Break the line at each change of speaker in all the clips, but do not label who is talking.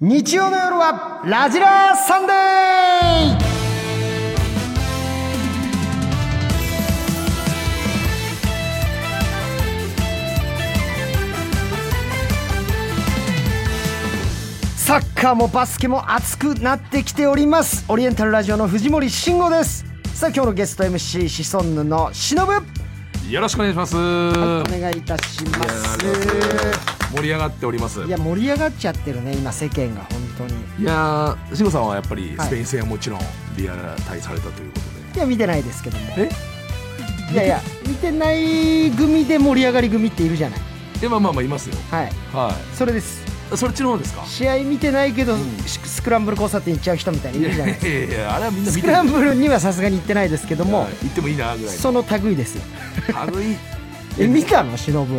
日曜の夜はラジラーサンデーサッカーもバスケも熱くなってきておりますオリエンタルラジオの藤森慎吾ですさあ今日のゲスト MC シソンヌのしのぶ
よろしくお願いします。
お願いいたしま
いやありがとうございますす盛り上がっております。
い
い
や盛り上がっちゃってるね今世間が本当に
やー、慎吾さんはやっぱり
はい
スペイン戦はもちろんリアル対されたということ
いや見てないですけども
で。
いやいや見てない組で盛り上がり組っているじゃない
え？えまあまあまあいますよ。
はい
は
それです
い。それっちの方ですか？
試合見てないけど、
ん
ススクランブル交差点行っちゃう人みたいにい
いや
る
い
じゃ
や
ないですか
いやいやあれはみんな見
ス
て
クランブルにはさすがに行ってないですけども、
はい行ってもいいなぐらいの。
その類ですよ
軽い。
え見たの忍は
こん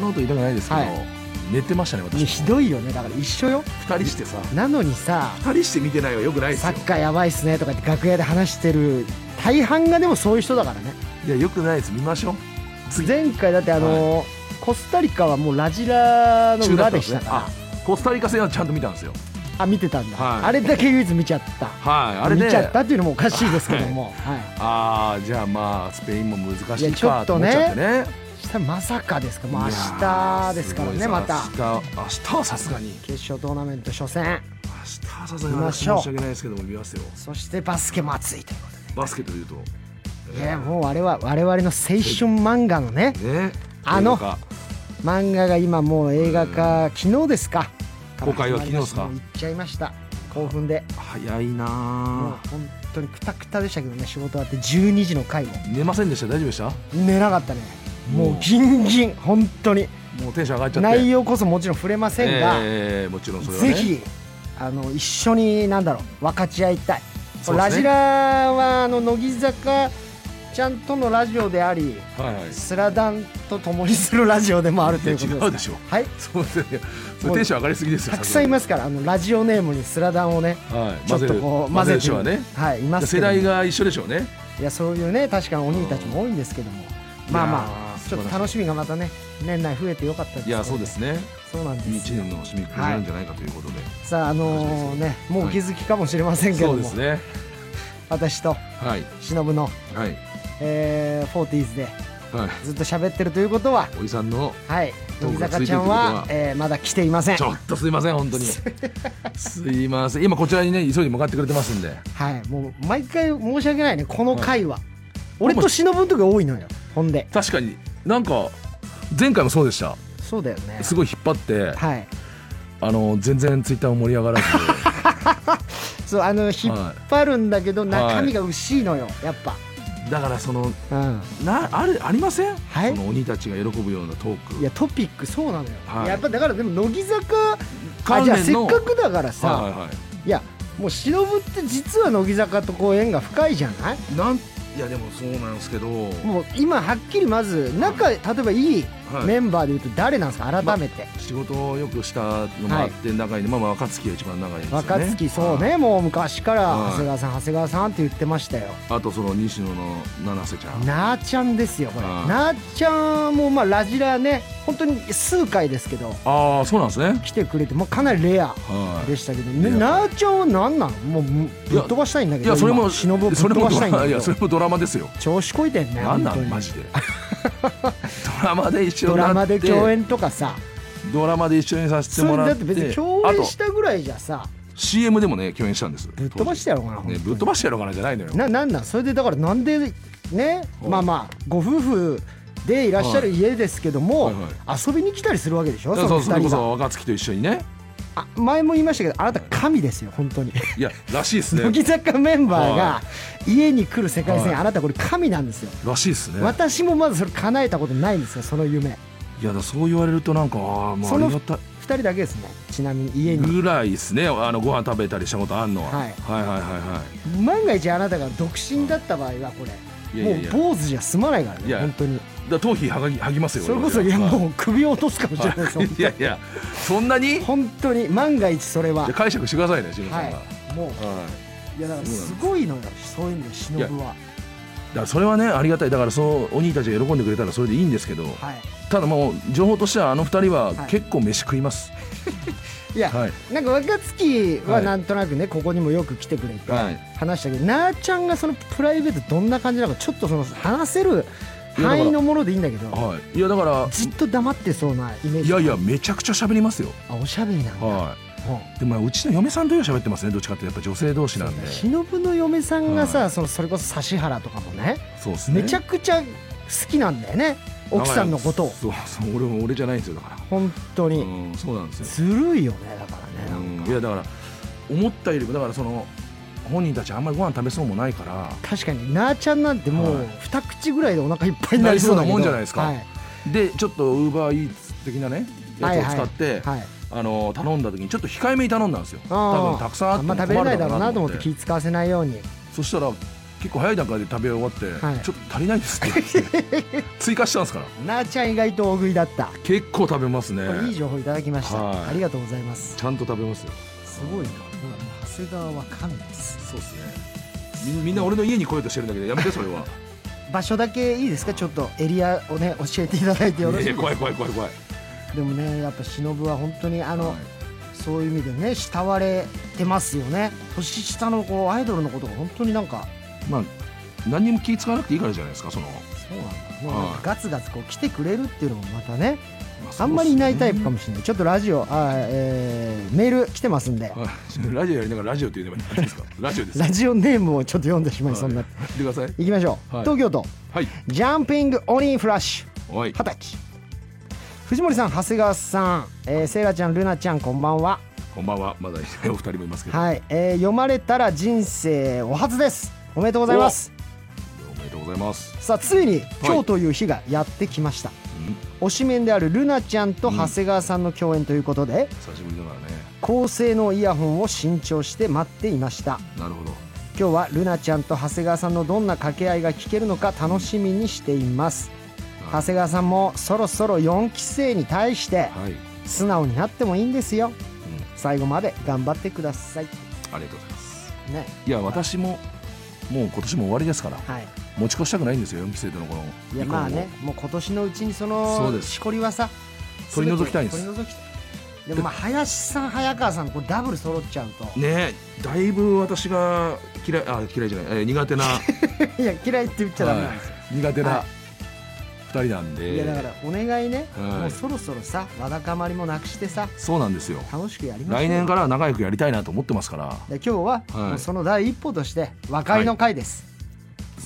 なこと言いたくないですけど
は、
寝てましたね
いや
私。
ひどいよねだから一緒よ
二人してさ、
なのにさ
二人して見てないはよくないです
サ
よ。
ッカーやばいっすねとかって楽屋で話してる大半がでもそういう人だからね
いやよくないです。見ましょう。次
前回だってあのーコスタリカはもうラジラの
中
裏
だったん
で
です
し
ね
た。から
あ、コスタリカ戦はちゃんと見たんですよ。
あ見てたんだ、
はい
あれだけ唯一見ちゃった
はい。あれね。
見ちゃったっていうのもおかしいですけども、はい
あーじゃあまあスペインも難
い
しい
やちょ
か
っ
と
と
思
ね
っちゃってね
したまさかですかもう明
いや
日
ー
ですから
ごい
ね
さ
また
明日明日はさすがに
決勝トーナメント初戦
明日はさすが
見
に
ま
私
しょう
申し訳ないですけども見ますよ
そしてバスケも熱いというこ
バスケというと
とでいやもうあれは我々の青春漫画のね
ね
あの
映画化
漫画が今もう映画化昨日ですか
公開は昨日ですか
もう行っちゃいました興奮で
早い
も
な
う本当にくたくたでしたけどね仕事終わって12時の回も
ー寝ませんでした大丈夫でした
寝なかったねもう
もう
ギンギン本当に
もうテンション上がっちゃって
内
容
容こそもちろん触れませんが、
えーもちろんそれはね
ぜひあの一緒になんだろう分かち合いたい、
そうです
ラ
ね
ジラはあの乃木坂ちゃんとのラジオであり
はいはい
スラダンと共にするラジオでもあると
い
い
や
うことです
違うでしょ
はい
そうですねそれテンション上がりすぎですよ
たくさんいますすからあのラジオネームにスラダンをね
はい
ちょ
混
っ
ぜ
と
る
こう
混
混
ぜ
ぜ
る
て
人はね
はいいますけ
世
ど
代が一緒でしょうね
いやそういうね確かにお兄たちも多いんですけどもまあまあ
素
ち
晴
ょ
ら
っと楽
しい
しみがまたね年内増えてよかったです
いやそうですね
そうなんです
いい
よ
一年の締めくくりになるんじゃないかということで、
さああのーねもうお気づきかもしれませんけど
そ
も、
うですね
私と
はい
忍の
はい
えー、40s で
はい
ずっと喋ってるということは、
おじさんの
はい、
どう
乃
も
木坂ちゃんは
ついてるということは
えーまだ来ていません。
ちょ
は
っとすいません本当にすいません今こちらにね急いで向かってくれてますんで
い、もう毎回申し訳ないね、この回は。俺と忍の時が多いのよ、ほんで。
確かになんか前回もそうでした
そうだよね。
すごい引っ張って
はい、
あの全然ツイッターも盛り上がらず
そうあの引っ張るんだけど、
い
中身が薄いのよ、やっ
だからその
ぱ。うん、
なあるありません、
はい
その鬼たちが喜ぶようなトーク
いやトピックそうなのよ、
はい
やっぱだからでも乃木坂あ
関
じゃあ
連
せ
の
っかくだからさ、
は
い
いはいは
やもう忍って実は乃木坂とこう縁が深いじゃない
いなんいやでもそうなんですけど
もう今はっきりまず仲例えばいい
はい
メンバーでいうと誰なんですか改めて、
仕事をよくしたのもあって中に、まあまあ若槻が一番長いですよね
若槻そうね、もう昔から長谷川さん長谷川さんって言ってましたよ
あとその西野の七瀬ちゃん
なあちゃんですよこれ
はい
なあちゃんもまあラジラね本当に数回ですけど
ああそうなんですね
来てくれて、まあ、かなりレア
はい
でしたけど、
レア
ねなあちゃんは何なのもうぶぶっ飛ばしたいんだけ
い
ど
やそれも
今忍ぶっ
そ
飛
れも
ばし
ド
たいんだ
ラい
け
や
ど
それもドラマですよ
調子こいてんね
なんな
本
ん
当に
マジでドラマで一緒
ド
にな
ラ
って
マで共演とかさ
ドラマで一緒にさせて
そ
も
れ
ら
だ
っ
ってて別に共演したぐらいじゃさ
あと CM でもね共演したんです
ぶっ飛ばしてやろうかな
ね
本当に
ぶっ飛ばしてやろうかなじゃないのよ
ななんなんそれでだからなんでね
はい
まあまあご夫婦でいらっしゃる家ですけども、
はいはい
遊びに来たりするわけでしょ
だか
そ
らそ
の
うそれ
二
こ
人
そ
が
若槻と一緒にね
あ前も言いましたけどあなた神ですよ本当に
いやらしいです
乃木
ね
坂メンバーが
は
家に来る世界線、
はい
あなたこれ神なんですよ
らしいですね
私もまずそれ叶えたことないんですよその夢
いやだそう言われるとなんかあーまあ
そ
あ
の
りがたい
2人だけですねちなみに家に
ぐらいですねあのご飯食べたりしたことあんのは、
はい
はいはいはいはい
万が一あなたが独身だった場合はこ
い
れ
やいやいや
もう坊主じゃ済まないから
い
ね
や
本当に
だから頭皮はがぎはぎますよ
それこそいや
俺は
もう首を落とすかもしれないですよ
はいいやいやそんなにじ ゃ
本当に万が一それは
あ解釈してくださいね志村さんが、
はいもう
はい
やだからすごいのよそういう意味で忍は
だからそれはねありがたいだからそうお兄たちが喜んでくれたらそれでいいんですけど、
はい
ただもう情報としてはあの二人は
はい
結構飯食います、
いや、
はい
なんか若槻は
はい
なんとなくね、ここにもよく来てくれて
はい
話したけど、なあちゃんがそのプライベートどんな感じなのかちょっとその話せる範囲のものでいいんだけど
はい、いやだから
ずっと黙ってそうなイメージ
いやいやめちゃくちゃ喋りますよ
あおしゃべりなんだ、
は
うん
いでもまあうちの嫁さんとよりは喋ってますねどっちかってやっぱ女性同士なんで
忍の嫁さんがさ、
は
そのそれこそ指原とかもね
そうですね
めちゃくちゃ好きなんだよね奥さんのことを
そうそう俺も俺じゃないんですよだから
本当に、
うんそうなんですよ
ずるいよねだからね、なん
うんいやだから思ったよりもだからその本人たちあんまりご飯食べそうもないから
か確かになあちゃんなんてもう
はい
二口ぐらいでお腹いっぱいになりそうだけど
なりそうなもんじゃないですか
はい
でちょっとウーバーイーツ的なねやつを使って、
はいはい
あの頼んだ時にちょっと控えめに頼んだんですよ
あー
多分たくさんあって
んま
も
食べれ
困
ない
る
だ
だ
ろ
ろ
う
う
な
な
と
と
思
思
っ
って
気
て
使わせないように
そしたら結構早い段階で食べ終わって、
はい
ちょっと足りないですって言って 追加したんですから
なあちゃん意外と大食いだった、
結構食べますね
いい情報いただきました、
はい
ありがとうございます
ちゃんと食べますよ
すごいなほらもう長谷川は神です
そうですねみみんな俺の家に来ようとしてるんだけどやめてそれは
場所だけいいですかちょっとエリアをね教えていただいてよろしい
い
で
や
す
怖い怖い怖い怖い
でもねやっぱ忍は本当にあの、
はい
そういう意味でね慕われてますよね年下のこうアイドルのことが本当になんか
まあ何にも気使わなくていいからじゃないですかその、
そうなんだ
はい
もうガツガツこう来てくれるっていうのもまたね
ま
あんまりいないタイプか
も
もしれないちょっとラジオあー、えーメール来てますんで、
ラジオやりながらラジオって言うのもいいですかラジオで す
ラジオネームをちょっと読んでしまい
はい
そうになっ
言
て、
ってください
い、きましょう、
はい
東京都
はい
ジャンピング鬼フラッシュ
お
二
い
十歳藤森さん長谷川さん、えー、セイラちゃんルナちゃんこんばんは
こんばんはまだいないお二人もいますけど、
はい、えー読まれたら人生お初ですおめでとうございます
おめでとうございます、
さあついに今日という日がやってきました、推しメンであるルナちゃんと長谷川さんの共演ということで、
久しぶりだからね
高性能イヤホンを新調して待っていました
なるほど
今日はルナちゃんと長谷川さんのどんな掛け合いが聞けるのか楽しみにしています長谷川さんもそろそろ4期生に対して
はい、うん、
素直になってもいいんですよ最後まで頑張ってください
ありがとうございます
ね
いや私ももう今年も終わりですから
はい
持ち越したくないんですよ4期生とのこの
いや
離婚を
まあねもう今年のうちにそ
そう
の
です
しこりはさ
取り除きたいんです
全て取り除きたいでもまあ林さん早川さんこうダブル揃っちゃうと、
ねえだいぶ私が嫌いあ嫌いじゃない、えー 苦手な、
いや嫌いって言っちゃダメなんですよ、
はい苦手な二人なんで、
いやだからお願いね、
はい
もうそろそろさわだかまりもなくしてさ
そうなんですよ
楽しくやりましょう
来年かららは仲良くやりたいなと思ってますから
で今日は
はい
もうその第一歩として和解の会です、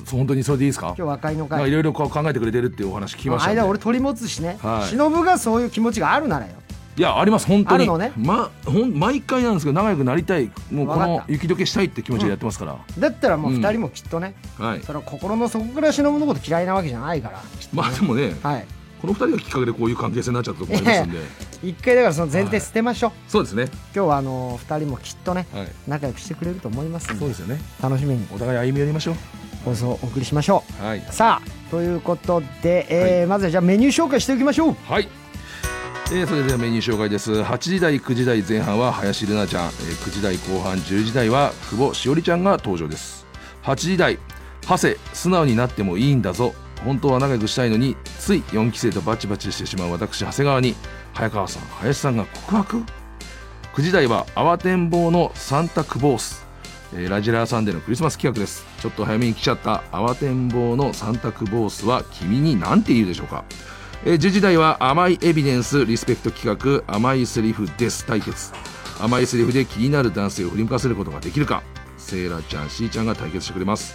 そ本当にそれでいいですか
今日和解の
なんかい
会
ろいろこう考えてくれてるっていうお話聞きましたんで
間俺取り持つしね、
はい
忍がそういう気持ちがあるならよ
いやあります本当に
あるのね
ま、ほん毎回なんですけど仲良くなりたいもうこ
わか
の
った
雪解けしたいって気持ちでやってますから、
だったらもう
うん
二人もきっとね、
はい
その心の底から忍のこと嫌いなわけじゃないからきっとね
まあでもね
はい
この二人がきっかけでこういう関係性になっちゃったと思いますんで
一回だからその前提捨てましょう、
そうですね
今日はあのー、2人もきっとね
はい
仲良くしてくれると思いますん
そう
で
ですよね
楽しみに
お互い歩み寄りましょう
放送をお送りしましょ
はい、
うさあということで、えーまずはじゃあメニュー紹介しておきましょう
はいえーそれではメニュー紹介です8時台9時台前半は林瑠奈ちゃん、えー9時台後半10時台は久保しおりちゃんが登場です8時台「長谷素直になってもいいんだぞ本当は仲良くしたいのについ4期生とバチバチしてしまう私長谷川に早川さん林さんが告白9時台は慌てんぼうのサンタクボース、えーラジラーサンデーのクリスマス企画ですちょっと早めに来ちゃった慌てんぼうのサンタクボースは君に何て言うでしょうか、えー10時台は甘いエビデンスリスペクト企画甘いセリフです対決甘いセリフで気になる男性を振り向かせることができるかセイラちゃんしーちゃんが対決してくれます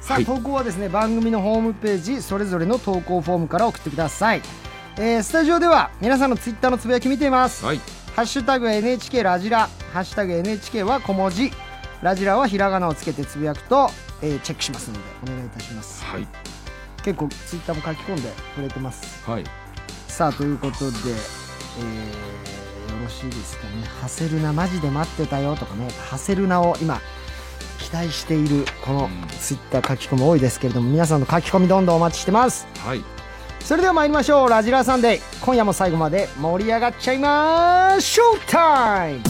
さあ、
はい
投稿はですね番組のホームページそれぞれの投稿フォームから送ってください、えースタジオでは皆さんのツイッターのつぶやき見ています、
はい
ハッシュタグ #NHK ラジラ」「ハッシュタグ #NHK」は小文字ラジラはひらがなをつけてつぶやくと、えーチェックしますのでお願いいたします
はい
結構ツイッターも書き込んでくれてます
はい
さあということで、えーよろしいですかね「ハセルナマジで待ってたよ」とかね「ハセルナ」を今期待しているこの
うん
ツイッター書き込み多いですけれども皆さんの書き込みどんどんお待ちしてます
はい
それでは参りましょう「ラジラーサンデー」今夜も最後まで盛り上がっちゃいましょうタイム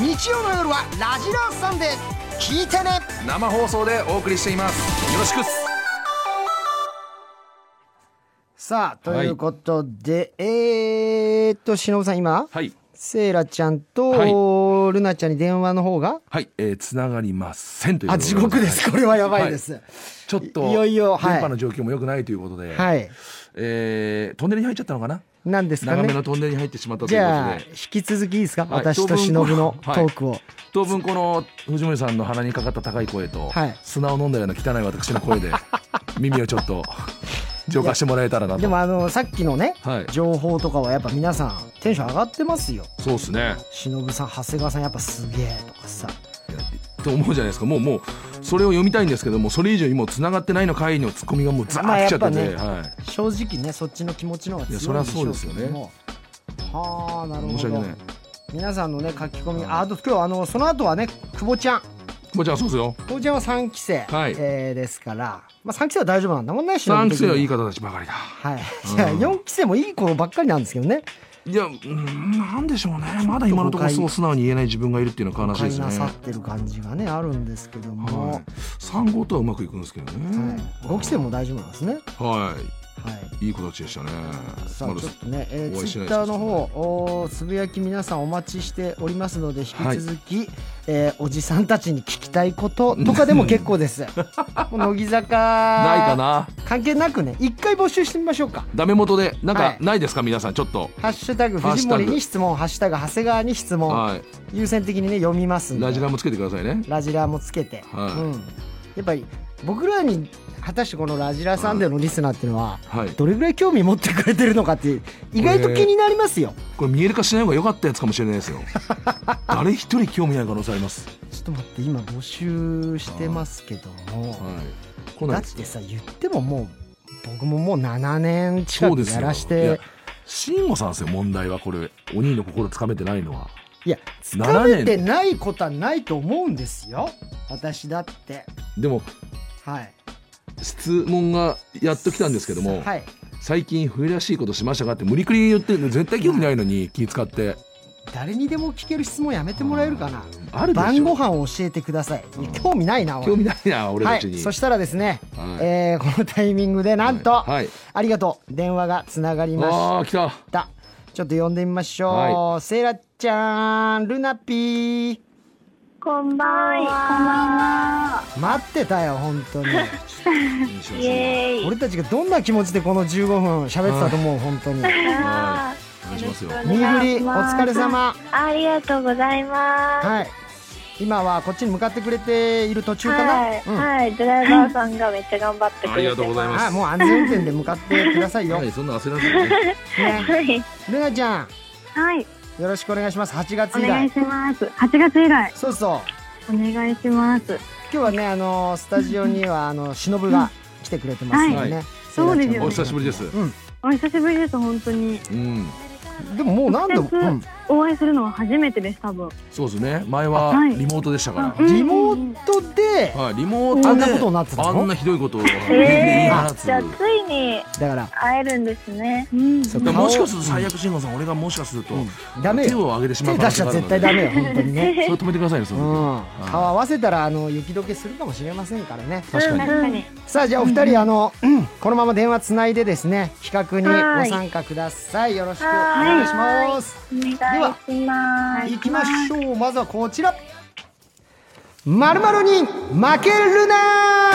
日曜の夜は「ラジラーサンデー」聞いてね
生放送でお送りしていますよろしくっす
さあということで、えーっと忍さん今
はい
セイラちゃんと、ルナちゃんに電話の方が
はい、えー、つながりませんというこ
あ
と
地獄です、
はい
これはやばいです
はちょっと
いよいよはい
電波の状況も良くないということで、
はい、
えー、トンネルに入っちゃったのかな
なんですか
長め
ね
のトンネルに入ってしまったと
じ
いうこ
ゃあ
と
引
で
き続きいいですか、
はい
私と忍のト
当分はい
ークを、
当分この藤森さんの鼻にかかった高い声と、
はい
砂を飲んだような汚い私 の声で耳をちょっと浄化してもらえたらなと
でもあのさっきのね、
はい
情報とかはやっぱ皆さんテンション上がってますよ
そうですね
忍さん長谷川さんやっぱすげえとかさ
と思うじゃないですかもうもうそれを読みたいんですけどもそれ以上にもうつながってないの回のツッコミがもうザーッと来ちゃってて、
ま
はい、
正直ねそっちの気持ちの方が強い
いやそりゃそう
で
で
し
す
ょ
よ
う
ね
けどもはあなる
申
ほ
し訳
ど
ない
皆さんのね書き込みああと今日あのその後はね久保ちゃん
もうじゃあそうですよ
久保ちゃんは3期生、
はい
えーですから、まあ、3期生は大丈夫なんだもんね忍
3期生はいい
か
方たちばかりだ
はい、じゃあ4期生もいい子ばっかりなんですけどね
いやうんなんでしょうねまだ今のところそう素直に言えない自分がいるっていうのは悲しい
買
で
い
す
な
ね
さってる感じがねあるんですけども、
は、
はい
3号とはうまくいくんですけど
い
ね、
5期生も大丈夫なんですね
は
はい
いいい子たちでしたね
さ
ま
あ
だ
ちょっとね、え
お
ー、
会い
ツ
し
イ
ない
ッ
です
ターの方おーつぶやき皆さんお待ちしておりますので引き続き、えーおじさんたちに聞きたいこととかでも結構 ですもう乃木坂
ないかな
関係なくね一回募集してみましょうか
ダメ元でなん
は
か
い
ないですか、皆さんちょっと
ハッシュタグ藤森に質問ハッシュタグ長谷川に質問、
はい
優先的にね読みますんで
ラジラもつけてくださいね
ラジラもつけて、
はい
うん、やっぱり僕らに果たしてこのラジラさんでのリスナーっていうのは
はい
どれぐらい興味持ってくれてるのかって意外と気になりますよ、
これ見える化しない方が良かったやつかもしれないです よ誰一人興味ない可能性あります
ちょっと待って今募集してますけども
はい来な
だっ
いです
てさ言ってももう僕ももう7年近
そう
く
ですよ
やらし
いや
て
慎吾さんですよ問題はこれお兄の心つかめてないのはい
や
7
疲れ
年
てないことはないと思うんですよ私だって
でも
はい
質問がやっと来たんですけども、
はい
最近冬らしいことしましたかって無理くり言ってるの絶対興味ないのに気使って
誰にでも聞ける質問やめてもらえるかな
あるでしょ
晩ご飯を教えてくださいいや興味ないなおい
興味ないな俺
は
たち
い
に、
そしたらですね、
はい
えーこのタイミングでなんと、
はいはい
ありがとう電話がつながりました
ああ来た
だちょっと呼んでみましょう、セイラちゃんルナピー
こんばんは。
待ってたよ本当に
イエーイ。
俺たちがどんな気持ちでこの15分喋ってたと思う本当に
あ
お願いしますよ
ー
見振りお疲れ。様
ありがとうございます。
はい今はこっちに向かってくれている途中かな、
はい、
うん
はいドライバーさんがめっちゃ頑張ってくれてます。
ありがとうございま
はいもう安全運転で向かってくださいよ、
は
ね
いそんな焦らずにね
はい、
ルナちゃ
はい、
んよろしくお願いします8月
お
以
願い
来
します。8月以来、
そうそう
お願いします。
今日はねあのスタジオにはあの忍が来てくれてますのでね、
は
セイラちゃんも
そうですよね
お久しぶりです
うん
お久しぶりです、本当に。
うん
でももう何度も、
直接
うん
お会いするのは初めてです、多分。
そうですね前は
はい
リモートでしたから、
うん
リモートで、
はい、リモー
あ
ト
ん
で
なことになってたの
あんなひどいことをね
え
いい
ー
な
じゃあついに
だから、
会えるんですね。
うん。
そう
でももしかすると最悪慎吾さん俺がもしかすると、
うんダメ
手
よ
を挙げてしま
手
う
出したら絶対ダメよ本当に ね、
それ止めてくださいね
う
そ
ん、
の
顔合わせたらあの雪解けするかもしれませんからね
時確かに
確かに。
さあじゃあお二人あの、うんこのまま電話つないでですね企画に
は
ご
い
参加くださいよろしくお願いします
お願いします。
行きましょうまずはこちらまるまるに負けるな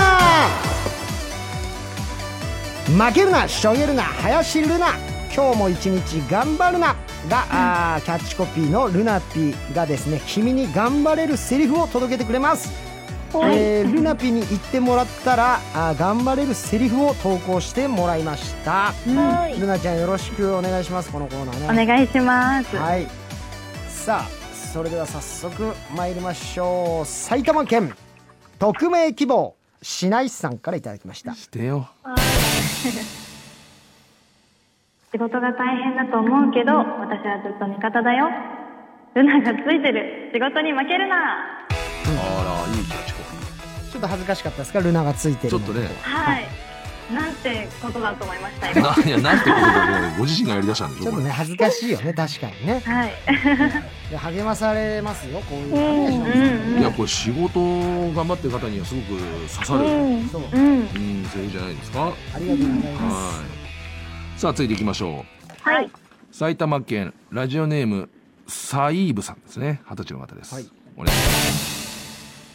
負けるなしょげるな林るな今日も一日頑張るなが、あーキャッチコピーのルナピーがですね君に頑張れるセリフを届けてくれます、えールナピーに言ってもらったらあー頑張れるセリフを投稿してもらいました、
は
ルナちゃんよろしくお願いしますこのコーナーね
お願いします。
はい。さあ、それでは早速参りましょう。埼玉県匿名希望しないさんからいただきました。
してよ
仕事が大変だと思うけど、私はずっと味方だよ。ルナがついてる。仕事に負けるな。
あらいいキャッチコピ
ちょっと恥ずかしかったですか、ルナがついてる
ーちょ
の
っとね
はい。なんてことだと思いました今。
ないやなんてことだご自身がやりだしたんでし
ちょ
ょ
っ
ことれ
ね恥ずかしいよね確かにね
はい。
で励まされますよこういうのはね
うん
翔さ
うんん
いやこれ仕事を頑張ってる方にはすごく刺さる、
うん
そう
うん。
うん、セリフじゃないですか。は
ありがとうございます
い。さあ、ついていきましょう。
はい。
埼玉県ラジオネームサイーブさんですね。二十歳の方です。
はい
お願いします。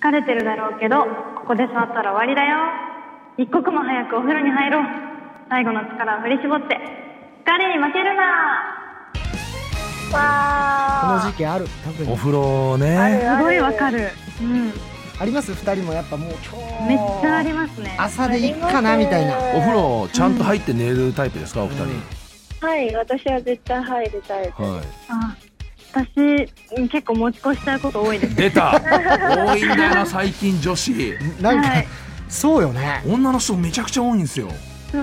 疲れてるだろうけど、ここで座ったら終わりだよ。一刻も早くお風呂に入ろう。最後の力を振り絞って、疲れに負けるな
この
わ
時期ある特
お
に
風呂
ー。
ね。
すごいわかる。うん。めっ
あります二人もやっぱもう今日
ちゃありますね。
朝でいいかなみたいな
お風呂ちゃんと入って寝るタイプですか、お二人。
はい、私は絶対入るタイプ。
は
あ私、うん結構持ち越しちゃうこと多いで
い。
す。
出た。多いんだよ な、最近女子。
なんか、
はい
そうよね
女の人めちゃくちゃ多いんですよ。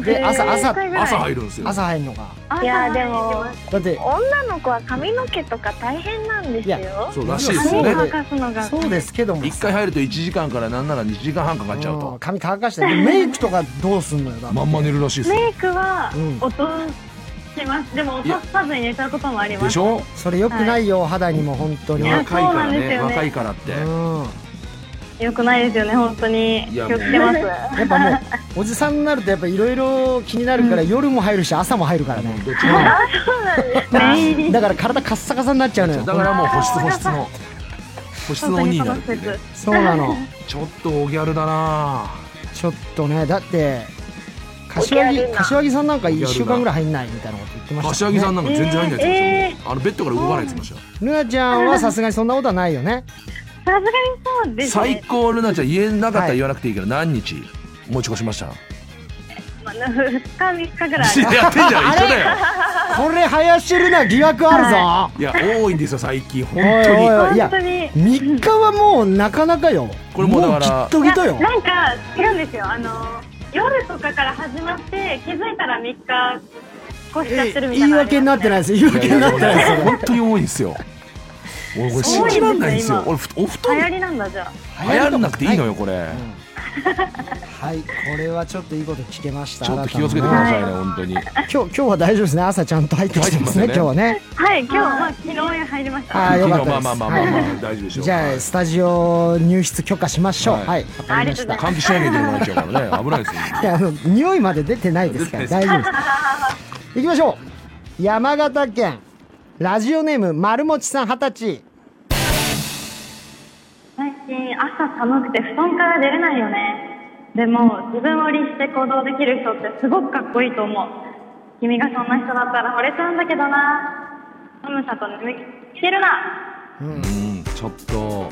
で朝朝
ぐらい
朝入るんですよ。
朝入るのが
朝
いや、でも、
だって
女の子は髪の毛とか大変なんです
い
よ。
そうらしいですよね
髪
そ。う
乾かすのが。
そうですけども
一回入ると1時間からなんなら2時間半かかっちゃう
ん
と。
髪乾かしてでメイクとかどうすんのよだって
まんま寝るらしいですよ。
メイクは
うん
落とします。でも落とさずに寝ちゃうこともありま。
ですしょ
それよくないよ、お肌にも本当に
いや
若いから
そうなんです
ね
よね
若いからって、
うん
よくないですよね、本当に。
い
気
や
をつけます。
やっぱもうおじさんになるとやっぱいろいろ気になるから、夜も入るし朝も入るからね
どっちもだ
念入り。
だから体カッサカサになっちゃうのよ
からもう保湿保湿の保湿の鬼になるってい
本当に
うね
その
そうなの
ちょっとおギャルだな
ちょっとねだって柏
起き
木
上げな
柏木さんなんか1週間ぐらい入んないみたいなこと言ってました
柏
よ
木さん
ね
なんか全然入んないって言ってましたよ、
え
あのベッドから動かないって言ってまし
ルナちゃんはさすがにそんなことはないよね
説さすがにそうで
た
すね
最。高ルナちゃん言えなかったら言わなくていいけど何日持ち越しました
まあ2日、3日ぐらい。
やってんじゃん一緒だよ
これ林ルナ疑惑あるぞ、
いや多いんですよ最近本
おい
当に
おいおいい
本
や
当に。
3日はもうなかなかよ
これもう
う
だから
ギットギトよ
いやなんか違うんですよ。あの夜とかから始まって気づいたら3日越しちゃってるみたいな。
言い訳になってない
い。
です言い
い
訳
や
になっ
いやで
て
も
ないです
ね本当に多いんですよ俺これ信じらんないんですよ
多
俺ふお二人
流行りなんだじゃあ。
流行らなくていいのよこれ
はい、これはちょっといいこと聞けました。
ちょっと気をつけてくだ
新
さいね本当に
たな今日今日は大丈夫ですね。朝ちゃんと入ってきてますね。今
入って
日
ま
はね。
はい、今日まあ昨日入りました。
あーよかったです
まあまあまあまあまあ大丈夫でしょう
じゃあスタジオ入室許可しましょう。
は
はいい、わかりました。
ありがとうござい
換気しなきゃいけなくなっちゃう からね危ないですよ
いやあの匂いまで出てないです から
出て
大丈夫です。行きましょう。山形県ラジオネーム丸もちさん二十
最近朝寒くて布団から出れないよねでも自分を律して行動できる人ってすごくかっこいいと思う君がそんな人だったら惚れちゃうんだけどな寒さと眠気してるな
うんちょっと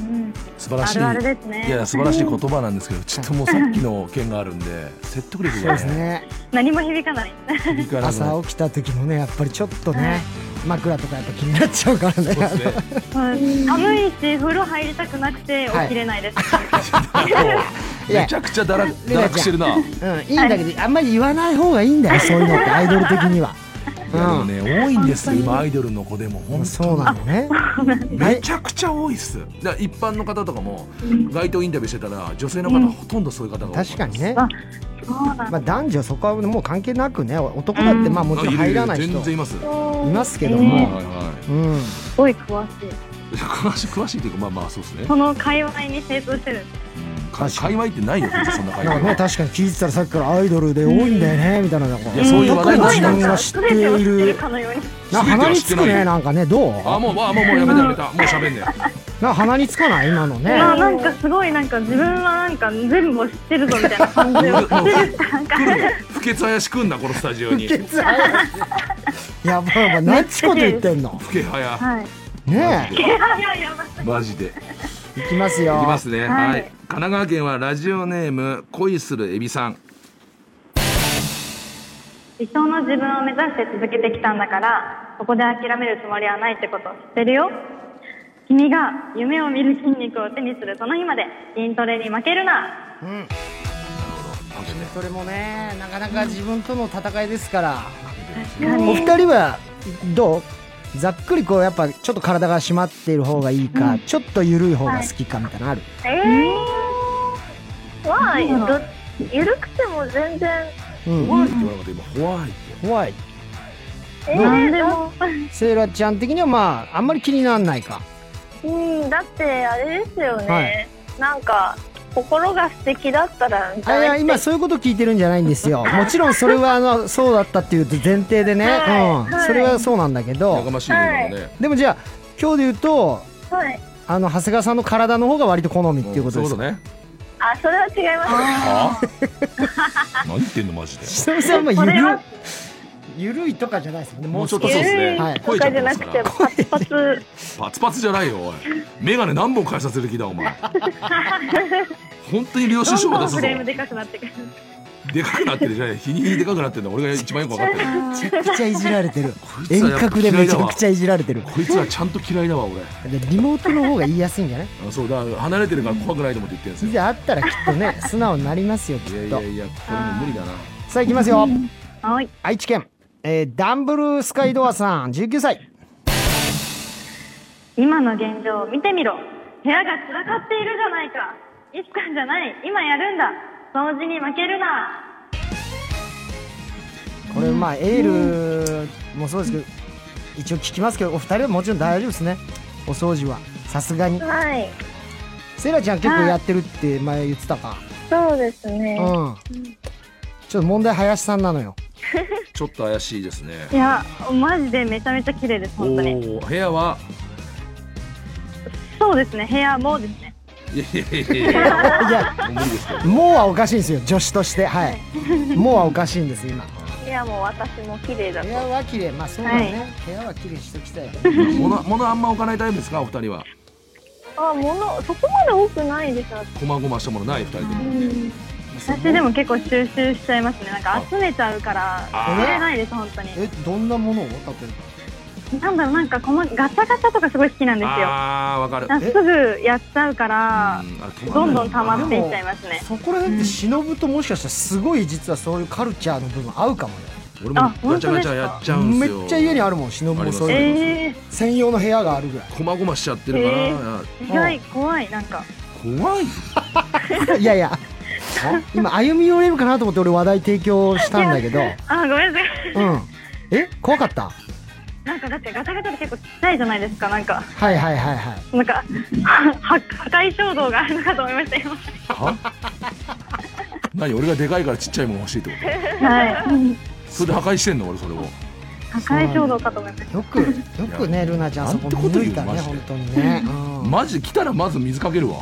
うん
素晴らしい
あるあるですね
いや素晴らしい言葉なんですけどちょっともうさっきの件があるんで説得力
歳。そう
が
ですね。
何も響かない
響かなくな
朝
っ
起きた時もね、やっぱりちょっとね、枕とかやっぱ気になっちゃうからね。
そうですね
寒いし風呂入りたくなくて
はい
起きれないです、
あと めちゃくちゃだら堕落してる
う
な
ん、いいんだけど、あんまり言わない方がいいん だよ、そういうのって、アイドル的には。
いやでも
う
ね多いんですよ今アイドルの子でも
ん、
本
そう
当
なのね。
にめちゃくちゃ多いっすだから一般の方とかも街頭インタビューしてたら女性の方ほとんどそういう方が多かった
確かにね。
あそうなんだ
まあ、男女そこはもう関係なくね、男だって、まあ、もちろん入らない人
全然
い
いますはい
ますけど
は
も。
い は
うん、
すごい詳しい
い詳しい詳しいというかまあまあそうですね
その界隈に精通してるんです
か界隈ってないよ別にそんな界
なんかね、
隈
確かに聞いてたら、さっきからアイドルで多いんだよね、みたいなのが。
いやそういう話題になって
自
た
分が知って
全てを知
い
ってる
る。
かのように
な、鼻につくね、なんかね、どう。
あもうあもうもうやめたやめたもう喋んね
な、鼻につかない、今のね。
まあなんかすごいなんか自分はなんか全部を知ってるぞみたいな感じ
も
を
う
するなんか
不潔林くんだこのスタジオに
ケツあるやばい、やばい、何ちこと言ってんの。
不潔林
はい
ね
いやいやいやばい
マジでいき
え、いきますよ。
ますね
はい
はい神奈川県はラジオネーム恋するエビさん
理想の自分を目指して続けてきたんだからここで諦めるつもりはないってことを知ってるよ君が夢を見る筋肉を手にするその日まで筋トレに負けるな
うん。
あとね
それもねなかなか自分との戦いですから、
うん
お二人はどうざっくりこうやっぱちょっと体が締まっている方がいいか、ちょっと緩い方が好きかみたいなのある、
えー。まあ、どっゆるくても全然。
うん
ホワイトって言わなかった今ホワイ
怖い
え
どう
ー、でも、
セイラちゃん的にはまああんまり気にならないか
うん、だってあれですよね。
はい
なんか心が素敵だったら
あいや今そういうこと聞いてるんじゃないんですよもちろんそれはあのそうだったっていう前提でね、
はい
うん、
はい
それはそうなんだけ
トや
ど
かましいね
はい
今のね
でもじゃあ今日で言うと
はい。
あの長谷川さんの体の方が割と好みっていうこと
ん
です
そうだね
あ、それは違います。
はあ何言ってんのマジで
ひとみさんは
こ
ゆ
れ
る
は
ゆるいとかじゃないですもんね
もうちょっとそう
ゆ
ですね
るい
はい
とかじゃなくて、パツパツ。
パツパツじゃないよおい眼鏡何本返させる気だお前本当に領収
ど
書
ん
を
ど
出
ん
す
フ
ぞ
レームでかくなってくる。
でかくなってるじゃない日に日にでかくなってるんだ俺が一番よく分かってる
めちゃくちゃいじられてる
こいつ
遠
はやっぱ
隔でめちゃくちゃいじられてる
こいつはちゃんと嫌いだわ俺
でリモートの方が言いやすいんじゃない
あそうだから離れてるから怖くないと思って言ってるんです
い
よ
ざあったらきっとね素直になりますよき
いや
っ
い
と
やいやこれも無理だな
さあいきますよ
はい。
愛知県、えーダンブルスカイドアさん19歳
今の現状を見てみろ部屋が散らかっているじゃないかいつかじゃない今やるんだ掃除に負けるな
これまあエールもそうですけど一応聞きますけどお二人はもちろん大丈夫ですねお掃除はさすがに
はい。
セイラちゃん結構やってるって前言ってたか
そうですね。
うんちょっと問題林さんなのよ
ちょっと怪しいですね
いやマジでめちゃめちゃ綺麗です
お
本当に
お部屋 は
そうですね部屋もですね
いやいやいやいや
いや
もう無理ですけど
もうはおかしいんですよ女子としてはいもうはおかしいんです 今
いやもう私も綺麗だ
部
と
屋は綺麗まあそうだね、部屋は綺麗しときたいよね
物物あんま置かないタイプですかお二人は
あ物そこまで多くないですよ
こまごましたものない二人とも
私でも結構収集しちゃいますねなんか集めちゃうから
あー
捨れないです本当に
えどんなものを例え
なんだろうなんかこのガチャガチャとかすごい好きなんですよ
ああわかる
なんかすぐやっちゃうからどんどん溜ま
ば
っていっちゃいますね
そこら辺って忍ぶともしかしたらすごい実はそういうカルチャーの部分合うかもよ
俺もガチャガチャやっちゃうん
め
す
っ
よ
ちゃ家にあ
る
るもん忍もそう
あ
いう
り
の
ます
ええ
専用の部屋があるぐら
こまごましちゃってるから、
え
ん
ー、意外怖いなんか
怖い
いいやいや今歩み寄れるかなと思って俺話題提供したんだけど
あーごめんなさい
うんえ怖かった
なんかだってガチャガチャって結構ちっちゃいじゃないですかなんか
はいはいはいはい
なんか、 は破壊衝動があるのかと思いましたよ。
は 何俺がでかいからちっちゃいもん欲しいってこ
はい。
とそれで破壊してんの俺それを
破壊衝動かと思いまし
よくよくねルナちゃんそこ見抜いたね本当にね、うん
マジで来たらまず水かけるわ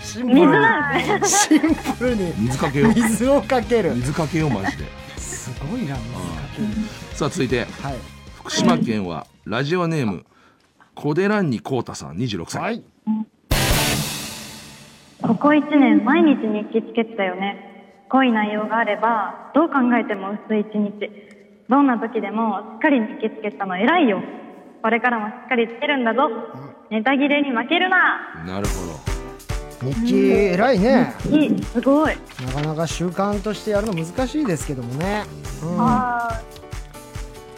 シ
た。水なんですね。
シンプルに
水かけよう
水をかける
水かけようマジです
ごいな水かける
さあ続いて
はい
福島県はラジオネーム小寺にこうたさん26歳、
はい
ここ1年毎日日記つけてたよね。濃い内容があれば、どう考えても薄い一日。どんな時でもしっかり日記つけてたの偉いよ。これからもしっかりつけるんだぞ。ネタ切れに負けるな。
なるほど
日記偉いね
いい、すごい。
なかなか習慣としてやるの難しいですけどもね、うん、
あ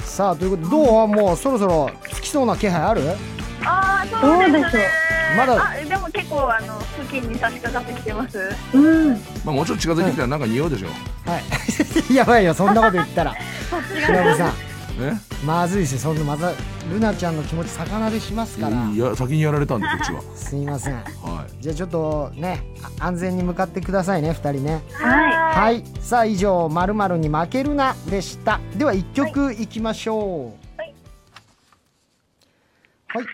さあということでどうもうそろそろつきそうな気配ある
ーあーそう
どう
で
ですしょ
ね
まだ
あでも結構あの付近に差し掛かってきてます
うん。
まあもうちょっと近づいてきたらなんか匂うでしょ
はいやばいよ そんなこと言ったら白木さ
え
んまずいしそんなまたルナちゃんの気持ち逆なでしますから
いや先にやられたんでこっちは
すいません
はい
じゃあちょっとねあ安全に向かってくださいね2人ね
は
はいさあ以上「まるに負けるな」でしたでは1曲いきましょう
はい、
はい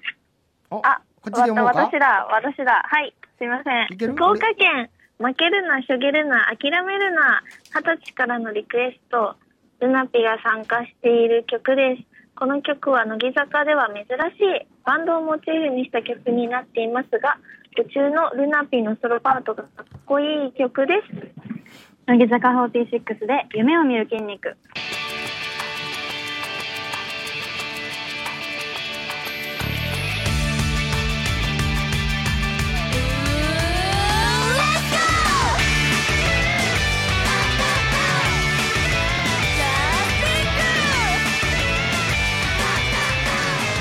お
あ
こっちで読もう
わ
か
私だ私だはいすいま
い
せ
け
ん
る
福岡県負けるなしょげるな諦めるな二十歳からのリクエストルナピが参加している曲ですこの曲は乃木坂では珍しいバンドをモチーフにした曲になっていますが途中のルナピのソロパートがかっこいい曲です
い。乃木坂46で夢を見る筋肉。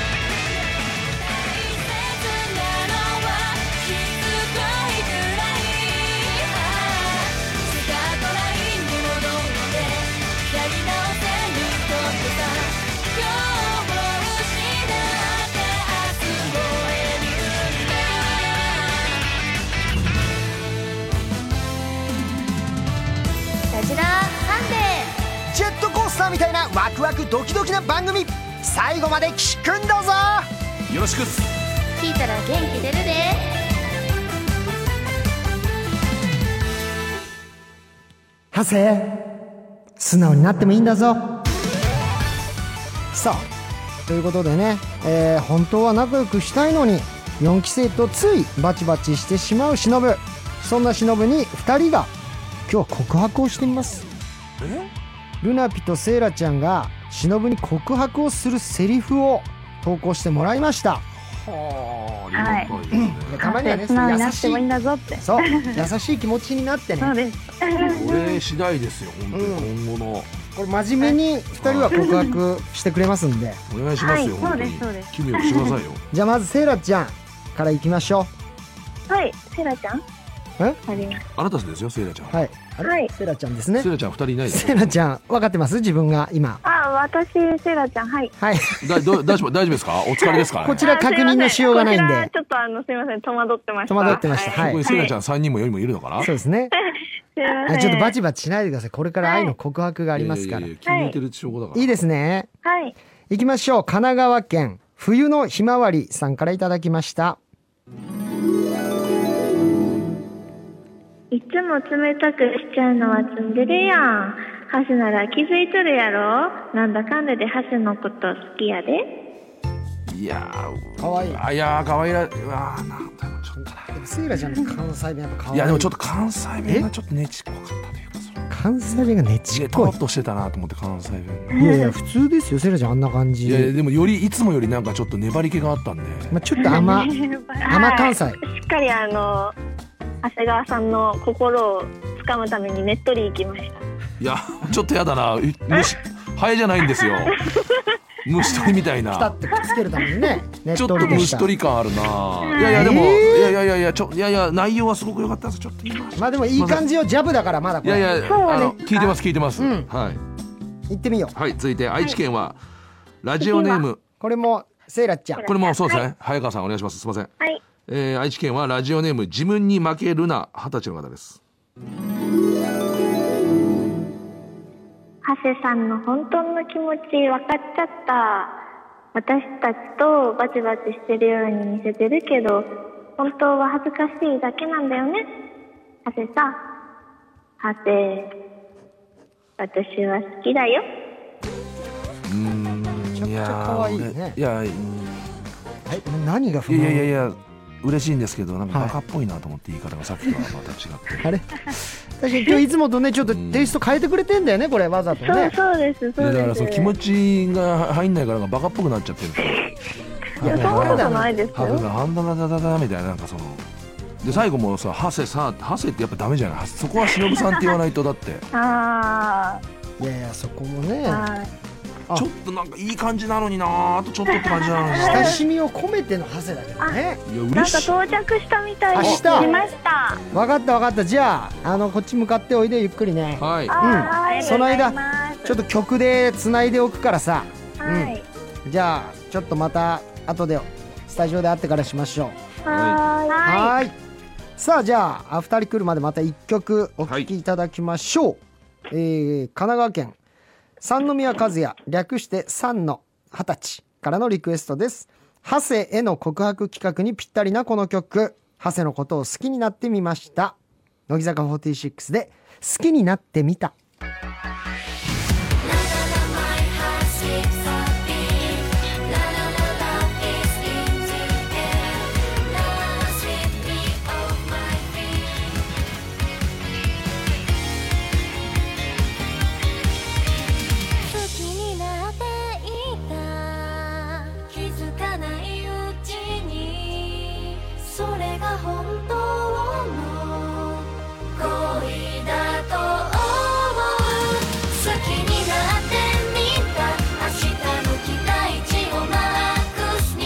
「世界中のどこかで」
ワクワクドキドキな番組最後まで聞くんだぞ
よろしくっす
聞いたら元気出るで
ハセ素直になってもいいんだぞさあということでね、えー本当は仲良くしたいのに4期生とついバチバチしてしまう忍そんな忍に2人が今日は告白をしてみますルナピとセイラちゃんが忍に告白をするセリフを投稿してもらいました
はあありがたいですね、
たまにはね
素直にな
優
って
し
もいいん
い
だぞって。
そう優しい気持ちになってね
そうです。
これ次第ですよ本当に今後の、
これ真面目に2人は告白してくれますんで
お願いしますよ、
はい
本当に
そうです
奇妙してくださいよ
じゃあまずセイラちゃんからいきましょ
はい、セラちゃん
え
あります。
あなたですよセイラちゃん、
うはいあれ、
はい
セイラちゃんですね
セイラちゃん二人いないです
セイラちゃん分かってます自分が今
あ、私、セラちゃん、はい。
はい
だど大丈夫大丈夫ですかお疲れですか、ね、
こちら確認のしようがないん
あすませ
で
こちらちょっとあの、すみません、戸惑ってました。
戸惑ってました
はい。
はい
ここにセイラちゃん三人もよりもいるのかな、
そうですね
すみませ
あ
ん。
ちょっとバチバチしないでくださいこれから愛の告白がありますから
いや
い
いやいや気抜いてる証拠だから、
いですね
はい。
いきましょう神奈川県冬のひまわりさんからいただきました
いつも冷たくしちゃうのはツンデレやん。ハスなら気づいとるやろなんだかんだでハスのこと好きやで。
いやー
かわいい
あいやー可愛らうわーなんだろうちょっとな
セイラちゃんの関西弁やっぱ可愛い
いやでもちょっと関西弁がちょっとねちっこかったというかその
関西弁がねち
ち
っ
っこ
こ
っとしてたなと思って関西弁が
いいやいや普通ですよセイラちゃんあんな感じ
いやいやでもよりいつもよりなんかちょっと粘り気があったんで、
まあ、ちょっと 甘甘関西
しっかりあの、長谷川さんの心をつかむためにねっとり行きました。
いやちょっとやだなえ虫ハエじゃないん ですよ虫取りみたい
ピタッ
な
とくっつけるために ねねっ
ちょっ
と
と
りとし
虫
た
取り感あるないやいやでも、
え
いやいやいやいやちょいやいや内容はすごく良かったですちょっと言いました
まあでもいい感じよジャブだからまだこ
い
れ
やいや
そう
あ
です
の聞いてます聞いてます、
うん
はい
行ってみよう
はい続いて愛知県は、ラジオネーム
これもセイラちゃん
これもそうですね、早川さんお願いしますすいません
はい。
えー愛知県はラジオネーム自分に負けるな二十歳の方です
ハセさんの本当の気持ち分かっちゃった。私たちとバチバチしてるように見せてるけど、本当は恥ずかしいだけなんだよね。ハセさん。ハセ、私は好きだよ。
めちゃくちゃ可愛いね
いやいや
はい何が不
いやいやい
満
や嬉しいんですけどなんか
はい
バカっぽいなと思って言い方がさっきとはまた違って、
あれ確かに今日いつもとねちょっとテイスト変えてくれてんだよねこれわざと
そう
ね
そうです、
い
そ
や
う
だから
で
そ
す。
の気持ちが入んないからなんかバカっぽくなっちゃってるから
いや、そんなことないです
ハグ
よ。
がハンダダダダダみたいななんかそので最後もさハセさんハセってやっぱダメじゃないハセそこは忍さんって言わないとだって
あ
いやいやそこもね
あ、はい。
あ
ちょっとなんかいい感じなのになあとちょっとって感じなのに
親しみを込めてのハセだけどね
いや
なん
嬉
か
しい
到着したみたい
明
で
日
しました。
分かった分かったじゃああのこっち向かっておいでゆっくりね
はい
あー
その間
ありがとうございます
ちょっと曲でつないでおくからさ
はい。
じゃあちょっとまた後でスタジオで会ってからしましょう
はーい。は
はいさあじゃあ「アフタリ来るまで」また1曲お聴きいただきましょう、えー神奈川県三宮和也略して三の二十歳からのリクエストですハセへの告白企画にぴったりなこの曲ハセのことを好きになってみました乃木坂46で「好きになってみた」
oh, 好きになっていた気づかないうちにそれが本当の恋だと思う好きになってみた明日の期待値をマックスに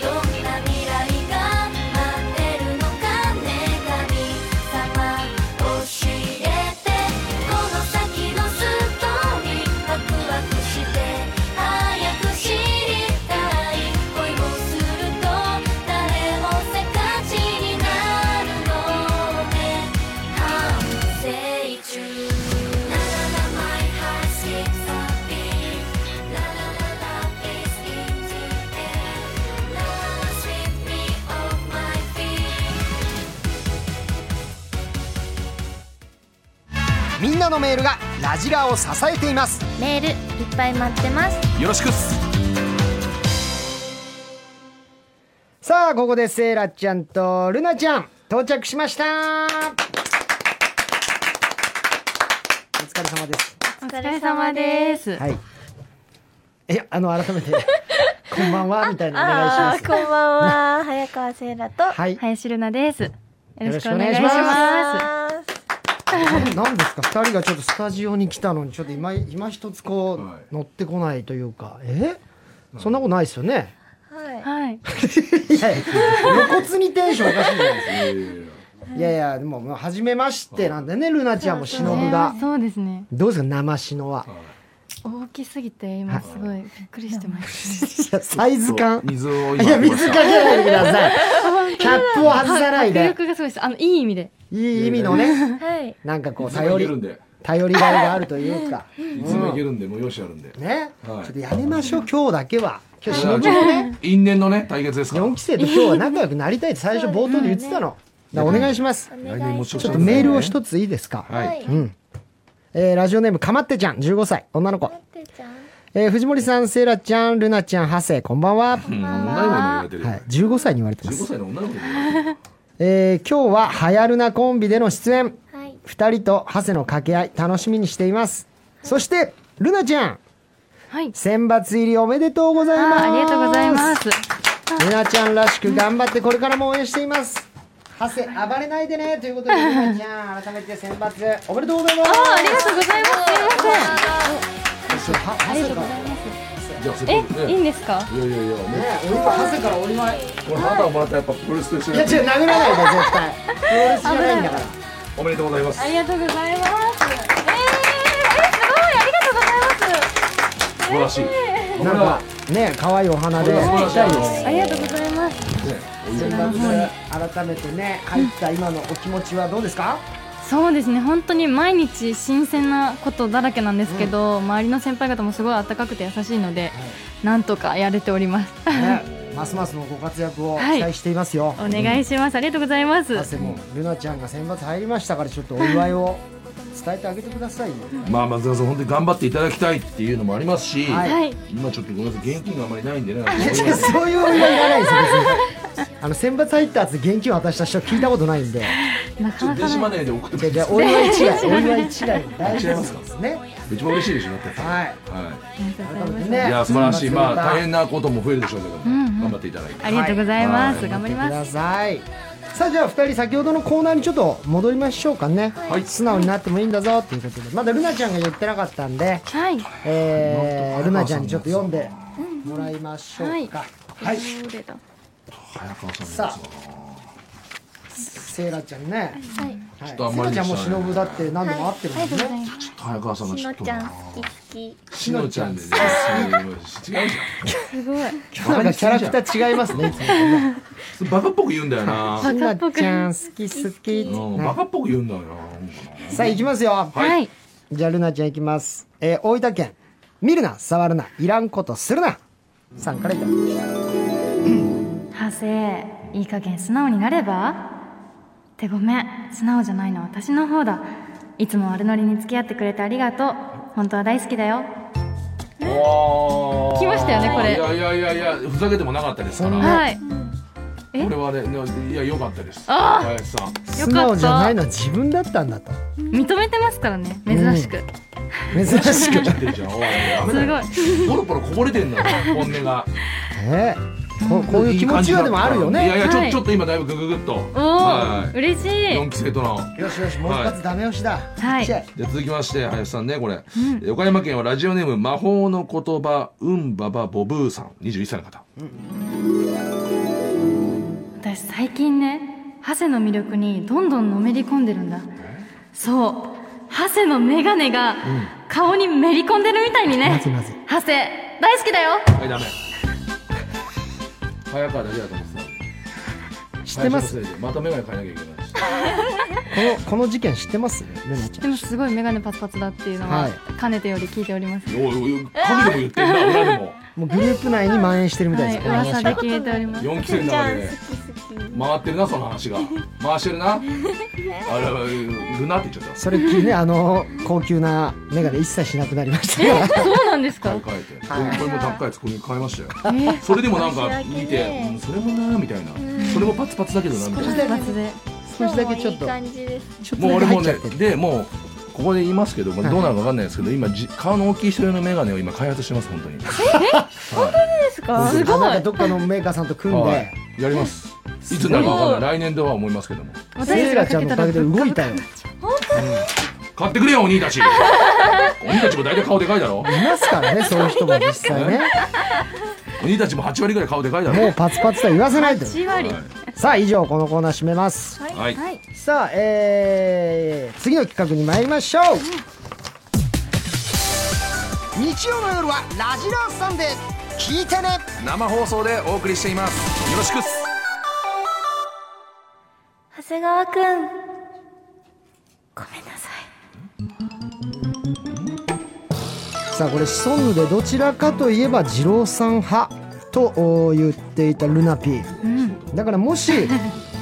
どんな未来が待ってるのか女神様教えてこの先のストーリーワクワクして早く知りたい恋をすると誰もせかちにな
みんなのメールがラジラを支えています
メールいっぱい待ってます
よろしくっす
さあここでセイラちゃんとルナちゃん到着しましたお疲れ様です
お疲れ様です
はいいやあの改めてこんばんはみたいなお願いしま
あ
す
ーこんばんは早川せいらと
はい
林ルナです。よ
よろ
ろ
しく
しく
お
お
願
願
い
い
し
し
ま
ますす。
何ですか2人がちょっとスタジオに来たのにちょっと今今一つこ
はいう
乗ってこないというかえそんなことないですよね
はい
はい。
いやいや露骨にテンションおかしいじゃないですか
え
いやいやでももう初めましてなんでねルナちゃんも忍が
そうですね。
どうですか生しの は
ー
大きすぎて今すごいびっくりしてます。
いやサイズ感
水を今
いや水かけないでくださいキャップを外さない
迫
で
力がすごいです。あのいい意味で。
いい意味のね
はい
なんかこう
水も
頼
いけるん
り
で
頼りがいがあるというか
水もいけるんでもう用紙あるんで
ねちょ
はい
っとやめましょう今日だけは今日
じゃ
忍
あ
び
ちょっと因縁のね対決ですから
4期生と今日は仲良くなりたいって最初冒頭で言ってたの。だからお願いします。
来年もちょ
ちょっとメールを一
つ
ついいですか。
はい
うん。えーラジオネームかまってちゃん15歳女の子、
てっちゃん
えー藤森さんセイラちゃんルナちゃんハセこんばんは、
うん女の子に言われてるよ
はい、15歳に言われてま
15
す、
歳の女の子に言われてる
えー今日ははやるなコンビでの出演
はい
2人とハセの掛け合い楽しみにしていますそしてルナちゃん
はい。
選抜入りおめでとうござい
あ
ます
ーありがとうございます。
ルナちゃんらしく頑張ってこれからも応援しています。ハセ暴れないでねということでルナちゃん改めて選抜おめでとうございます。
ありがとうございます。すいま
ハハセから
じゃあせっか
せ
く
ん。え、いい
ね
んですか。
いやいやいやね
ねお祝いハセからお祝い。
これ花束もらったらやっぱプロレスと一緒
いや違う
に
殴らないで絶対。プロレスじゃ ないんだから。
おめでとうございます
ありがとうございます。えー、え、すごいありがとうございます。
素晴らしいこれ
なん
は
かね可愛いお花で
これは素
ぴ
晴
た
ら
り
しい
です。
ありがとうございます。
ねお祝い
選抜で改めてね入った今のお気持ちはどうですか？
そうですね本当に毎日新鮮なことだらけなんですけど、周りの先輩方もすごい温かくて優しいので、なんとかやれております
ねますますのご活躍を期
はい
待していますよ。
お願いしますありがとうございます
ハセもルナちゃんが選抜入りましたからちょっとお祝いを伝えてあげてくださいよ。
まあ松田さん本当に頑張っていただきたいっていうのもありますし
はい
はい
今ちょっとごめんなさい現金があまりないんでね
いや違うそういうお祝いいらないですよ別にあの選抜入ったやつ現金渡した人聞いたことないんで
なか
ちょっ
な
と
か
電子
ない
マネーで送っても
じ
ら
ゃじ
っ
ゃ
て
お祝い違いお祝い違い大事なんですね
一番嬉しいでしょだって
はい
は
改めて
い
ね
いや素晴らしいまあ
頑張
大変なことも増えるでしょうけども頑張っていただいて
ありがとうございます、
はい
頑張り
ってく
ま
だ
す
さいさあじゃあ2人先ほどのコーナーにちょっと戻りましょうかね、
はい
素直になってもいいんだぞっていうことでまだルナちゃんが言ってなかったんで、
はい
えー、ルナちゃんにちょっと読んでもらいましょうか、はい
どれだ
早川さん
さあセイラちゃんね、はい、セ
とあん
イ
ま
ラ
り
ち
で
ゃん
し
も忍
たね
だって何でも合ってるもんね、
ちょっと早川さんが
し
ちょ
の
っと
ちゃんいつき
しのちゃんでねすごい違うじゃ
すごい
なんかキャラクター違いますね。いつもと ね
んそれバカっぽく言うんだよな
ひなちゃん好き好き。
うん
は
バカっぽく言うんだよない
さあ行きますよ。
はい
じゃあルナちゃん行きます。えー大分県。見るな、触るな、いらんことするな。さんからいただきまし
ハセいい加減素直になればってごめん素直じゃないのは私の方だいつも悪ノリに付き合ってくれてありがとう本当は大好きだよ
おー
来ましたよねこれ
いやいやいやいやふざけてもなかったですから
はいえ
これはねいや良かったです林さ
た
ん
よかった
素直じゃないのは自分だったんだと。
認めてますからね珍しく、
珍しく。
ちゃってるじゃんおいやめなよポロポロこぼれてんのよ本音が
ねここういう気持ちはでもあるよ
いやい
ね。
やち
は
ょ
い
ちょっと今だいぶグググっと
おお、
はい
嬉しい
四期生との
よしよし、もう一発ダメ押しだ。
はい
一試合
じゃあ続きまして林さんねこれ、え岡山県はラジオネーム魔法の言葉うんばばボブーさん21歳の方
私最近ねハセの魅力にどんどんのめり込んでるんだそうハセのメガネが顔にめり込んでるみたいに
な
ね
ぜなぜ。
ハセ大好きだよ
はいダメ早川だけだと思って
知
た
ってます。
林のせいでまたメガネ変えなきゃいけないし
このこの事件知ってます。ルナちゃん。
でもすごいメガネパツパツだっていうの
は
はいかねてより聞いております
おいおい影でも言ってんな裏でも
もうグループ内に蔓延してるみた
はいい
です。
噂で聞いておりま す
四期生の中で
好き好き
回ってるなその話が回してるなあれルナって言っちゃっ
それっきりね、あの、高級なメガネ一切しなくなりましたから。
そうなんです
た買
か
い。替えて、
はい
これも高いつこに変えましたよ
えー、
それでもなんか見て、うんそれもなーみたいな、それもパツパツだけどなみたいな
一発で。
少しだけちょっと、
今日もいい感じです
ちょっと
もう
だけ
俺
入
も
っちゃ
ね
ってる。
でもうここで言いますけど、これどうなるかわかんないですけど、今じ顔の大きい人用のメガネを今開発してます本当に。本当に
ですかす
あ
ご
なんか
い。
どっかのメーカーさんと組ん
は
で、
い、やります。いつになるかわかんない。来年度は思いますけども。
私
セイ
た
ラ
ち
ちゃ
が
んのお
かけた
からげで動いたよ。
買ってくれよお兄 たち。お兄たちも大体顔でかいだろ。
いますから ね、そういう人も実際ね。
お兄たちも8割ぐらい顔でかいだろ。
もうパツパツとは言わせないと。
8割。
さあ、以上、このコーナー締めます。
はい。
はい。
さあ、えー、次の企画に参りましょう。日曜の夜はラジラーさんで聞いてね。
生放送でお送りしています。よろしくっす。
長谷川くんごめんなさ
さあこれシソンヌでどちらかといえば二郎さん派とお言っていたルナピー
うん。
だからも し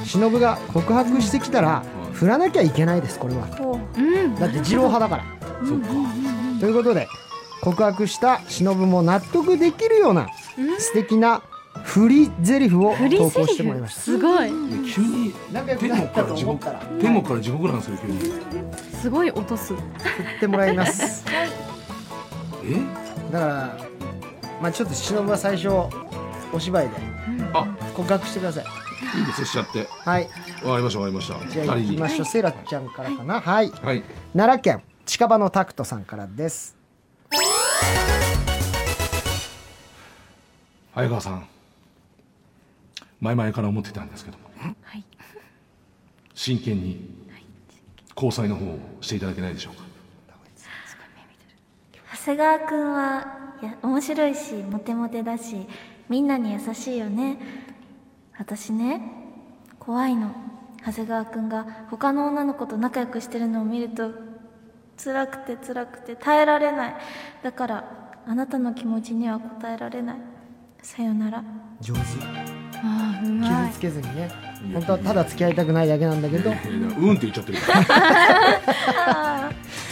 忍が告白してきたら
うん
振らなきゃいけないですこれはい
ほう
うん。
だって二郎派だから
そっか。
ということで告白した忍も納得できるような素敵な振り台詞を
フリ
投
ー
稿し
セ
て
リ
もらいま
フ。
し
すごい。
急に
た仲良く
天
な
国
っ
か
た
ら
と
地
思っ
獄
たら
天国から地獄なんですよ急に。
すごい落とす。
振ってもらいます
え？
だからまあちょっと忍は最初お芝居で
あ
告白してください
いいですよしちゃって。
はい
わかりましたわかりました。
じゃあ行
二
き
人に
ま。しょうセイラちゃんからかなはい
はい。
奈良県近場のタクトさんからです
早川さん前々から思ってたんですけども、
はい
真剣に交際の方をしていただけないでしょうか
長谷川くんはいや面白いしモテモテだしみんなに優しいよね私ね怖いの長谷川くんが他の女の子と仲良くしてるのを見ると辛くて辛くて耐えられないだからあなたの気持ちには応えられないさよなら
上手
ああ、うま
傷
い。
つけずにね本当はただ付き合いたくないだけなんだけど
いやうんって言っちゃってるから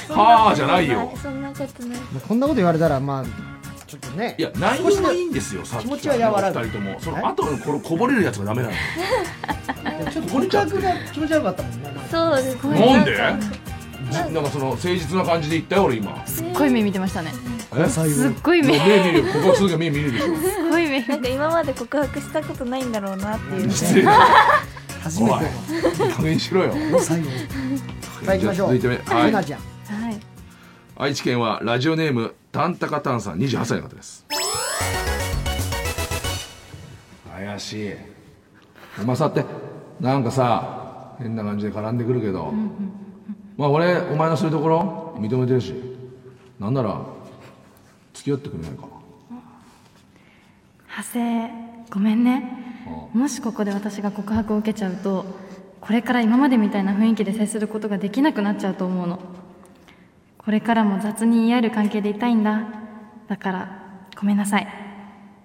はあじゃないよ
そんなことない
こんなこと言われたらまあちょっとね
いや内容はいいんですよさっき
気持ちは和らぐ
2人ともその後のこのこぼれるやつがダメなの
ちょっと骨格が気持ち悪かったもんねなんか
そうです
ごい
なんでじなんかその誠実な感じで言ったよ俺今
すっごい目見てましたね。
え
最後
すっごい
もう
目。す
目見るよここ数が目見るでしょ
っごい目。
なんか今まで告白したことないんだろうなっていう
失礼だ
初
お
め
い
て
加減しろよ
の最後さあ行きましょう
じゃあ続いて
ル
はい
ナちゃん
はい。
愛知県はラジオネームタンタカタンさん28歳の方です怪しいお前さってなんかさ変な感じで絡んでくるけどまあ俺お前のそういうところ認めてるしなんなら付き合ってくれないか
派生ごめんねもしここで私が告白を受けちゃうとこれから今までみたいな雰囲気で接することができなくなっちゃうと思うのこれからも雑に言い合える関係でいたいんだだからごめんなさい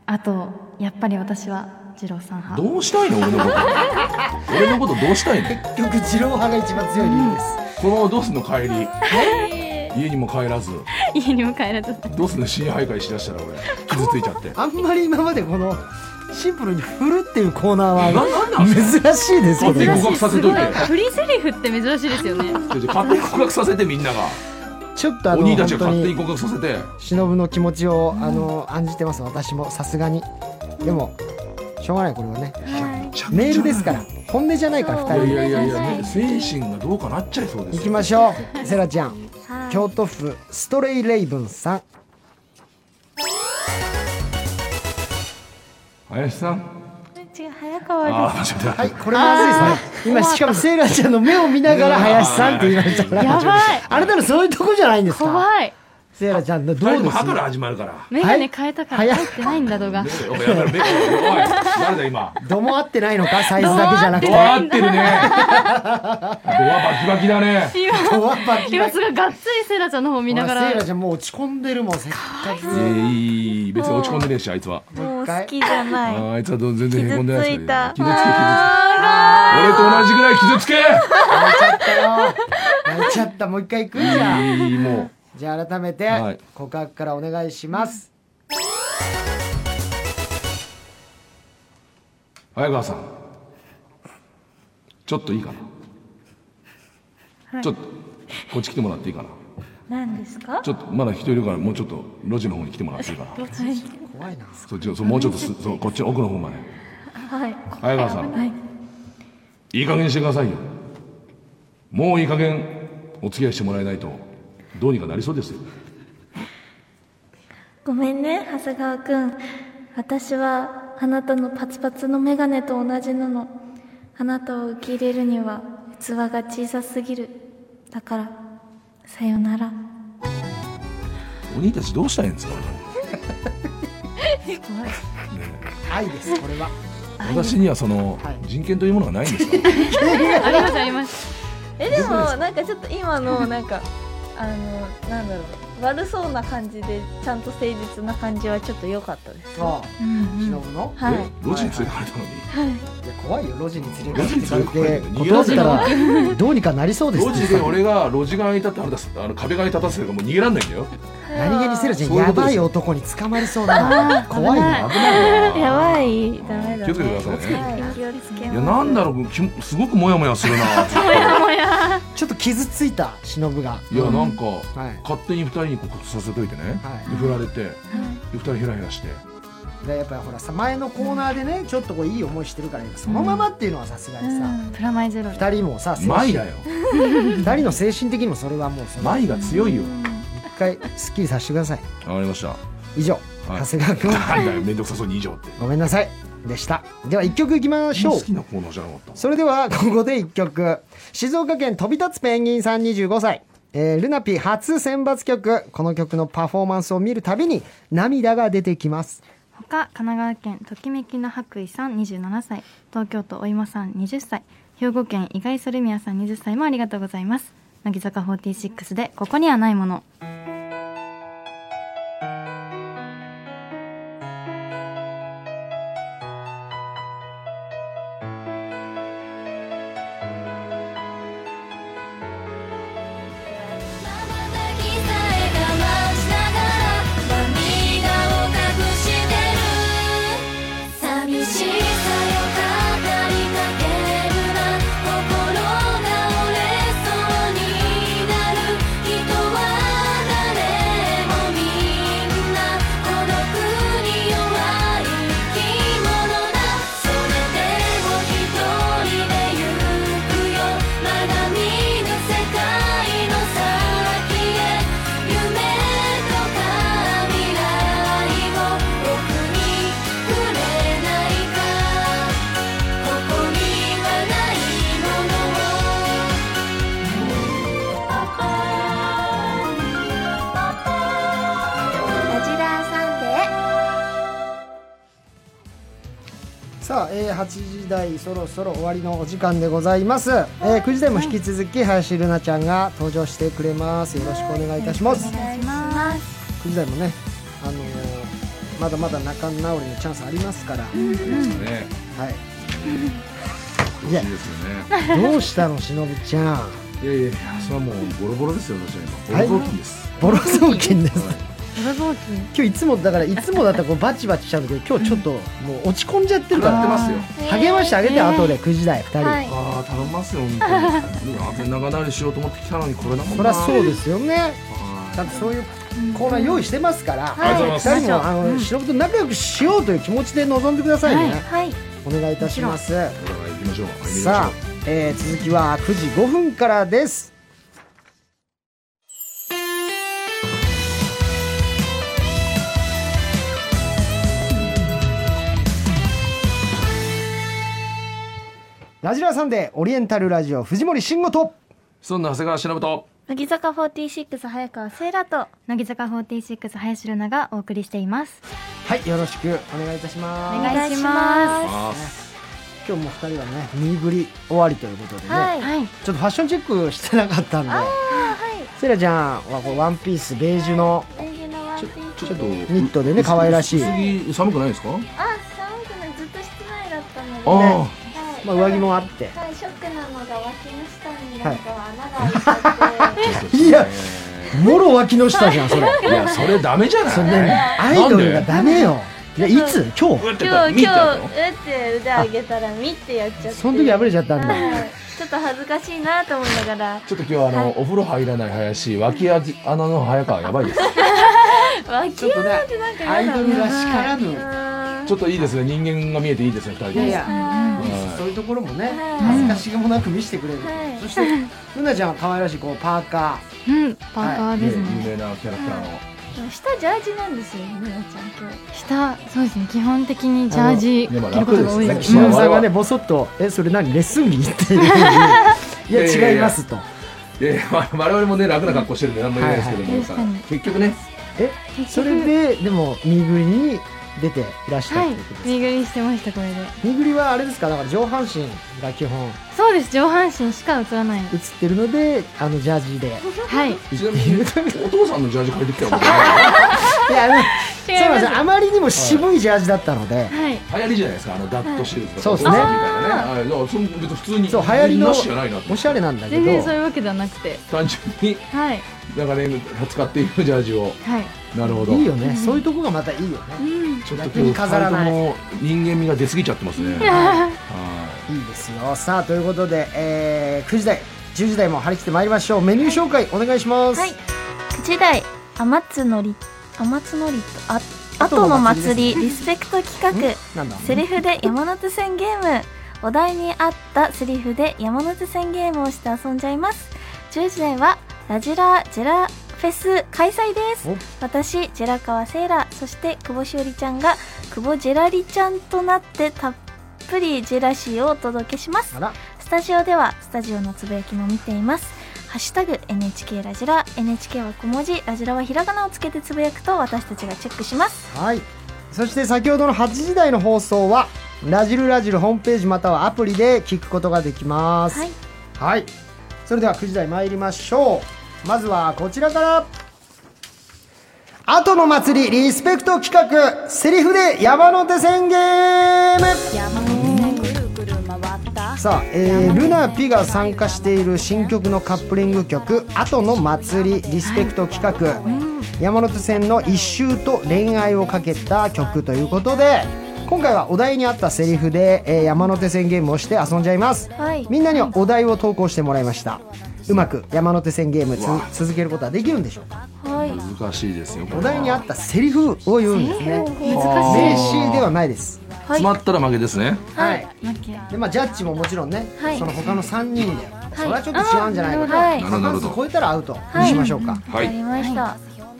あとやっぱり私は二郎さん派
どうしたいの俺のこと 俺のことどうしたいの
結局二郎派が一番強い理由です
このままどうすんの帰り家にも帰らず
家にも帰らず
どうすんの深夜徘徊しだしたら俺傷ついちゃ って
あんまり今までこのシンプルに振るっていうコーナーは
なんなん
珍しいですけど
勝手に
ね
告白させ
す
とい
ごい
て
フリーセリフって珍しいですよね
ちょちょ勝手に告白させてみんなが
ちょっとあ
お
の
兄た
本
ちが
当
勝手
に
に告白させて
忍の気持ちを、あの案じてます私もさすがにでもしょうがないこれはねメールですから本音じゃないから
いや
2
い
人
やいやいや精神がどうかなっちゃいそうです
行
よ
きましょうセラちゃん
はい
京都府ストレイレイブンさん
林さん
違う早川
ああ間違えた、
はいこれまずいですね今しかもセラちゃんの目を見ながら林さんって言われたから
やばい
あなたのそういうとこじゃないんですか
怖い
セラちゃんのど
どう
う
も
で
歯
す
から始まるから
眼鏡変えたから入ってないんだ動画
おいやめろ目がおい誰だ今
ども合ってないのかサイズだけじゃなくて
ドア合ってるねドアバキバキだね
ドアバキ
今
バ
す
キ
ごいがっつりセイラちゃんの方見なが
ほら
ら
セイラちゃんもう落ち込んでるもんせっかく
えーいいいい別に落ち込んでねえしあいつは
もう
回
好きじゃ
あ
ない。
ーあいつはど全然へこんでないし
傷ついた
傷つけ傷つけ俺と同じぐらい傷つけ
泣いちゃったよ泣いちゃったもう一回行くじゃん
いいも
じゃあ改め
はい
て告白からお願いします、
う早川さんちょっといいかな、ちょっとこっち来てもらっていいかな
何ですか
ちょっとまだ人いるからもうちょっと路地の方に来てもらっていいかな
怖いな
そうちょそうもうちょっとすそうこっちの奥の方まで
はい。
早川さん、
はい
い、い加減にしてくださいよもういい加減お付き合いしてもらえないとどうにかなりそうですよ
ごめんね、長谷川くん。私はあなたのパツパツのメガネと同じなの。あなたを受け入れるには器が小さすぎる。だから、さよなら。
お兄たちどうしたいんですか
愛ですこれは
私にはその
はい
人権というものがないんですか
ありますあります
えでもなんかちょっと今のなんかあのなんだろう悪そうな感じでちゃんと誠実な感じはちょっと良かったです
そうう忍ぶの
はい
え路地に連れてかれたのに
いや怖いよ路地に連れて行かれて
路地に連れて行かれて
断ったらどうにかなりそうです
路地で俺
が
が路地側に立ってあれだあの壁側に立たせるからもう逃げらんないんだよ
何気にせるじゃん
そういう
や
ことで
ば
す
い
よ
男に捕まりそうだな怖いな
やばい。ダメだ、ね。
気をつけてくださいね
気をつけ
い
ます
やなんだろうきすごくモヤモヤする な
ちょっと傷ついた忍が
いやなんか、
い
勝手に二人に告白させといてね、
はい
で振られて、で二人ヘラヘラして
でやっぱりほらさ前のコーナーでねちょっとこういい思いしてるからそのままっていうのはさすがにさ、
プラマイゼロで
二人もさ精
マ
神
イだよ
二人の精神的にもそれはもうその
マイが強いよ
一回すっきりさせてください
わかりました
以上、
はい
長谷川君
なんだよ面倒くさそうに以上って
ごめんなさいでしたでは一曲いきましょう
好きなコーナーじゃなかった
それではここで一曲静岡県飛び立つペンギンさん25歳、えールナピー初選抜曲この曲のパフォーマンスを見るたびに涙が出てきます
他神奈川県ときめきの白衣さん27歳東京都おいまさん20歳兵庫県意外それみやさん20歳もありがとうございます乃木坂46でここにはないもの
瞬きさえ我慢しながら涙を隠してる寂しさよ語りかけるな心が折れそうになる人は誰もみんな孤独に弱い生き物だそれでも一人で行くよまだ見ぬ世界の先へ夢とか未来を僕にくれないかここにはないものをラジラーサンデー
さあ、えー、8時台そろそろ終わりのお時間でございます、えー、9時台も引き続き林瑠奈ちゃんが登場してくれますよろしくお願いいたします9時台もねあのーまだまだ仲直りのチャンスありますから、は
ね
い
欲しいですよね
どうしたのしのぶちゃん
いやいやいやそれはもうボロボロですよ私は
はい
今ボロ雑巾で
ボ
す、
ロ雑巾です
泥棒金
今日いつもだからいつもだったらこうバチバチしちゃうんだけど今日ちょっともう落ち込んじゃってるから
やってますよ
励ましてあげて後で9時台2人、
はい
ああ頼みますよ本当 にうわー仲直りしようと思ってきたのにこれだもん
そ
な
りゃそうですよね
は
ちゃんとそういうコーナー用意してますから、
いありがとうござい
2人もあの忍と仲良くしようという気持ちで臨んでくださいね、
はい。
お願いいたします
いこれは行きましょう行きましょう
さあ、えー続きは9時5分からですラジラーサンデーオリエンタルラジオ藤森慎吾と
そんな長谷川忍と
乃木坂46早川セイラと。
乃木坂46林瑠奈がお送りしています
はいよろしくお願いいたします
お願いしま
あ
今日も2人はね身振り終わりということでね、
すは
ちょ
い
っとファッションチェックしてなかったんで
ああ、はい。
セイラちゃんはこうワンピースベージュの
ベージュのワンピース
ちょっと
ニットでね可愛らしい
次寒くないですか
あ寒くないずっと室内だったので、
あ
はい
まあ、上着もあって
はいショックなのが脇の下になんか穴が開いちゃって、
あ
いやもろ脇の下じゃんそれ
いやそれダメじゃな い
それねアイドルがダメよいやいつ今日
うって
今
や
日今日
った
う
の
って腕上げたら見ってやっちゃって
その時破れちゃったんだ
はいちょっと恥ずかしいなと思いながら
ちょっと今日はあのお風呂入らない林脇穴の早川やば いです
ちょっとねアイドルらしからぬ
ちょっといいですね人間が見えていいですね二人
いやい
で
やそういうところもね恥ずかしげもなく見せてくれるそしてルナちゃんは可愛らしいこうパーカ
うんパーカーですね、
有名なキャラクターの
下ジャージなんですよねルナちゃん今日
下そうですね基本的にジャージ
あの
着ることが多い
やっ
ー
ぱ楽
で
ですす
岸
ね
本さんがねボソッと「えそれ何レッスン着?」っていうふうにい
いやいやいや
や違いますと
いやいや我々もね楽な格好してるんで何も言えないですけど
はいは
も
い
さ
確かに
結局ね
えそれででも身ぐりに出ていらっしゃ
は
る
い
ということです
身ぐりしてましたこれで
身ぐりはあれですかだから上半身が基本映
そうです上半身しか映らない
ってるのであのジャージで
はい
ちなみに お父さんのジャージ借りてきたもんね
いやあのそうなんですよあまりにも渋いジャージだったので
はい
流行りじゃないですかあのダットシューズ
そう
と
で
か
すね
お父さんみたいなねああいやその別に普通に
そう流行りの
なしじゃないなと
おしゃれなんだけ
全然そう
ど
いうわけではなくて
単純に
はい
長年使っているジャージを
はい
なるほど
いいよねそういうとこがまたいいよね
ちょっと
逆に飾らない
も人間味が出過ぎちゃってますね。はい
いですよさあということで、えー9時台10時台も張り切ってまいりましょうメニュー紹介お願いします、
はい9時台天津のり天津のりとあ後の祭りリスペクト企画
なんだ
セリフ で山手線ゲームお題に合ったセリフで山手線ゲームをして遊んじゃいます10時台はラジラジェラフェス開催です
お
私ジェラ川セイラそして久保しおりちゃんが久保ジェラリちゃんとなってたっぷりジェラシーをお届けします
あら
スタジオではスタジオのつぶやきも見ていますハッシュタグ NHK ラジラ NHK は小文字ラジラはひらがなをつけてつぶやくと私たちがチェックします
はいそして先ほどの8時台の放送はラジルラジルホームページまたはアプリで聞くことができます
はい、
はいそれでは9時台参りましょうまずはこちらから後の祭りリスペクト企画セリフで山手線ゲーム
山手線ぐるぐる回った
さあ、えールナピが参加している新曲のカップリング曲「後の祭り」リスペクト企画、山手線の一周と恋愛をかけた曲ということで今回はお題に合ったセリフで、えー山手線ゲームをして遊んじゃいます、
はい
みんなにはお題を投稿してもらいましたうまく山手線ゲームつ続けることはできるんでしょうか
はい
難しいですよ。これ
お
は
題に合ったセリフを言うんですね名詞ではないです
詰まったら負けですね。
はい、でまあジャッジももちろんね、
はい
その他の3人で、それはちょっと違うんじゃないかと、
はい
過半数超えたらアウトにしましょうか、
は
わかり
い。
ました、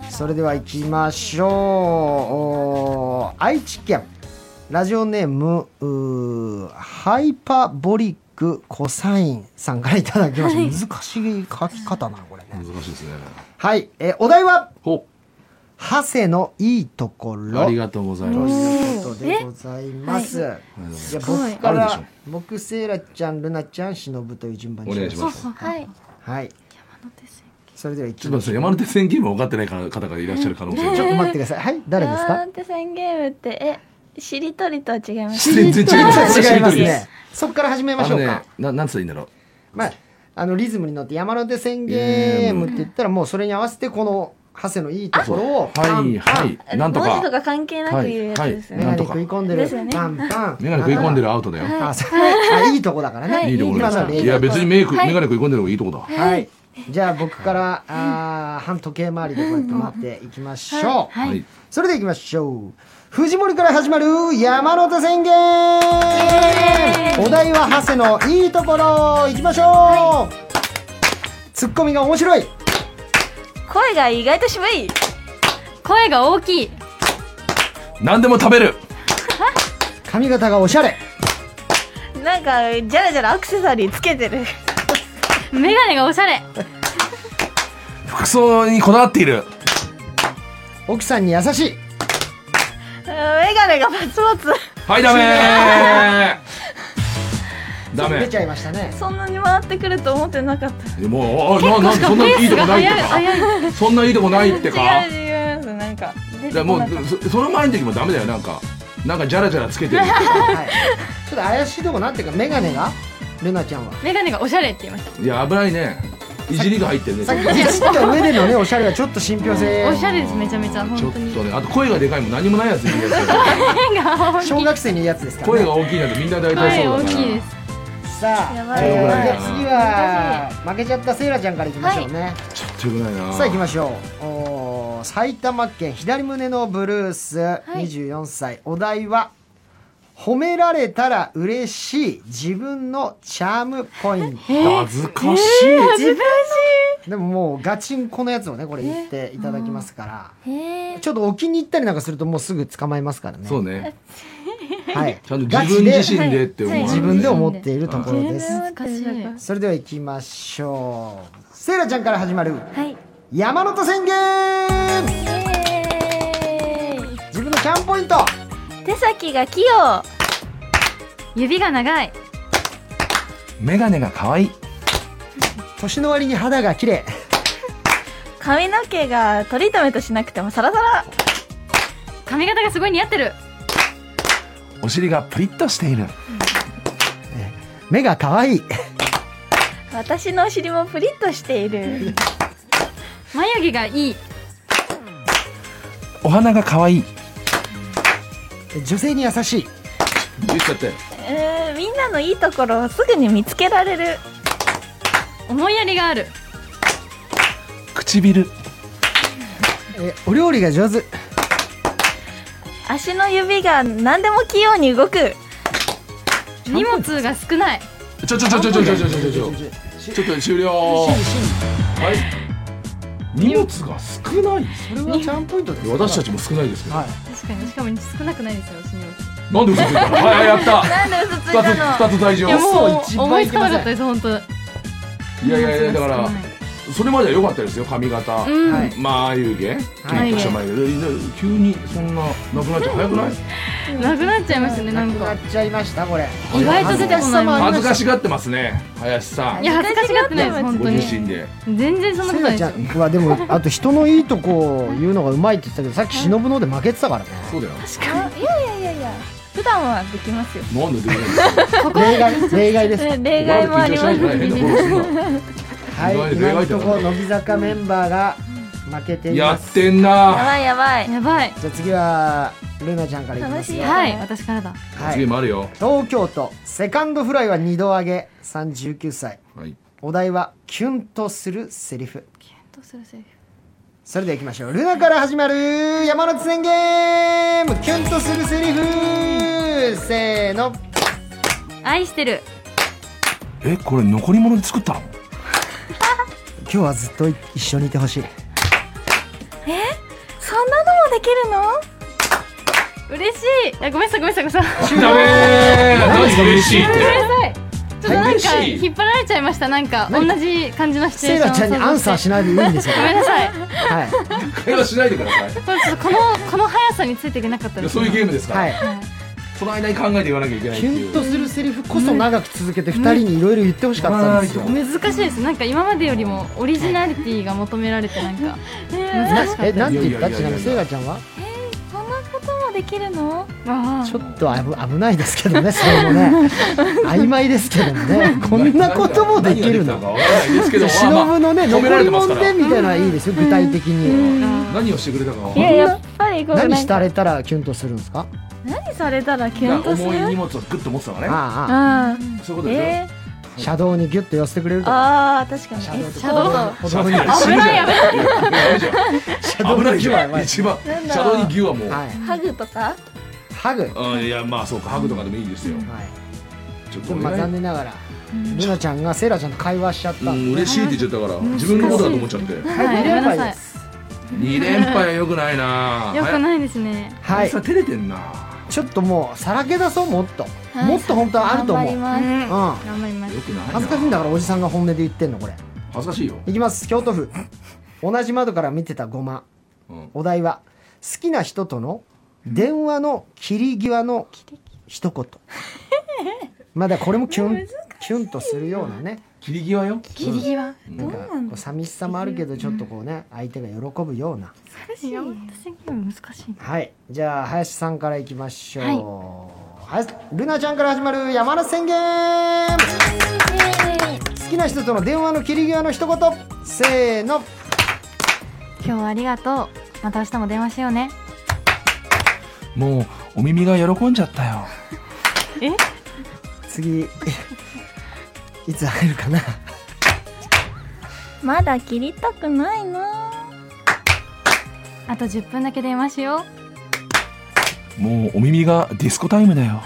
それでは行きましょうおー愛知県ラジオネームうーハイパボリックコサインさんからいただきました、難しい書き方なこれね
難しいですね。
はい、えーお題は
ほ、
「ハセのいいところ」
ありがとうございます。
ということでございます。じゃあ僕か
ある
ら
でし
僕セイラちゃんルナちゃんしのぶという順番
お
に
願いします。
はい
はい。それでは
ち
一
ょ
番
っと待って山手線ゲームを分かってない方がいらっしゃる可能性
ちょっ
が。
と待ってください。はい誰ですか
なん？て宣ゲームってえしりとりとは違います
全然違います。
違いますね。そこから始めま
あ
しょ
の
う
ね
か。、
ななんつったらいいんだろう。
まああのリズムに乗って山手線ゲームって言ったらもうそれに合わせてこのハセのいいところをパ
は
ン
いはい。なんと
文字と
か。
か関係なく
は
言う
い
やつ
は
で
い
す。よね、
メガ
な
ネ
んとか
食い。込んで
で
る
すよね
パンパン。
メガネ食い込んで
る。
るアウトだよ。
あそうあいいとこだからね。
いいところ
今
で
のは
す。
0
いや別にメイクメガネ食い込んでる方がいいとこだ。
はい。じゃあ僕から、あー半時計回りでこうやって回っていきましょう。
はい。
それでいきましょう。藤森から始まる山手宣言お題は長谷のいいところいきましょう、ツッコミが面白い
声が意外と渋い
声が大きい
何でも食べる。
髪型がおしゃれ
なんかじゃらじゃらアクセサリーつけてる
メガネがおしゃれ
服装にこだわっている。
奥さんに優しい
うんメガネがパツパツ
はいダメー。ダ
出
メ
ち。ゃいました ね
そんなに回ってくると思ってなかった
でもうあななんそんないいとこないってかそんないいとこないってか
違う違いますなんか出
だから
て
も
こなかった
うそその前の時もダメだよなんかなんかジャラジャラつけてる
はいちょっと怪しいとこなんていうか眼鏡がルナちゃんは
メガネがおしゃれって言いまし
いや危ないねいじりが入ってるね
さっ きいじった上でのねおしゃれがちょっと信憑
たおし
性
ゃれですめちゃめちゃ本
ちょっ
当に
とねあと声がでかいもん何もないやついるやつ
目が大きい
小学生にいいやつですから
声
ね
が大きいなんてみんな大体
声
そうだから、
大きいです
さあ、
やばい
えー
やばい
じゃあ次は負けちゃったセイラちゃんからいきましょうね、
ちょっとよくないな
さあ行きましょうおー埼玉県左胸のブルース、24歳お題は褒められたら嬉しい自分のチャームポイント、
恥ずかしい、
でももうガチンコのやつをねこれ言っていただきますから、
へえ
ちょっと置きに行ったりなんかするともうすぐ捕まえますからね
そうね
はい
ちゃんと自分自身でって思う、
はい
自分で思っているところで
全
す、
然待ってない
それでは行きましょうセイラちゃんから始まる
はい
山手宣言
イエーイ
自分のキャンポイント
手先が器用
指が長い
メガネが可愛い
年の割に肌が綺麗
髪の毛がトリートメントしなくてもサラサラ
髪型がすごい似合ってる
お尻がプリッとしている
目が可愛い
私のお尻もプリッとしている
眉毛がいい
お花が可愛い
女性に優しい
言っちゃって
えーみんなのいいところをすぐに見つけられる
思いやりがある
唇
えお料理が上手
足の指が何でも器用に動く
荷物が少ない
ちょちょちょちょちょちょちょちょちょちょっと終了はい荷物が少ない
それはキャンポイントです
私たちも少ないですけど
はい
確かにしかも少なくないですよ私には
なんで嘘ついたのはいはいやった
なんで嘘つい
二つ
たの
二つ大丈
いやも
そう
う
一番
思いつかなかったです本当い
いやいやいやだからそれまでは良かったですよ髪型
うん、
はい
眉毛
はい
キリッとした眉毛で急にそんななくなっちゃう早くない
なくなっちゃいましたねな
なんくな
か
っちゃいましたこれ
意外と出てこないもん
恥ずかしがってますね林さ
いや恥ずかしがってないです
ん
本
ご
当に
自身で
全然そんなこ
セイ
とな
ラ
いで
ちゃ
すよ
んはでもあと人のいいとこを言うのがうまいって言ってたけどさっき忍ので負けてたからね
そうだよ
あいやいやいやいや普段はできますよ
なんでできないんですか
例外例外 です
ね例外もあります
お前ら緊張しないで変なフォローすんな
はい
例外
今のところ
例外だ
乃木坂メンバーが負けてい
や
ま
っ
す
てん
や
な
ばいやばい
やばい
じゃあ次はルナちゃんからいきますよ
はい私からだ
は
次
い
もあるよ
東京都セカンドフライは2度上げ39歳
はい
お題はキュンとするセリフ
どうするセリフ
それではいきましょうルナから始まる山手線ゲームキュンとするセリフせーの
愛してる
えこれ残り物で作ったの
今日はずっと一緒にいてほしい
そんなのもできるの
嬉しいいやごめんなさいごめんなさいごめんなさい
ダメー何が嬉しいっ
ごめ
て
んなさいちょっとなんか
嬉しい
引っ張られちゃいましたなんか同じ感じのシチュエ
セイ
ーション
ラちゃんにアンサーしないでいいんですよ
ごめんなさい
はい
会話しないでください
これちょっとこのこの速さについていけなかった
い
で
や
す
そういうゲームですから、
はい
その間に考えて言わなきゃいけないっ
キ
て
ュ
い
ン
う
とするセリフこそ長く続けて2人にいろいろ言ってほしかったんですよ
うん
難しいですなんか今までよりもオリジナリティが求められてなんか難しか
え
っ
な
た
んて言った
いやいや
ち
いやいや
なみにセイラちゃんは
そんなこともできるの
わあ
ちょっと危危ないですけどねそれも ね曖昧ですけどもねこんなこともできる
何
の
ができたのかわからない ですけどまあま
忍
あ
のね
褒めら
残り
れてます
物
から
でみたいなのはいいですよ具体的に
何をしてくれたかわか
い
んな
や
い
やっぱりこう
何
なん
し
か
たれたらキュンとするんですか
何されたらキュンとす
重い
る
荷物をグッと持ってたのね
あああ
あ
そうい
あ
うことでしょ、
え
あ車道にギュッと寄せてくれる
ー、
とか
ああ確かにえ
と
シャドウと
歩道に
危ない危ない
車
危ないじゃん
は
一番
なんだ
シャドウに牛はもう、
はい
ハグとか
ハグは
うんいやまあそうかハグとかでもいいですよ、
い
ちょっ
で
とお
もまあ
願
残
い
念ながらルナちゃんがセイラちゃんと会話しちゃっ
う
たん
ん
で
嬉しいって言っちゃったから自分のことだと思っちゃって
はいごめんなさい
2連敗はよくないな
よくないですね
はい
さ照れてんな
ちょっともうさらけ出そうもっともっと本当はあると思ううん
頑
恥
張ります
よくないな
ずかしいんだからおじさんが本音で言ってんのこれ
恥ずかしいよ、
いきます京都府同じ窓から見てたごま
うん、
お題は好きな人との電話の切り際の一言まだこれもキュンキュンとするようなね
切り際よ
切り際
なんかこう寂しさもあるけどちょっとこうね相手が喜ぶような
私よ私には難しい
はいじゃあ林さんからいきましょう、林ルナちゃんから始まる山梨宣言好きな人との電話の切り際の一言せーの
今日はありがとうまた明日も電話しようね
もうお耳が喜んじゃったよ
え
次いつ入るかな
まだ切りたくないな
あと10分だけ電話しよう
もうお耳がディスコタイムだよ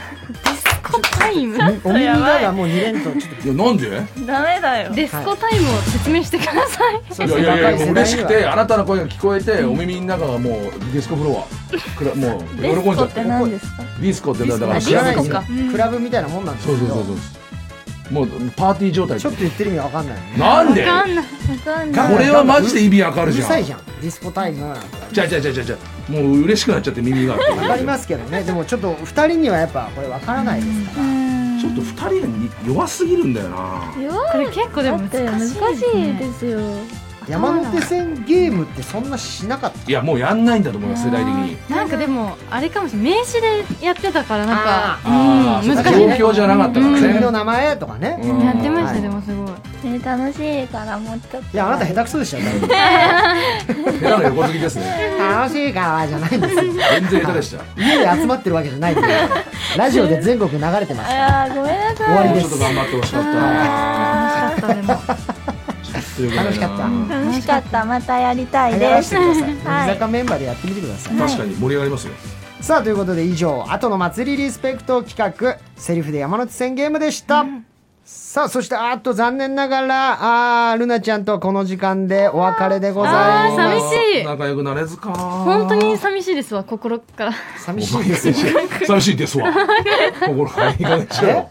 タイム
おお耳ががもう2連とちょっ
いやなんでい
ダメだよ
デスコタイムを説明してください
とそう
やいやいやもう嬉しくて
若
あなたの声が聞こえてお耳の中がもうディスコフロアくらもう
デス
喜ん
コ
じゃ
っ
ってた
何ですか
ディスコってだか
い世
ら
代
知らない
は
です
知らな
よ
いですよクラブみたいなもんなんです
そ
け
う
ど
そうそうそうもうパーティー状態
ちょっと言ってる意味わかんないよね
なんで
わかんない
ガン
これはマジで意味わか
う
る
る
じ
さ
ゃん
いじゃんディスコタイムなんて
じゃあじゃあじゃあじゃあじゃあもう嬉しくなっちゃって耳が
わかりますけどねでもちょっと2人にはやっぱこれわからないですから
ちょっと二人がに弱すぎるんだよな
これ結構でも難しいです、ね、
すよ
山手線ゲームってそんなしなかった
いやもうやんないんだと思います世代的に
なんかでもあれかもしれない名刺でやってたからなんか
あー
うん
そう
難
か
しいね
状況じゃなかったから
国の
ね
名前とかね
うん
やってまし
は
た
い
でもすごい
えー楽しいからもうちょっと
いやあなた下手くそ でしたよ
下手な横好きですね
楽しいからじゃないんですよ
全然下手でした
家で集まってるわけじゃないんでラジオで全国流れてますから
あーごめんなさい
終わり
もう
で
ちょっと
す
頑張ってほしかった
楽しかったでも
ということでな
楽しかった
楽しかったまたやりたい
流ら
で
し
す
てくださ
はい
い乃木坂メンバーでやってみてください
確かに盛り上がりますよ
さあということで以上「後の祭りリスペクト」企画「セリフで山手線ゲーム」でした、さあそしてあっと残念ながらあールナちゃんとはこの時間でお別れでござい
あ
ま
ー寂しい
仲良くなれずか
本当に寂しいですわ心から
す寂しいですよ
寂しいです わ心からいい加減にしろよ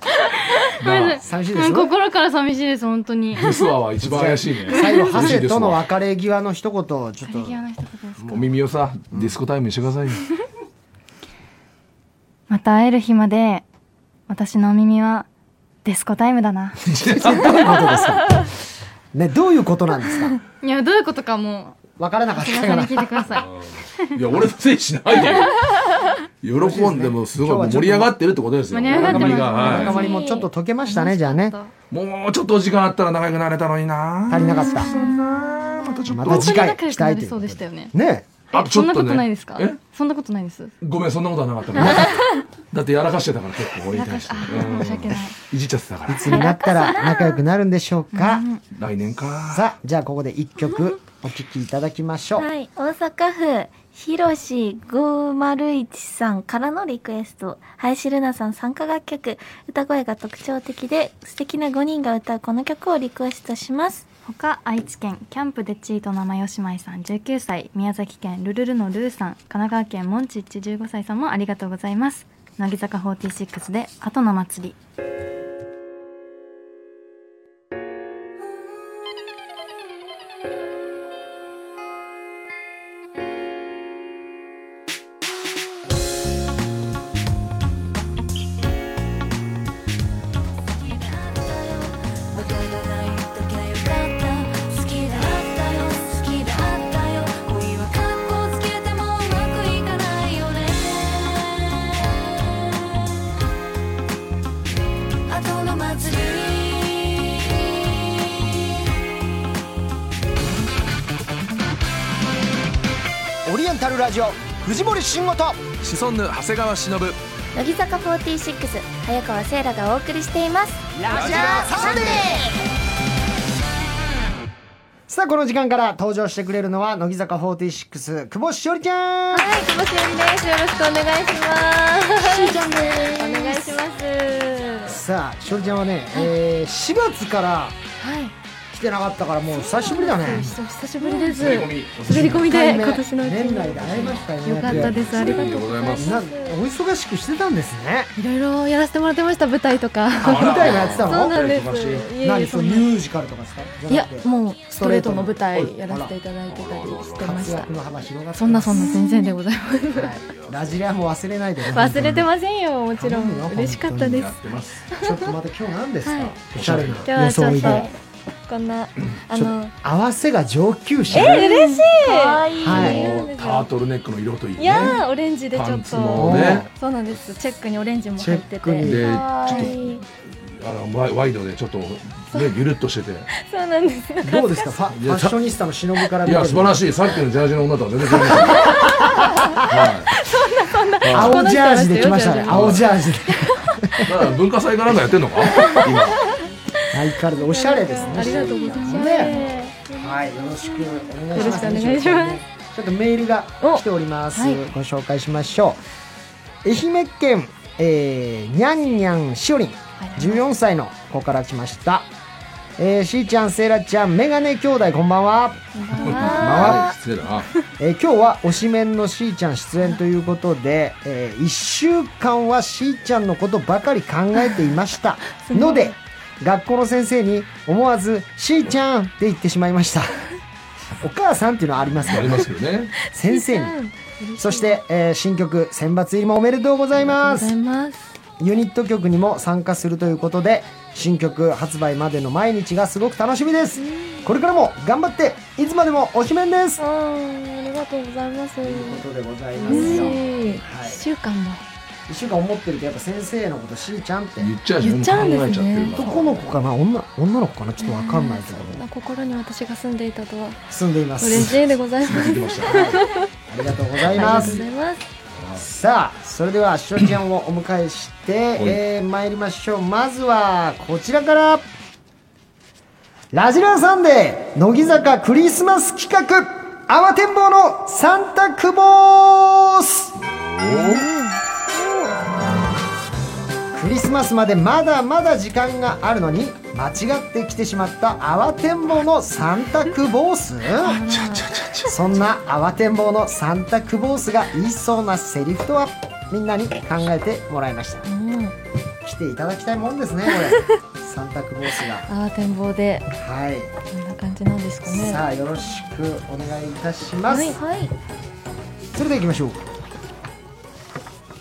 なあ
寂しいで
う
す
ん
よ
心から寂しいです本当に
ですわは一番怪 しいね
最後ハ
寂しい
セ
です
と
わ
の別れ際の一言をちょっと
晴れ際の一言です
お耳をさディスコタイムにしてくださいよ
また会える日まで私のお耳はデスコタイムだな
どういうことですかねどういうことなんですか
いやどういうことかも
分からなかっ
う
たか
皆さんに
ら
聞いてください
いや、俺のせいにしないで よ。喜んでもすごい盛り上がってるってことですよ。
盛り上がってます
仲間がはい
仲間にもちょっと解けましたねじゃあね
もうちょっとお時間あったら仲良くなれたのにな。
足りなかった
またちょっ
ま
と。
た
本当
次
に
回
仲良
期
くな
待と
り
いう
そ
こ
う
と
で
で
したよね
ね
あとち
そ
ょ
ん
っ
な
と
こ
ね。
とないですか
え
そんなことないです
ごめん、そんなことはなかった から。だってやらかしてたから結構俺に対して。うん
申し訳ない
いじっちゃってたから
い。つになったら仲良くなるんでしょうか
来年か。
さあじゃあここで一曲お聴きいただきましょう
はい、大阪府広し501さんからのリクエスト林瑠奈さん参加楽曲歌声が特徴的で素敵な5人が歌うこの曲をリクエストします
他愛知県キャンプでチート生吉舞さん19歳宮崎県ルルルのルーさん神奈川県モンチッチ15歳さんもありがとうございます乃木坂46で後の祭り
わからない時がよかった好きだったよ好きだったよ恋は格好つけてもうまくいかないよね後の祭り
オリエンタルラジオ藤森慎吾と
シソンヌ長谷川忍。
乃木坂46早川せいらがお送りしています
ラジャーサンデーさあこの時間から登場してくれるのは乃木坂46久保しおりちゃ
は
ん
い、久保しおりです。よろしくお願いします。しーちゃんです。お願いします。
さあしおりちゃんはね、えー4月から
はい
来来てなかったからもう久しぶりだね
久しぶりです。滑
り込み
り込みで今年のうち
年
に。
内で会えましたよね
よかったです。ありが
り
とう
がとうございます
なお忙しくしてたんですね
いろいろやらせてもらってました舞台とか。
あ舞台もやってた
そう
の
なんです。
忙しい
いえいえ
何
そ
そうんミ
な
ュージカルとかですか
い
じゃ
や
なくて
もうストレートの舞台やらせていただいてたりしてま
活
した
躍。の幅広がって
そんなそんな全然でございます。
な、はいラジリアも忘れないでね
忘れてませんよもちろ
頼むよ
ん嬉しかったです
や。ってます
ちょっとまた今日何ですか、
はい
おしゃれ
で
な
はちょ
装
っ
い
と
で
こんなあ
ちょ
の
合わせが上級者
嬉しい。
可愛い
はい
もうタートルネックの色といい
い
ね
やーオレンジでち
パ
ょ
ン
っ
ツ
と。
もね
そうなんです。チェックにオレンジも
チェ
入って
ックに
て。
でちょ
は
っ
い。
とあのワイワイドでちょっとねゆるっとしてて
そうなんです。
どうですかファファッショニスタの忍から見
い
て
や素晴ら
い
しいさっきのジャージの女とは全然違います
青ジャージで来ましたね青ジャージで
はいまだ文化祭かなんかやってんのか今
相変わらずおしゃれですね
ありがとうございます
ねはいよろしくお願いします
よろしくお願いします
ちょっとメールが来ております、
おはい
ご紹介しましょう愛媛県、えー、にゃんにゃんしおりん14歳の子から来ました、えー、しーちゃんせいらちゃんメガネ兄弟こんばんは
あれ失礼だな
えー今日は推しメンのしーちゃん出演ということで、え1週間はしーちゃんのことばかり考えてい ましたので学校の先生に思わず「しーちゃん!」って言ってしまい ましたお母さんっていうのはあります
あ
か
り
ら
ますけどね
先生にそして、えー新曲選抜入りもおめでとうござ
あ
い
りがとうご
ま
ざいま
す
す。
ユニット曲にも参加するということで新曲発売までの毎日がすごく楽しみですこれからも頑張っていつまでも推しメンです
あーありがとうございます
ということでございますよ、はい
一週間も。
一週間思ってるとやっぱ先生のことしーちゃんって
言っちゃうよね
言っちゃうんですね
考えちゃってるから
男の子かな女女の子かなちょっとわかんないけど
そんな心に私が住んでいたとは
住んでいます
嬉しいでございます。
出てました
ありがとうございます
ありがとうございます。
さあそれではしおちゃんをお迎えして、
い
えー、参りましょうまずはこちらからラジラーサンデー乃木坂クリスマス企画慌てんぼうのサンタクボースクリスマスまでまだまだ時間があるのに間違って来てしまった慌てんぼうのサンタクボースそんな慌てんぼうのサンタクボースが言いそうなセリフとはみんなに考えてもらいました来ていただきたいもんですねこれ サンタクボースが
ああ展望で
はい
こんな感じなんですかね。
さあよろしくお願いいたします、
はい。
それでは行きましょう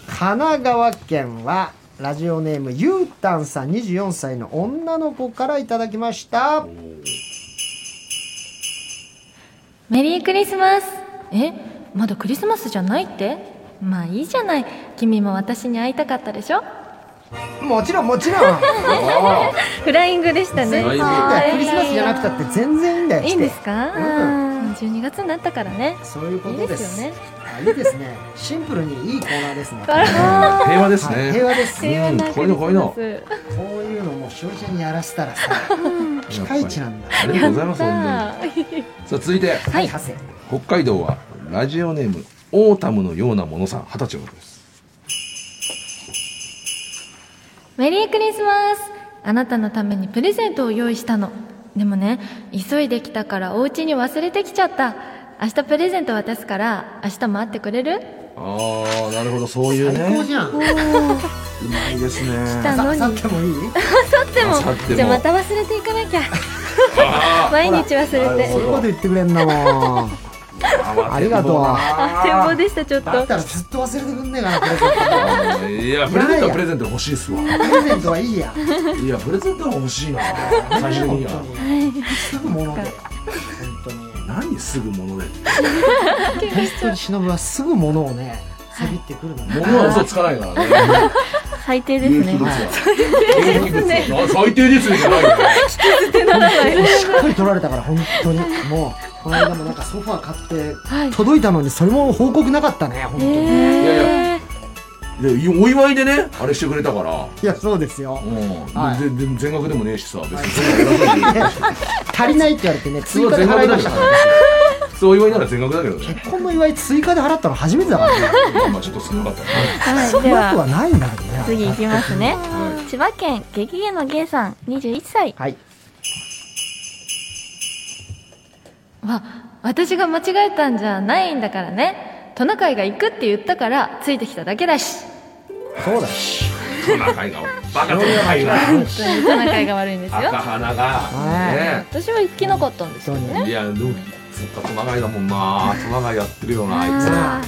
神奈川県はラジオネームゆうたんさん24歳の女の子からいただきました
メリークリスマスえまだクリスマスじゃないってまあいいじゃない君も私に会いたかったでしょ
もちろんも ちろん
フライングでしたね
フライング
だよクリスマスじゃなくたって全然いいんだよ来て
いいんですか、
う
12月になったからね
そういうこ
いい
と
で
です
すよね
あいいですねシンプルにいいコーナーですね
平和です
はい
ね
平和です
うんこういうのこういうの
こういうのもうしおりちゃんにやらせたらさピカイチなんだ
ありがとうございます本当にさあ続いて
はい長谷
北海道はラジオネームオータムのようなものさん二十歳の方です
メリークリスマスあなたのためにプレゼントを用意したのでもね急いできたからお家に忘れてきちゃった明日プレゼント渡すから明日待ってくれる
ああなるほどそういう
最高
ね
じゃん
うまいです
た
ね
さ
のに
去ってもいい
でも
明後日も
じゃあまた忘れていかなきゃ毎日忘
な
れ
るほ
て
そういうこと言ってくれんなもんありがとう
あ展望でしたちょっと
だったらずっと忘れてくんねえかなプレゼント
いやプレゼントはプレゼントで欲しいっすわ
プレゼントはいいや
いやプレゼントは欲しいな最終的には
本当にすぐ物で本当に
何すぐ物
本
で
当に忍はすぐ物をねせびってくるのね
物は嘘つかないからね
最低ですね
有機物は最低ですねじゃないよ
しっかり取られたから本 当にもうこの間もなんかソファー買って届いたのにそれも報告なかったね本当にい
いやいやでお祝いでねあれしてくれたから
やそうですよは
う
い
んでで全額でもねえしさ別に
足りないって言われてね
普通
追
は
加で
全
払
額
いま
だ
し
け
た
ど
か
ね
ら
普通お祝いなら全額だけどね
結婚の祝い追加で払ったの初めてだからね
まあまあちょっと少なかったね
はい、で
うまく
は
はないんだけどね
次いきますね
は
千葉県激ゲのゲイさん21歳
はい
わ私が間違えたんじゃないんだからねトナカイが行くって言ったからついてきただけだし
そうだし
トナカイがバカトナカイが
本当にトナカイが悪いんですよ
赤鼻がね
私は行きなかったんですよね
いやでもずっとトナカイだもんなトナカイやってるよなあいつ
あ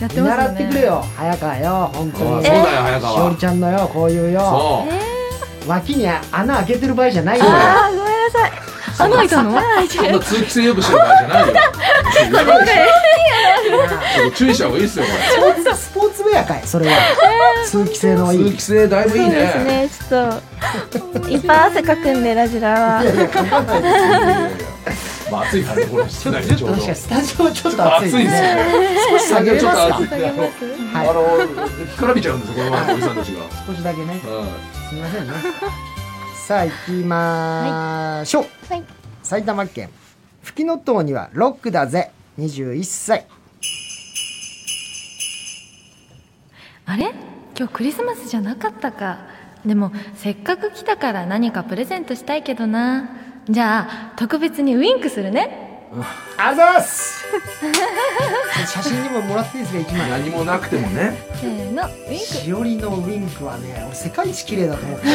や
見習ってくれよ早川よ本当に
あそうだよ早川
しおりちゃんのよこういうよ
そう
脇に穴開けてる場合じゃないよ
あーごめんなさい
あの開いたの
そんな通気性よくしてる場合じゃないよちょっと注意した方がいいですよこ
スポーツスポーツウェアかいそれは通気性のい
れ
い
通気性だいぶいい
そう
ね
ですねちょっといっぱい汗かくんでラジラは
まあ暑いからねこれしてないでちょうど
確かにスタジオちょっと暑
暑
い
いですよね
少し下げれ
ちょ
ま
っ
す
と
か
暑いんであのあ
は
の干からびちゃうんですよこのままおじさんたちが
い少しだけね
はい
すみませんねさあ行きましょう、
はい
埼玉県吹きの塔にはロックだぜ21歳
あれ今日クリスマスじゃなかったかでもせっかく来たから何かプレゼントしたいけどなじゃあ特別にウインクするね
ありがとうございます写真にももらっていいですか1枚
何もなくてもね
せーのウイン
しおりのウインクはね俺世界一綺麗だと思って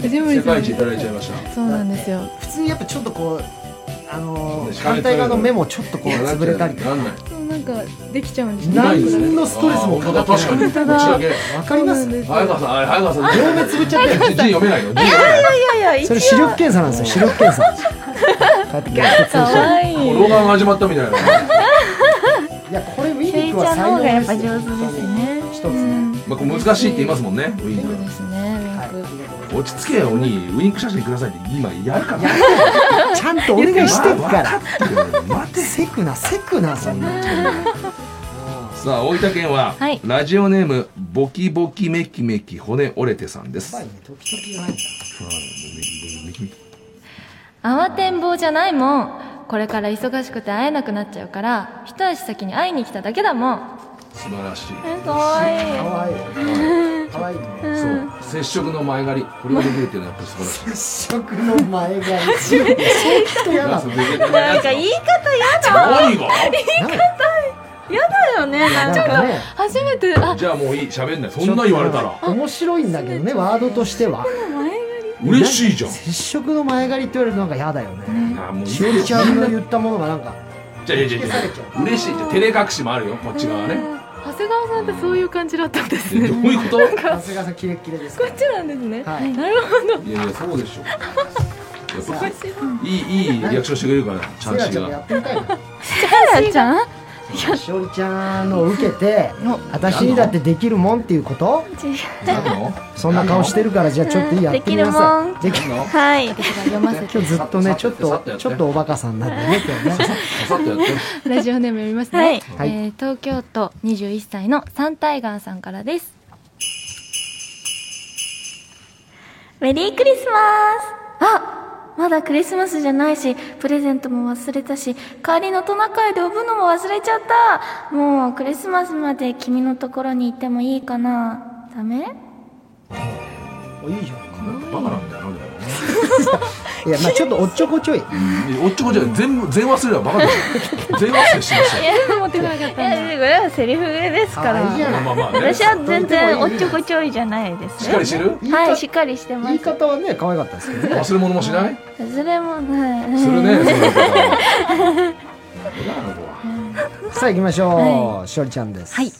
藤森
世
さ
界
ん
一いただいちゃいました
そうなんですよ
普通やっぱちょっとこうあのー
ね
反対側の目もちょっとこう潰れたり
なんない
そうなんかできちゃうんですね
何のストレスもかかってない
あー本当だ確かにこっちだ
わかります
そうなん
け
です
早川さんあれ早川さん
両目つぶっちゃってる
字読めないの字読めない
いやいや一
それ視力検査なんですよ視力検査こうやって血圧
かわい
もう
い
老眼が始まったみたいな。
いやこれウィンクは才能ですよ一つね
まあ、これ難しいって言いますもんね、ウィン
そうですねウィンク
ク。落ち着けよ、おに、ウィンク写真くださいって、今やるから。や
ちゃんとお願いしてっから
待て。
セクなセクなそんな
さあ、大分県は、
はい
ラジオネーム、ボキボキメキメキ骨折れてさんです。
やばいね時々じゃないんだ
慌てんぼうじゃないもんこれから忙しくて会えなくなっちゃうから一足先に会いに来ただけだもん
素晴らしい。
かわいい
かわいいかわいいね
そう、接触の前借り、これができるっていうのは、やっぱり素晴らしい。
接触の前が一番相当嫌だ
そう
な
いう
なんか言い方やだ
何が
よねなん
なん
か
かね
初めてあ
じゃあもういい喋ん ないそんな言われたら
面白いんだけどねワードとしては
嬉しいじゃん
接触の前借りって言われるとなんか嫌だよね
あもういい
しおりちゃんの言ったものがなんか
じゃあいやいやいや嬉しいじゃあ照れ隠しもあるよこっち側ね
長谷川さんってそういう感じだったんです
いやどういうこと
長谷川さんキレッキレですから
こっちなんですね
はい
なるほど
いやいやそうでしょ。やっぱいいいいリアクションしてくれるから、チ
せ
ャン
や
シ
ちゃん
ー
もや
が。
ってみたいな
さやちゃん
しおりちゃんのを受けて私にだってできるもんっていうこと
やるの？
そんな顔してるからじゃあちょっとやってみなさいできるの
はい
今日ずっとねちょっ
さっとや
と
って
ちょっとおバカさんなんでね今日ね
ささっとやって。
ラジオネーム読みますね、
はい
はい
えー東京都21歳のサンタイガーさんからです
メリークリスマス
あまだクリスマスじゃないしプレゼントも忘れたし帰りのトナカイで呼ぶのも忘れちゃったもうクリスマスまで君のところに行ってもいいかなダメ
おいいじゃん
バカなんだよなんだよ。
いやまあちょっとおっちょこちょ い
おっちょこちょい全部全忘れはバカでしょ。全忘れしてましたよ。
いやこれはセリフですか
あいいじ
ら
ゃ
ま
ない
あまあまあね。
私は全然おっちょこちょいじゃないです
しっかりしてる？
言い
は
方
いしっかりしてま
言い
す
方はね可愛かったですけどね
忘れ物もしない？
それもね
するね。それは
さあ行きましょうしおりちゃんです
はい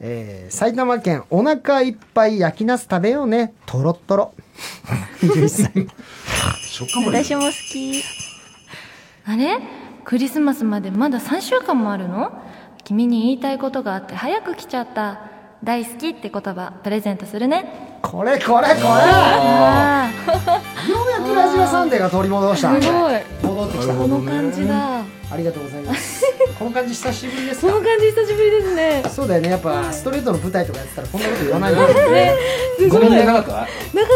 えー埼玉県お腹いっぱい焼きナス食べようねとろっと ろ21歳
食感もいい。
私も好き
あれクリスマスまでまだ3週間もあるの君に言いたいことがあって早く来ちゃった大好きって言葉プレゼントするね
これこれこれ
あ
ようやくラジオサンデーが取り戻した
あすごい
戻ってき
なるほ
た
こ
ど
の
ね
感じだ
ありがとうございますこの感じ久しぶりです
この
か
感じ久しぶりですね
そうだよねやっぱストレートの舞台とかやってたらこんなこと言わないもんね
ごめんねなか
な
っ
かっ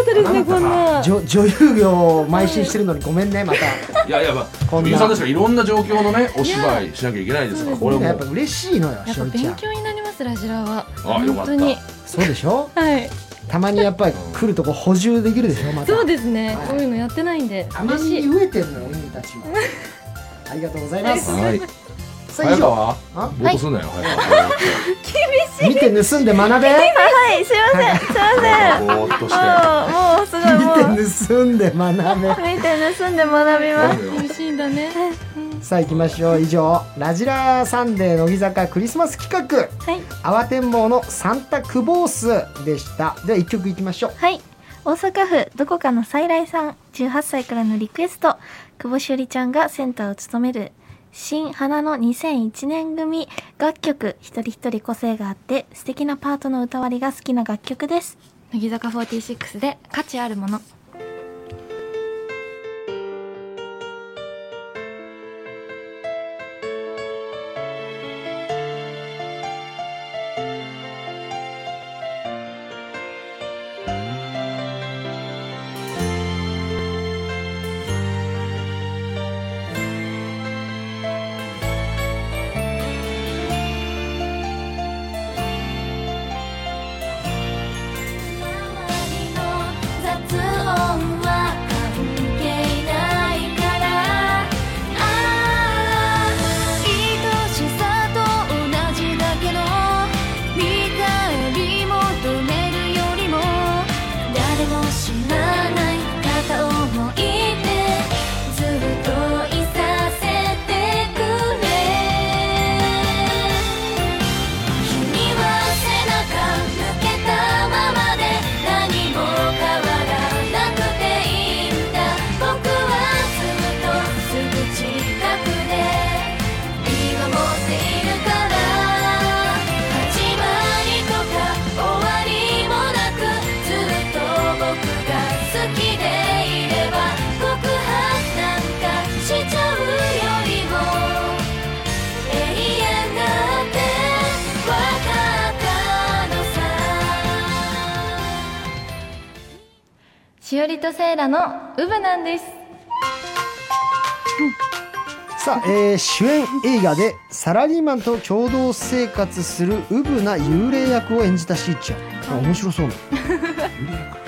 たですねこんな
女女優業を邁進してるのにごめんねまた
た。いやいやま
こ
あ。
んな
ゆうさんですからいろんな状況のねお芝居しなきゃいけないですからこれも
やっぱ嬉しいのよ
やっ
し
ぱ
おりちゃ
勉
ん
強になりますラジラは
あ
本
よかった
当に
そうでしょ
はい
たまにやっぱり来るとこ補充できるでしょまた
そうですね
はい
こういうのやってないんで
たま
嬉しい
に 飢えてるのよ鬼たちはありがとうございます。
はい。
さあ以
早
上
川、
あ
ボートすんなよ。早川
見て盗んで学べ。
はい、すいません、すいません。
ぼーっとして。
もう、もうすごい、もう。
見て盗んで学べ。
見て盗んで学びます。
厳しいんだね
さあ行きましょう以上「ラジラーサンデー乃木坂クリスマス企画」
はい
慌てんぼうのサンタクボース」でしたでは1曲いきましょう
はい大阪府どこかの再来さん18歳からのリクエスト久保しおりちゃんがセンターを務める新花の2001年組楽曲一人一人個性があって素敵なパートの歌割りが好きな楽曲です
乃木坂46で価値あるもの
周りの雑音は関係ないから」「愛しさと同じだけど」「見返り求めるよりも」「誰も知らない片思いでずっといさせてくれ」「君は背中向けたままで何も変わらない」「なくていいんだ」「僕はずっとすぐ近くで見守っているから」「始まりとか終わりもなく」「ずっと僕が好きでいれば」「告白なんかしちゃうよりも」永遠だって分かったのさ」
しおりとセイラのウブなんです
さあ、えー主演映画でサラリーマンと共同生活するウブな幽霊役を演じたしーちゃんあ面白 そうな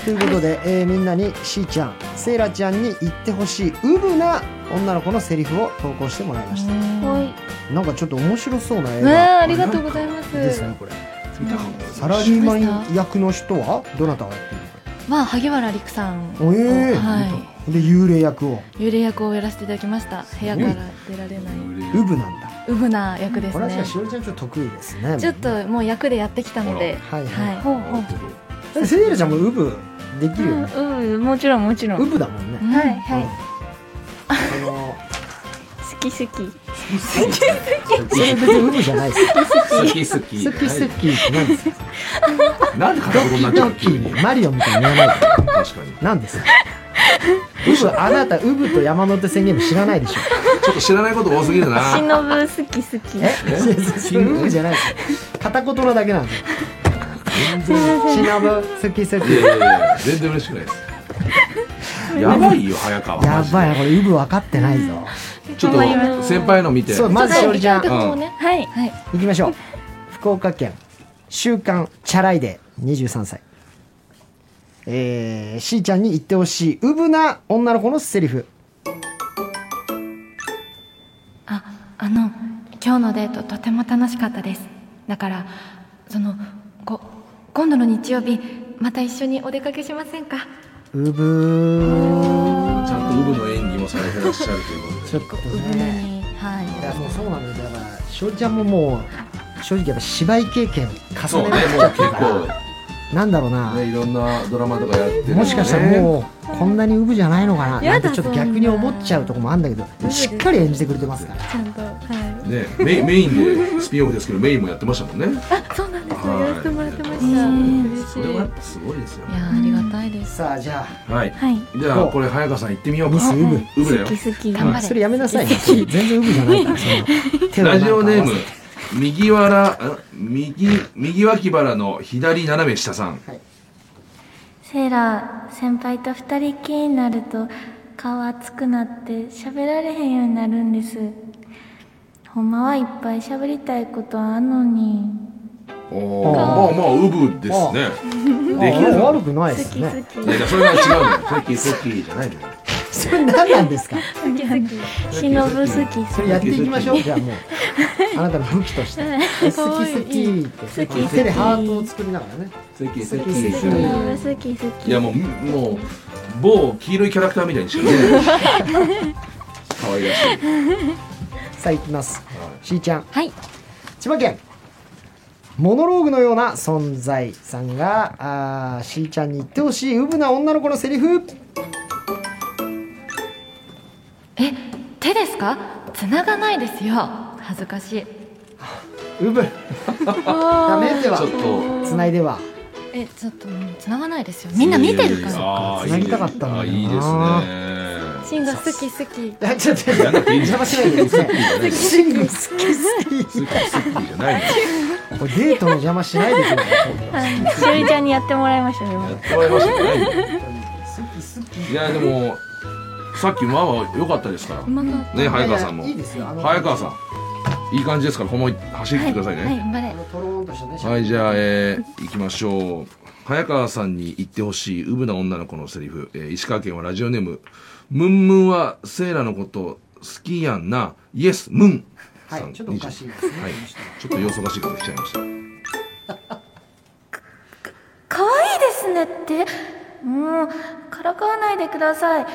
ということで、えーみんなにしーちゃんセイラちゃんに言ってほしいウブな女の子のセリフを投稿してもらいました
はい
なんかちょっと面白そうな映
うわ
画
あありがとうございま
です
す
ねこれ
見たかも。
サラリーマン役の人はどなたがやってる
まあ萩原陸さん
おえー
は
ので幽霊役を
い幽霊役をやらせていただきました部屋から出られない
ウブなんだ
ウブな役です
これはじゃ
ね
あしおりちゃんちょっと得意ですね
ちょっともう役でやってきたので
はい
は
はいい
ほうほう
えセイラちゃんもウブできるよね
うん、もちろん、もちろ
ウ
ん。
ブだもんね
はい
はいあの
好き好き。
それ別にウブじゃないです
好き好き。
好き好きって何ですか
なんで韓国になっち
ド
ゃうの
キ
急に。
マリオみたいに言わないで
確かに。
何ですかウブあなたウブと山手線ゲーム知らないでしょ
ちょっと知らないこと多すぎるな。
しのぶ好き好き。
えそれウブじゃないです片言なだけなんです
全然。
しのぶ好き好
いやい
き
やいや全然嬉しくないです。やばいよ早川。
や
マジで
ばいなこれウブ分かってないぞ
ちょっと先輩の見て。
そうまずしおりちゃん
ん
もうねはいはい
行きましょう福岡県週刊チャライデー23歳えー、しーちゃんに言ってほしいウブな女の子のセリフ
ああの今日のデートとても楽しかったですだからそのこ今度の日曜日また一緒にお出かけしませんか
ウブ
ちゃんとウブの演技もされてらっしゃるということで。
ちょっとね
はい
いやもうそうなんだよだからしおりちゃんももう正直やっぱ芝居経験
そう
重ね
ね
られ
も
ちゃ
う
ってるから、
結
なんだろうな、
構ねいろんなドラマとかやってる、ね。
もしかしたらもうこんなにウブじゃないのかななんてちょっと逆に思っちゃうとこもあるんだけどしっかり演じてくれてますから
ちゃんと。は
ねメインメインでスピンオフですけどメインもやってましたもんね。
い。そうなんですよ。
はい
やらせてもらってました。嬉し
それ
い
はやっ。ぱすごいですよ
い。やありがたいです
さあじゃ
はい。
はい
じゃあこれ早川さん行ってみようか。
ミスウ
ブ。ウブだよ。
好き好
頑張
あ
れ
それやめなさいね全然ウブじゃないからその手をな
ラ
んか
ジ
合
オ
わ
ネ
せ
ーム
て
右わらん右右脇腹の左斜め下さん。
セイラ先輩と二人きりになると顔熱くなって喋られへんようになるんですほんまはいっぱい喋りたいことあんのに
おお。まあまあウブですね。できる
あ
の。
悪くないです
き
ね
好き。
いやそれは違うのよ。さっきさっきじゃないのよ。
それ何なんですか
好き好き忍ぶ好き好き
それやっていきまし ょうじゃあもうあなたの武器として好き
かわいい
好きって
好き好き
手でハートを作りながらね
好き
好き
忍ぶ好き好き
いやもうもう某黄色いキャラクターみたいにしてるね 可愛らしい
さあ行きますしーちゃん
はい
千葉県モノローグのような存在さんがあーしーちゃんに言ってほしいウブな女の子のセリフ
え手ですか繋がないですよ恥ずかしい
ウブダメでは
ちょっと
つないでは
えちょっともう繋がないですよみんな見てるから
あー
繋ぎたかったんだよない
いです
シンが好き好き
いやちょっと
ねやんなくていいじ
邪
ゃん
魔しないでくださいシング好き
好き好きじゃないの
好きこれデートの邪魔しないでください
しおりちゃんにやってもらいましょうよ
やってもらいましたねいやでもさっきまあまあ良かったですから
まあ
ね早川さんも
いやいいですよあの
早川さんいい感じですからこのまま走ってください
はい
ね
頑張れ
トローンとしたね
はいじゃあえー、行きましょう早川さんに言ってほしいウブな女の子のセリフ、えー石川県はラジオネームムンムンはセイラのこと好きやんなイエスムン
は
さん
いちょっとおかしいですね
はいちょっと様子おかしいこと来ちゃいました
可愛いですねってもうからかわないでください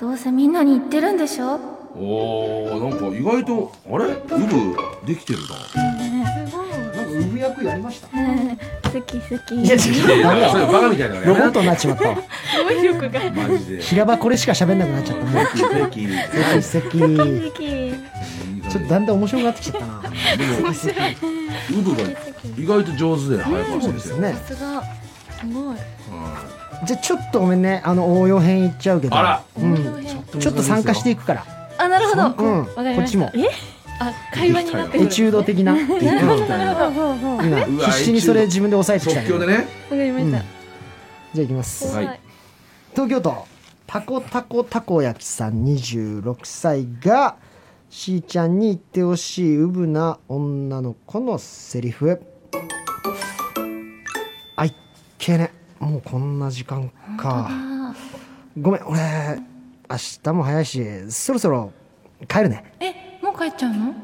どうせみんなに言ってるんでしょ
おーなんか意外とあれウブできてるな
なんかウブ役やりました
好き好き
いや違うダメ
それ
だ
バカみたいな
ロボッ
ね
トになっちまったわ
マジで
平場これしか喋んなくなっちゃったね
素敵
素敵ち
好き
ょっとだんだん面白くなってきちゃったな
でもウブが意外と上手で早川
そうで
先生
すよね
すがすごい
じゃあちょっとごめんねあの応用編いっちゃうけど
あら
うんちょっと参加していくから
あなるほどわ
うんこ
かり
っ
ま
ち
した
も
あ会話になってく
エ
る
チュード的なうん今
うわ
必死にそれ自分で抑えてきた
即興でね
わかりま
う
し
んじ
た
ゃあいきます
はい
東京都たこたこたこ焼きさん26歳がしーちゃんに言ってほしいウブな女の子のセリフあいっけねもうこんな時間かごめん俺明日も早いしそろそろ帰るね
えもう帰っちゃうの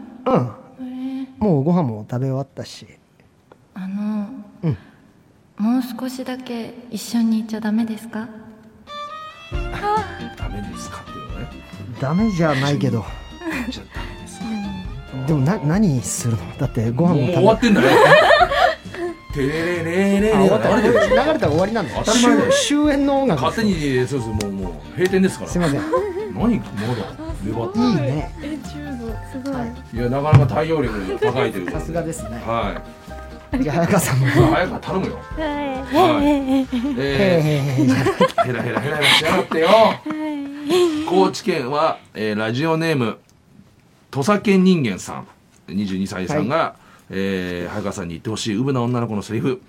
うん
えー
もうご飯も食べ終わったし
あの、
うん
もう少しだけ一緒にいちゃダメですか
ダメですかっていうのね
ダメじゃないけど
じゃあダメですか
でもな何するのだってご飯
も
も食
う
べ
終わって んだねてれれれれれ
あ終わった
あ
流
れ
れ
で
たら終わりなんだよ
当たり前だよ
終終焉の音楽
勝手にそうですもうもう閉店ですから
すいません
何まだ粘って
いいね
いやなかなか対応力が高いということ
さすがですね
はい
じゃあ早川さんも
早く頼むよ。はい。えー、ヘラヘラヘラヘラしやがってよ。高知県は、えーラジオネーム土佐犬人間さん、22歳さんが、えー早川さんに言ってほしいウブな女の子のセリフ。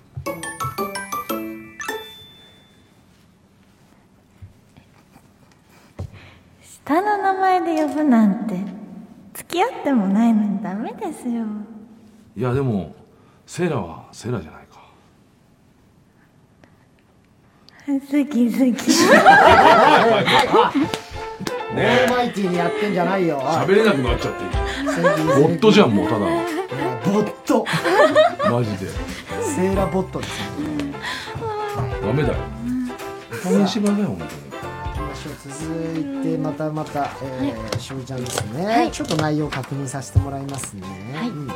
下の名前で呼ぶなんて付き合ってもないのにダメですよ
いやでもセイラはセイラじゃないか。
好き好き
オールマイティーにやってんじゃないよ
喋れなくなっちゃってる。ボットじゃんもうただの
ボット
マジで
セーラボットですね
ダメだよ。大芝だよ本当に。
続いてまたまた、えー、しおりちゃんですね、
はい
ちょっと内容確認させてもらいますね、
はい
うんうん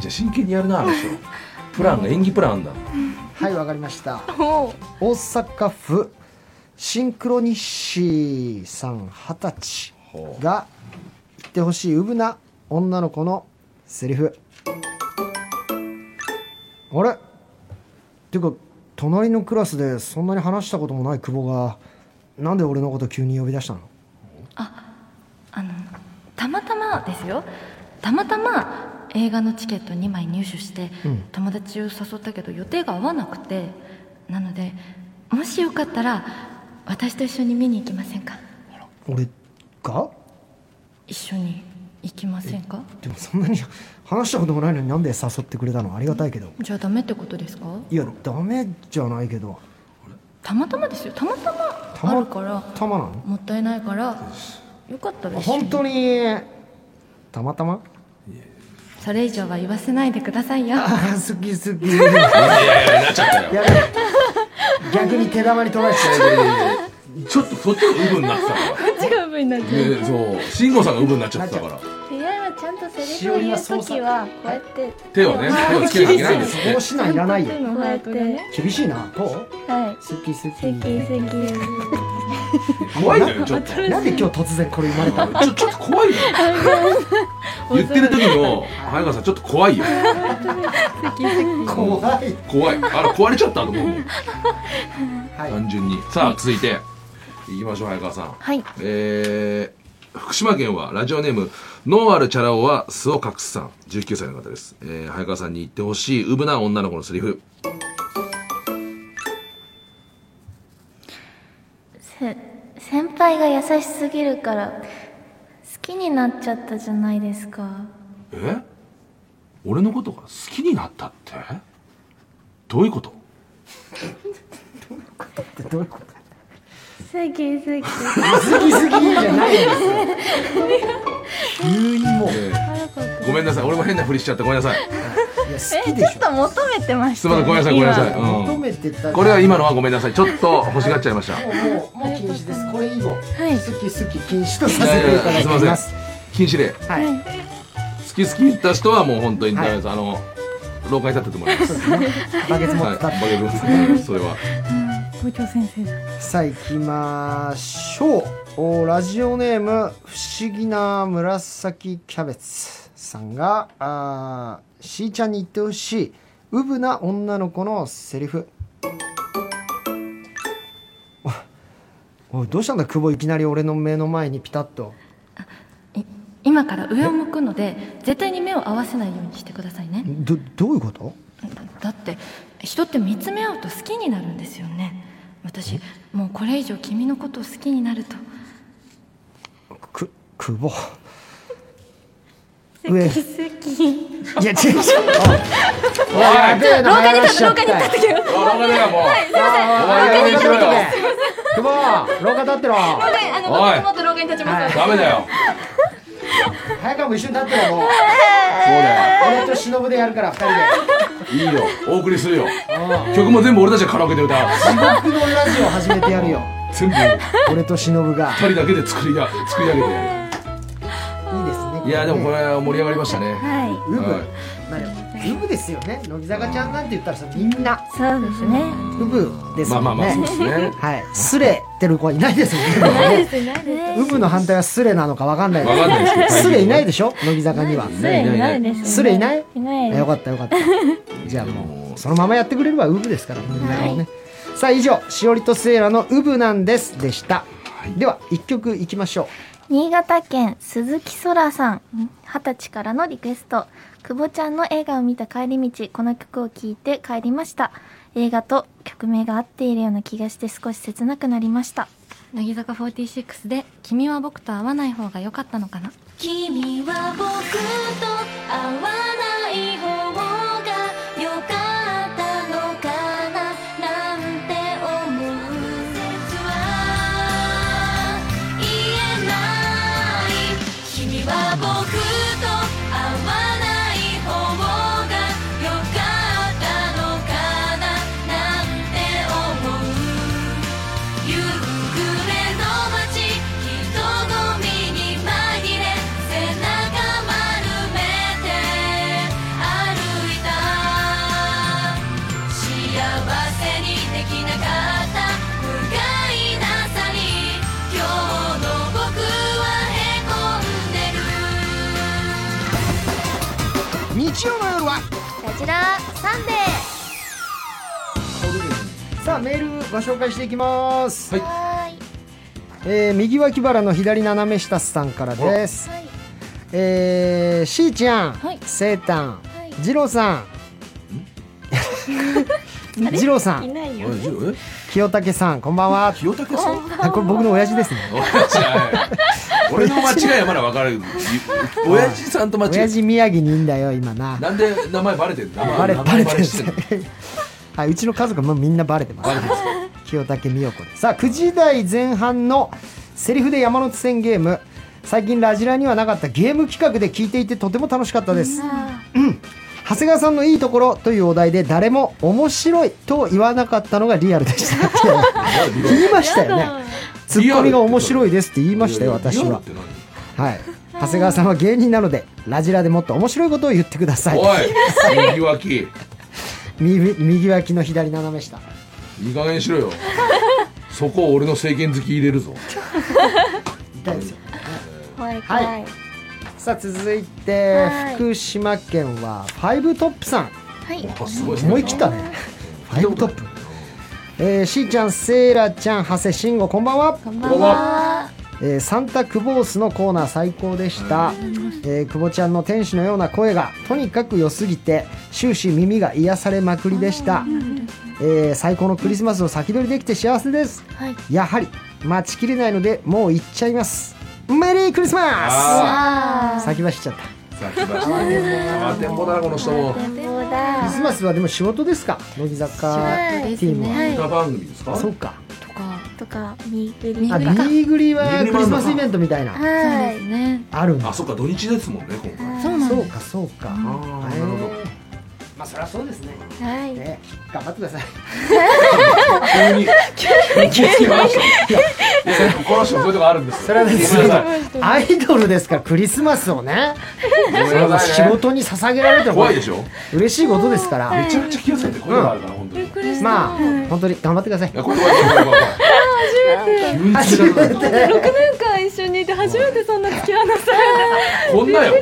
じゃあ真剣にやるなあの人。プランが演技プランあんだ。
はいわかりました大阪府シンクロニッシーさん二十
ほ
歳が言ってほしいウブな女の子のセリフあれてか隣のクラスでそんなに話したこともない久保がなんで俺のこと急に呼び出したの
あのたまたまですよたまたま映画のチケット2枚入手して、
うん
友達を誘ったけど予定が合わなくてなのでもしよかったら私と一緒に見に行きませんか
俺が
一緒に行きませんか
でもそんなに話したこともないのになんで誘ってくれたのありがたいけど
じゃあダメってことですか
いやダメじゃないけど
たまたまですよたまたまあるから
たまなの
もったいないからよかったですよ
本当にたまたま
それ以上は言わせないでくださいよ
あー好き好き
やなっちゃったよ
やべ逆に手玉に取られて
ちょっとそっちがウブになってたから
違う部になっちゃう
ねそう慎吾さんがウブになっちゃってたから
リアはちゃんとセリフを言うときはこうやって
手をね手をつけなきゃいけないん
た
で
そ
す ね
この指南いらないよ
こうやって
厳しいなこう
はい
好き好
素敵
き
素敵
怖いのよちょっと
なんで今日突然これ生まれたの
ちょちょっと怖いよ言ってる時の早川さんちょっと怖いよ
怖い
怖いあら壊れちゃったと思うもん
はい
単純にさあ続いていきましょう早川さん
はい
えー福島県はラジオネームノーアルチャラ男は素を隠すさん19歳の方です、えー早川さんに言ってほしいウブな女の子のセリフ
せ先輩が優しすぎるから好きになっちゃったじゃないですか
え俺のことが好きになったってどういうこと
どういうこと
素敵素敵
好き好きじゃないんですよ急にもうい
えーごめんなさい俺も変なふりしちゃってごめんなさい
や好
え
きで
ちょっ
し
と求めてまし
す
た
みませんごめんなさいごめんなさい、
ょ
う
求
ん
めてた
これは今のはごめんなさいちょっと欲しがっちゃいました
もうもうもう禁止ですこれ以後好き好き禁止とさせていただ
す
き
いませ
ま
ん
す
禁止令好
はい
き好き言った人はもう本当にダメです、あの廊下に立っててもらいます
バケツ持
は
っ
い
てた
バケブルそれは
東京先生だ
さあ行きましょうおラジオネーム不思議な紫キャベツさんがあーしーちゃんに言ってほしいウブな女の子のセリフおおいどうしたんだ久保いきなり俺の目の前にピタッと
い今から上を向くので絶対に目を合わせないようにしてくださいね
どどういうこと
だって人って見つめ合うと好きになるんですよね私もうこれ以上君のことを好きになると
く久保上い や違う違うおいやべえな流行らしちゃったよ
あ廊下ではもう
廊下に立って久保廊下立ってろ
あ
のおいも
っと老眼立ち
ます
ダメだよ
早川も一緒に立ってろもう
そうだよ
俺と忍でやるから二人で
いいよお送りするよ曲も全部俺たちがカラオケで歌う
地獄のラジオ始めてやるよ
全部
俺と忍が
二人だけで作りや作り上げ
いいですね
ていやでもこれ
ね
は盛り上がりましたね
はい
ウブ
は
まあウブですよね乃木坂ちゃんなんて言ったらさみんな
そうですね
ウブです
まあま
も
あ
ん
まあそう
ね
ですね
はいすれてる子いないですもんねウブの反対はすれなのかわかんない
わかんないですけど
すれいないでしょ乃木坂には
失礼になるですね
すれいない
いない
あよかったよかったじゃあもうそのままやってくれればウブですから、ね、さあ以上「しおりとせいらのウブなんです」でした、では一曲いきましょ
新潟県鈴木そらさん二十歳からのリクエスト久保ちゃんの映画を見た帰り道この曲を聴いて帰りました映画と曲名が合っているような気がして少し切なくなりました
乃木坂46で「君は僕と会わない方が良かったのかな」
君は僕と会わない方が良かったのかななんて思う説は言えない君は僕と会わない方が良かったのかななんて思う夕暮れの街人混みに紛れ背中丸めて歩いた幸せにできなかった不甲斐なさに今日の僕はへこんでる
う日曜の夜は
ラジラサンデー
さあメールご紹介していきます、
はい
えー右脇腹の左斜め下さんからです、
はい
えー、しーちゃん、
はい
せいたん
い
じろうさ んじろうさん
ない
おいジロえ
清武さんこんばんは
清武さん
あこれ僕の親父ですね
おい俺の間違いはまだ分かる親父さんと間違
親
い
父宮城にいんだよ今な
なんで名前バレてる名前
バレ
名
バレ
前
てる
バレ
ん
してんの
ですねはいうちの家族もみんなバレてます
バレてるんですか
清武美代子ですさあ9時台前半のセリフで山手線ゲーム最近ラジラにはなかったゲーム企画で聞いていてとても楽しかったです、うん長谷川さんのいいところというお題で誰も面白いと言わなかったのがリアルで した言いましたよねツッコミが面白いですって言いましたよ私ははい長谷川さんは芸人なのでラジラでもっと面白いことを言ってください
おい右脇
右右脇の左斜め下
いい加減にしろよそこを俺の政権好き入れるぞ
痛いですよ
怖い怖い、
はいさあ続いて
はい
福島県はファイブトップさん
あすごい
思い切ったねファイブトップえー、しーちゃんせいらちゃん長谷慎吾こんばんはこん
ばんは
えーサンタクボースのコーナー最高でした、えー、久保ちゃんの天使のような声がとにかく良すぎて終始耳が癒されまくりでした、えー最高のクリスマスを先取りできて幸せです、
はい
やはり待ちきれないのでもう行っちゃいますメリークリスマ
あ
ス先走っちゃった
さっきだしあてんぼだなこの人も
クリスマスはでも仕事ですか乃木坂
はい
チームは、
はい
歌番組ですか
そうか
とか
とかミーグリ
あビーグリはクリスマスイベントみたいな
は
そうで
い
すね
あるんだ
あそっか土日ですもんね今回
そうなん
そ
で
う
す
かそうか
ああなるほど
まあそりゃそうですね
はい
ね頑張ってください
急に急にこの人いやこの人そういうとこあるんです
それはですね
ごめんなさい
アイドルですからクリスマスをね
ごめん
それ
な
は
さいね
仕事に捧げられても
怖いでしょ
嬉しいことですから
めちゃくちゃ気をつけてこういうのがあるから本当にい
まあ本当に頑張ってください
やこれ怖い怖い怖い怖い急に冷たくなる
6年間一緒にいて初めてそんな付き合わなさ
こんな よ
い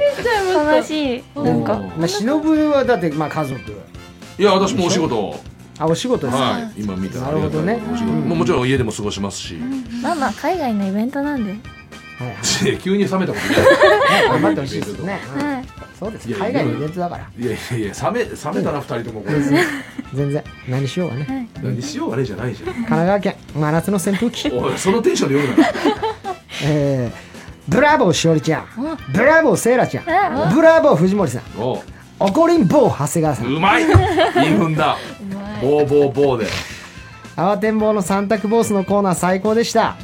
悲しい
なんか
まあ忍はだってまあ家族
いや私もお仕事
あお仕事ですか
はい今見た
なるほどね
ありがたいお仕事もうもちろん家でも過ごしますし
ママ海外のイベントなんで
はいはい
急に冷めたこと ない
ね頑張ってほしいですねうん
はい
そうです
いや
海外のイベントだから
いやいやいや冷め冷めたな二人ともこれ
全然何しようがね
何しようあれじゃないじゃん
神奈川県真夏の扇風機
おいそのテンションで読むな
えーブラボーしおりちゃんブラボーセイラちゃんブラボー藤森さん
おう
怒りん坊長谷川さん
うまい言い踏んだボーボーボーで
慌てんぼうの三択ボースのコーナー最高でした、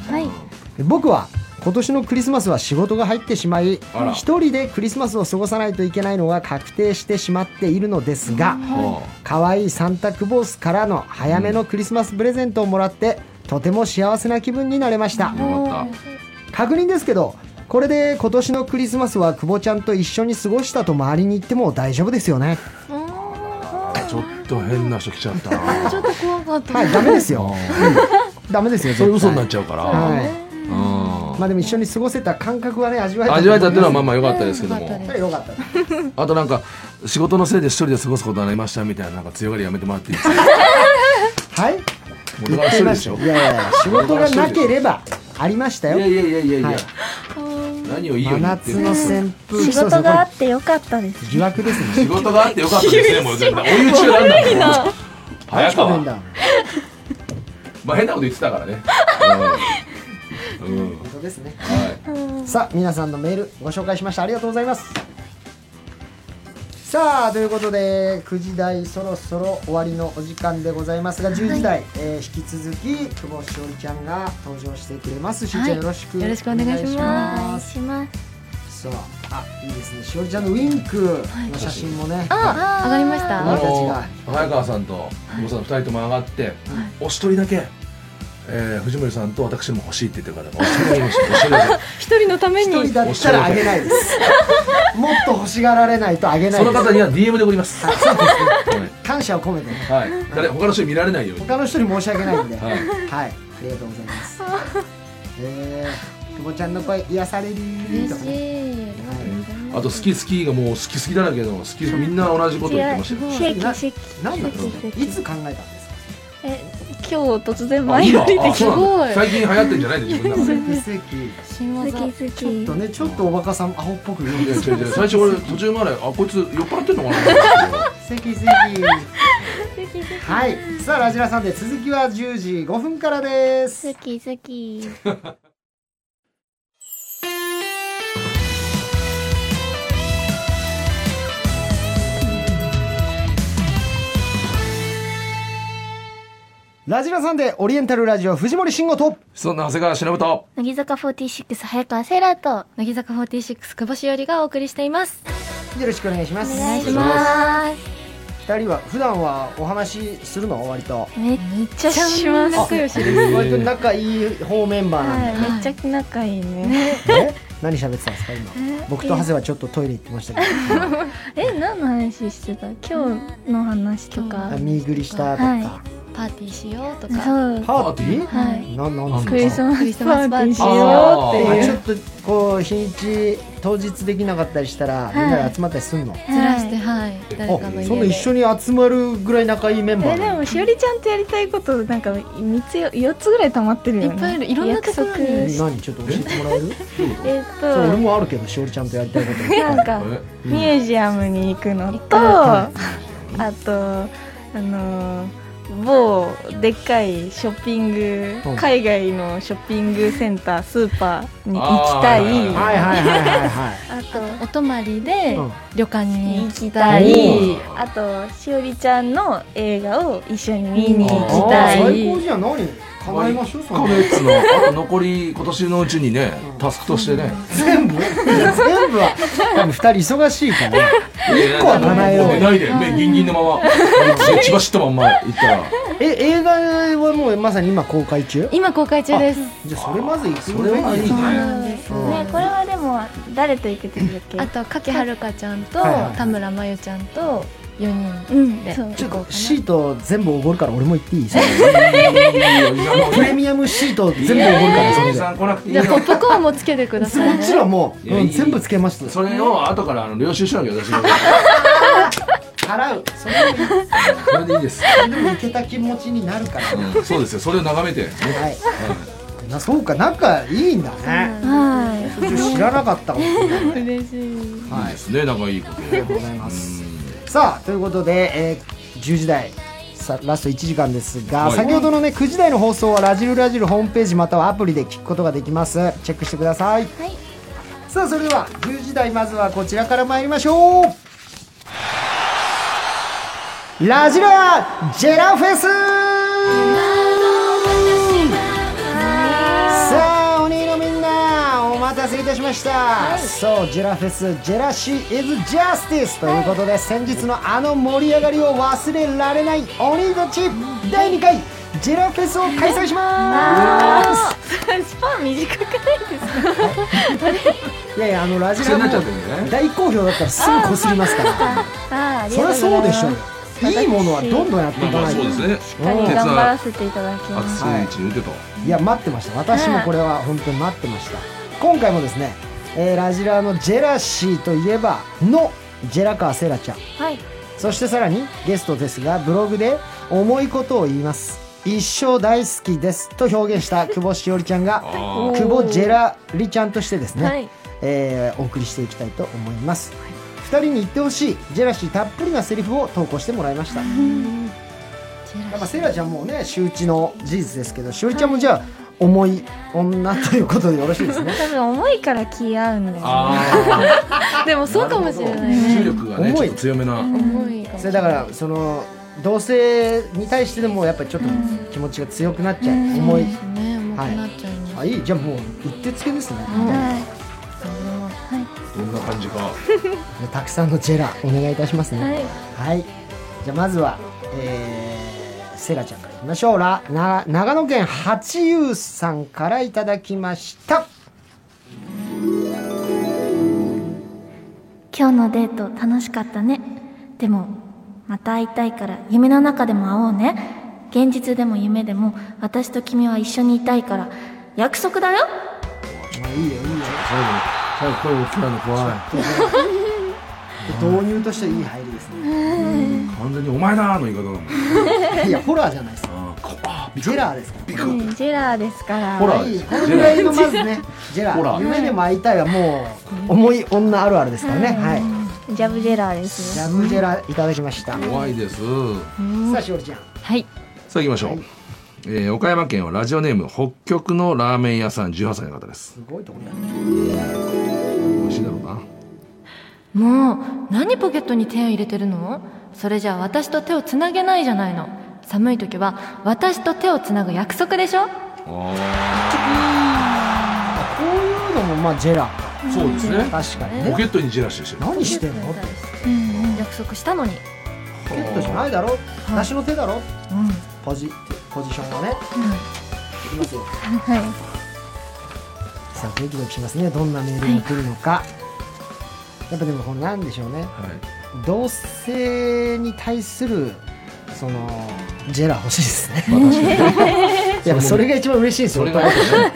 僕は今年のクリスマスは仕事が入ってしまい
あら
一人でクリスマスを過ごさないといけないのが確定してしまっているのですが
おう
可愛いサンタクボースからの早めのクリスマスプレゼントをもらってとても幸せな気分になれました、
よかっ
確認ですけどこれで今年のクリスマスは久保ちゃんと一緒に過ごしたと周りに言っても大丈夫ですよね
たちょっと変な人来ちゃったな
ちょっと怖かった
はいダメですよ、うんダメですよ
そういう嘘になっ
っ
ちゃうから
はい
うん
まあでも一緒に過ごせた感覚はね味わえた
味わえたっていうのはまあ
あ
まあ良かったですけども
よかった
あとなんか仕事のせいで一人で過ごすことになりましたみたいななんか強がりやめてもらっていいですか
はい
俺は一人でしょ
いやいやいや仕事がなければありました
いや
よ
いやいやいやいや、
はい
何をいいよう
真
に言って
夏
る
の扇風機
仕事があってよかったです
疑惑ですね
仕事があってよかったですねもう全然追い打ちがなんだもう早
な
川
んだ
まあ変なこと言ってたからねうん、うん
本当ですね
はい
さあ皆さんのメールご紹介しましたありがとうございますさあということで9時台そろそろ終わりのお時間でございますが10時台、えー引き続き久保しおりちゃんが登場してくれますしおりちゃんよろしく
よろしくお願いします
お願いしますそうあいいですねしおりちゃんのウィンクの写真もね、
上がりまし
あ
は
た
い
の早川さんと久保さんの2人とも上がって、お一人だけ、えー藤森さんと私も欲しいって言ってる方がお一人だけいましたお一人だ
一人のため
一人
に
だったらあげないです もっと欲しがられないとあげ
け
な
そ
いで
の
す
方には DM で送りますはい、
感謝を込めて
はい、誰他の人に見られないように
他の人に申し訳ないんで、は、
はい
あ
い
りがとうございます。えー、久保ちゃんの声癒されるとかね。
あと「好き好き」がもう好き好きだらけの好きみんな同じこと言ってましたよ
シェイキシェイキ
なんだろう
素敵
いつ考えたんですか。
え今日突然
あ
舞い
今
降りて
あ
き
そ
た
うなんだ最近流行ってんじゃないで自 分の中で。
奇跡。
新
好
技
き好
ちょっ
き
とね、ちょっとおバカさん、アホっぽく言うん
いや
で
違
すけ
う
ど。
違う最初俺途中まであこいつ酔っ払ってんのかな
奇跡、奇跡。 はい、さあ、ラジラさんで、続きは10時5分からです。
好き好き
ラジラさんでオリエンタルラジオ藤森慎吾と
そんな長谷川忍と
乃木坂46早川セイラーと乃木坂46久保しおりがお送りしています
よろしくお願いします
お願いします
二人は普段はお話しするの割と
めっちゃします
あ割と仲いい方メンバーなんだ、
はい、めっちゃ仲いいね。
え何喋ってたんですか今
え
僕と長谷はちょっとトイレ行ってましたけど
え、何の話してた？今日の話とか。
あ見繰りしたとか、
はい。パーティーしようとか。そう。
パーティー、
はい
ななんですか
クリスマスパーティーし
あ
ようっていう。
ーあちょっとこう日にち当日できなかったりしたら、
い
みんなで集まったりするの、
ずらしてはい。
あそんな一緒に集まるぐらい仲いいメンバ
え
ーな
で
の
もしおりちゃんとやりたいことなんか三つよ四つぐらい溜まってるよね。いっぱいある。いろんな約束。えっ
何ちょっと教えてもらえる
と
そう俺もあるけどしおりちゃんとやりたいこと
なんかミュージアムに行くのと、あとあの某でっかいショッピング、
うん
海外のショッピングセンタースーパーに行きたい。
はいはいはいはいはい
あとお泊まりで
うん
旅館に行き
た
た
い
い、あとしおりちゃんの映画を一緒に見に行き
あ
た
ー最高
い
じゃん何叶えましょうそ
カ
ん
メ
な
ッツのあと残り今年のうちにねタスクとしてね
全部いや全部は多分2人忙しいから一個は叶えようよ
ないで目ギンギンのまま血走ったまんま行ったら
え映画はもうまさに今公開中
今公開中です
じゃあそれまず行く
それはいいね
ねこれはでも誰と行くって言った
あ
っ
と柿はるかちゃんと
はいはい
田村真由ちゃんと4
け
人
うん
で
そう
ちょっとシート全部おごるから俺も行 っていいそれプレミアムシート全部おごるからそれで
さん来なくていい
じゃあポ
よ
ップコーンもつけてください
そっちはもう、
いや
うん
いい
全部つけました
それを後からあの領収書だけ私が
払うそれで
それでいいです
でもいけた気持ちになるからは
うんそうですよそれを眺めて
いなそうか仲いいんだね
はい
ちょっと知らなかったわ
嬉しい
はい
いですね仲い いこと
ありがとうございます。さあということで、えー10時台さラスト1時間ですが、
はい
先ほどのね9時台の放送はラジルラジルホームページまたはアプリで聞くことができますチェックしてください、さあそれでは10時台まずはこちらから参りましょうラジラジェラフェスさあおにのみんなお待たせいたしました、そうジェラフェスジェラシー is justice ということで、先日のあの盛り上がりを忘れられない鬼たち第2回ジェラフェスを開催します
スパン短くないですか
いやいやあのラジ
癖
ラ
になっちゃ
も
ってるんだよね
大好評だったらすぐこすりますから
あ
そりゃそうでしょうよいいものはどんどんやってい
まあ
か
ま
な
あ
いと
そうですね
しっかり頑張らせていただきます
熱いうちに打てと
いや待ってました私もこれは本当に待ってました今回もですね、えーラジラのジェラシーといえばのジェラカーセラちゃん
はい
そしてさらにゲストですがブログで重いことを言います一生大好きですと表現した久保しおりちゃんが
あ
久保ジェラリちゃんとしてですね、
はい
えーお送りしていきたいと思います、二人に言ってほしいジェラシーたっぷりなセリフを投稿してもらいましたやっぱセラちゃんもね周知の事実ですけどしおりちゃんもじゃあ、重い女ということでよろし いですね
多分重いから気合うんだよ
あ
でもそうかもしれないね
重力がねちょっと強めな
重いかも
それだからその同性に対してでもやっぱりちょっと気持ちが強くなっちゃう、重い
ね重くなっちゃうね
あいいじゃあもううってつけですね、
どんな感 じか
たくさんのジェラお願いいたしますね
は
はいい、じゃあまずは、えー、セラちゃんからいきましょうらな長野県八優さんからいただきました
今日のデート楽しかったねでもまた会いたいから夢の中でも会おうね現実でも夢でも私と君は一緒にいたいから約束だよ
まあいいよいいよ
最後に最後声大きくなるの怖い
導入としていい入りです ね
完全にお前だーの言い方だもん
いやホラーじゃないですか
あーこあ
ジェラーですか
うんジェラーですから
ホラー
い
で
い
す
このぐらいのまずねジェラ
ホラー
夢でも会いたいはもう重い女あるあるですからねはい
ジャブジェラーです
ジ
よ
ャムジェラいただきました
怖いです
さあしおりちゃん
はい
さあ行きましょう、えー岡山県はラジオネーム北極のラーメン屋さん18歳の方です
すごいとこだ
美味しいだろうな
もう何ポケットに手を入れてるのそれじゃあ私と手をつなげないじゃないの寒い時は私と手をつなぐ約束でしょ
こういうのもまあジェラ
そうですね
確かにね
ポケットにジェラシーしてる
何してんのって
約束したのに
ポケットじゃないだろ私の手だろポジポジションはねいきますよ
はい
さあドキドキしますねどんなメールが来るのかやっぱでもこれなんでしょうね同性に対するそのジェラ欲しいですね
まあ確かにね
やっぱそれが一番嬉しいですよ
それが一番
い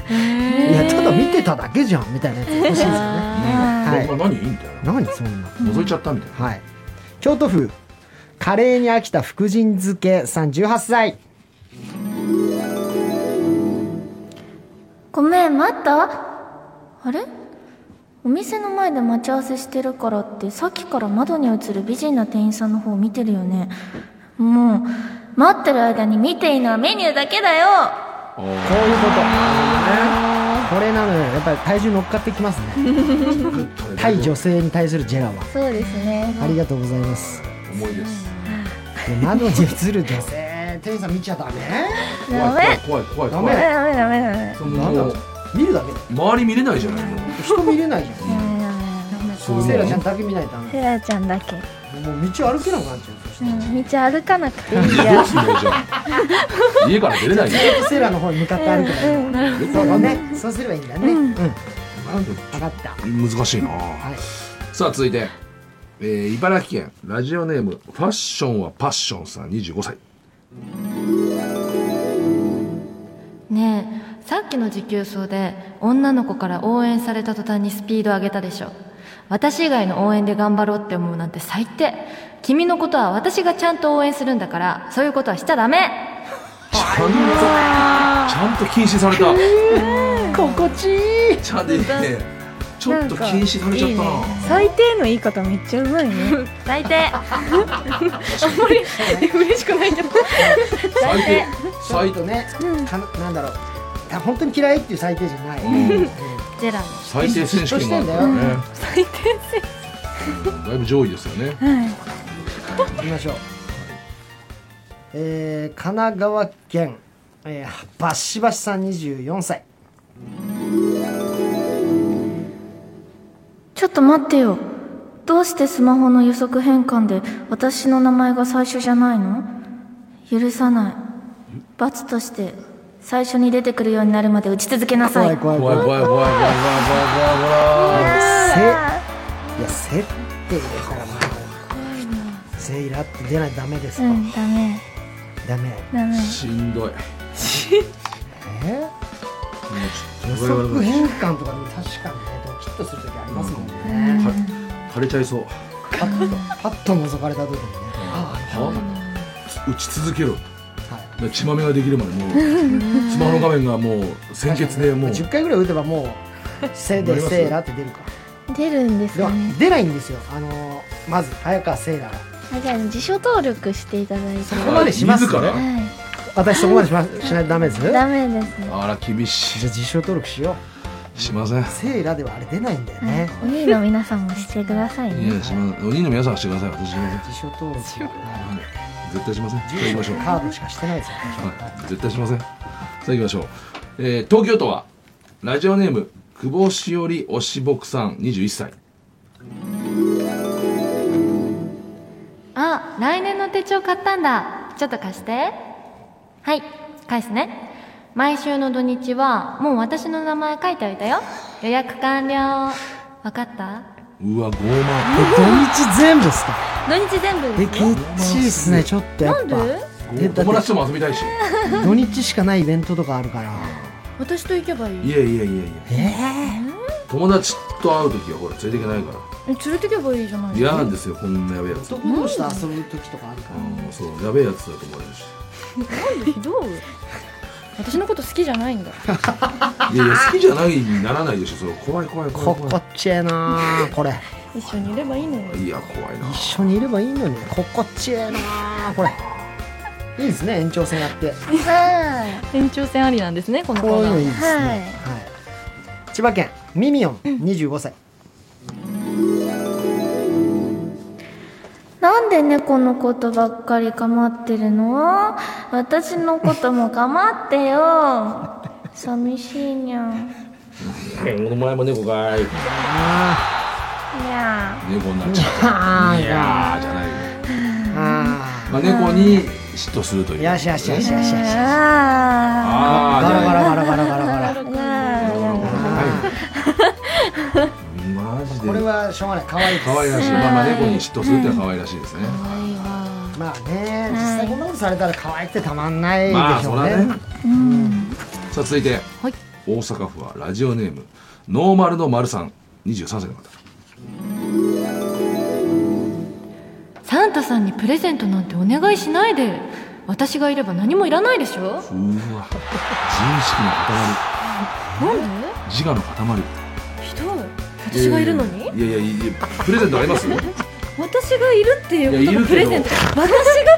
やただ見てただけじゃんみたいなやつ欲しいですよね
はい何いいんだよ
何そんな
覗いちゃったみたい
はい京都府カレーに飽きた福神漬けさん18歳
ごめん待ったあれお店の前で待ち合わせしてるからってさっきから窓に映る美人な店員さんの方見てるよねもう待ってる間に見ていいのはメニューだけだよ
こういうことこれなのよやっぱり体重乗っかってきますね 対女性に対するジェラは
そうですね
ありがとうございます
な重いです
で窓に映る女性店員さん見ちゃダメ
ダ
怖い
メ
怖い怖い
ダ
怖い
メ
ダメダメダメ
そ
なんだろ
の
う見るだけだよ
周り見れないじゃないもう
人見れないじ ゃ
そうんいう
セイラ
の
ちゃんだけ見ないとダメ
セラちゃんだけ、
もう道歩けなくなっちゃうそした
う
ら
ん、道歩かなくていい
ど
や
うすんだよじゃあ家から出れないよ
セイラの方に向かって歩く
うんうん
そうだねそうすればいいんだねうん分
なんで
かった
難しいな、
い
さあ続いて、えー茨城県ラジオネームファッションはパッションさん25歳
ねえさっきの持久走で女の子から応援された途端にスピード上げたでしょ私以外の応援で頑張ろうって思うなんて最低君のことは私がちゃんと応援するんだからそういうことはしちゃダメ
ちゃんとちゃんと禁止された
心地いい
ちゃんでねちょっと禁止されちゃったな
最低の言い方めっちゃうまい ね
最低
最低
ち
最
ょっとねかなんだろうあ本当に嫌いっていう最低じゃない
うん
ジェラの
最低選手権があるからね最低選 手だいぶ上位ですよね
行きましょう、えー、神奈川県、えー、バッシバシさん24歳
ちょっと待ってよどうしてスマホの予測変換で私の名前が最初じゃないの許さない罰として最初に出てくるようになるまで打ち続けなさ
怖い
い
怖い
怖い
怖い
怖い怖い怖い怖い怖い怖い怖い
せいやせって言ったらまあセイラって出ないとダメです
う
か、
んダメ
ダメ
ダメ
しんどいもう
え
ちょ
予
っと我々
測変換とかでも確かにねドキッとする時ありますもんね、
は枯れちゃいそう
パッとパッと覗かれた時にねあ
は打ち続けろ
あはい
血まめができるまでもうスマホの画面がもう鮮血でもう
10回ぐらい打てばもう「せ」で「セーラ」って出るか
出るんで
ら
す
では
ね
出ないんですよあのーまず早川セーラが
あじゃあ自主登録していただいて
そこまでします
自ら
は
私そこまでしますしないとダメです
い
じゃあ
ダメですね
あら厳し
自称登録しよ
いしませんいう
セーラではあれ出ないんだよね
お兄の皆さんもしてくださいね
やしませんお兄の皆さんはしてください私しません
自称登録は
絶対しませんさあ行きましょう
カードしかしてないですよ
はい絶対しませんさあ行きましょう、えー東京都はラジオネーム久保しおりおしぼくさん21歳
あ来年の手帳買ったんだちょっと貸してはい返すね毎週の土日はもう私の名前書いておいたよ予約完了分かった
うわ傲
え土日全部ですか
土日全部
え
です
ケチいっすねちょっとやっぱえ
慢
だっ
友達
て
とも遊びたいし
土日しかないイベントとかあるから
私と行けばい
い
い
やいやいやいや
え
友達と会う時はほら連れていけないか
え連れてけばいいじゃない
ら
です
嫌な
か
んですよこんなやべえやつ
男同士と遊ぶ時とかあるか
うんそうやべえやつだと思われるし
ひどい私のこと好きじゃないんだ
いやいや好きじゃないにならないでしょそれ怖い怖い
ら
怖い怖
心
い
地ええなあこれ
一緒にいればいいのに
いや怖いな
一緒にいればいいのに心地ええなあこれいいですね延長戦やって
延長戦ありなんですねこの
こういうのいいですね、
は
はい
い
千葉県ミミオン25歳
なんで猫のことばっかり構ってるの私のことも構ってよ寂しいにゃん
お前も猫かい
にゃ
猫になっちゃういやーじゃないよ
あ
まあ、猫に嫉妬するというよ
しよしよしよしよし
あ
ガ
ー
ラガラガラ
じ
ガラ
ゃ
ガラガラ
あマジで
これはしょうがない可愛いです
可愛らしい、まあ、まあ猫に嫉妬するってのは可愛らしいですね、
まあね実際こんなことされたら可愛くてたまんないで
まあ
し
そ
ょう
ら
ね,、
ね、さあ続いて、
はい
大阪府はラジオネームノーマルの丸さん23歳の方
サンタさんにプレゼントなんてお願いしないで私がいれば何もいらないでしょ
うーわ自意識の
な
塊
んで
自我の塊
ひどい私がいるのに、
いやいやいやいやプレゼントありますい
私がいるっていうこと
いやい
の
る
プ
け
レ
ど
ゼント私が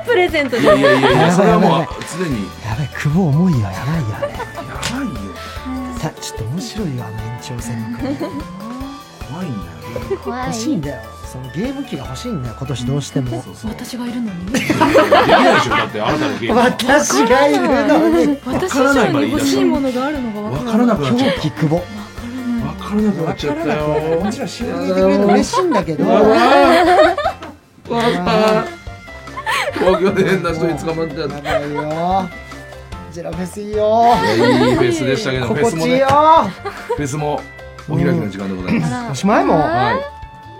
プレゼントじゃ
や
ん
いやいやいやそれは
やば
も
いう
常に
やべ久保重いよやばいよ
やばいよ
あれさちょっと面白いよあの延長戦の
怖いんだよ
怖
欲しいんだよそのゲーム機が欲しいんだよ今年どうしても
そうそう
私がいるのに
いやいやできないでしょだってあなたのゲーム
私がいるのに
私以
わからないま
上に
で言い
欲
出し
しい
た
ものがあるのがわ
わ
か
からら
ない
なくなっちゃっ
狂気久保
たわからなくなっちゃったよ
もちろん知らないでくれるの嬉しいんだけど
わわ
や
わわ東京で変な人に捕まっちゃった
ばいよジェラフェスいいよ
いやいいフェスでしたけどフェ
心
スも
地いい
ね
よ
フェスもお開きの時間でございます
おしまいもあ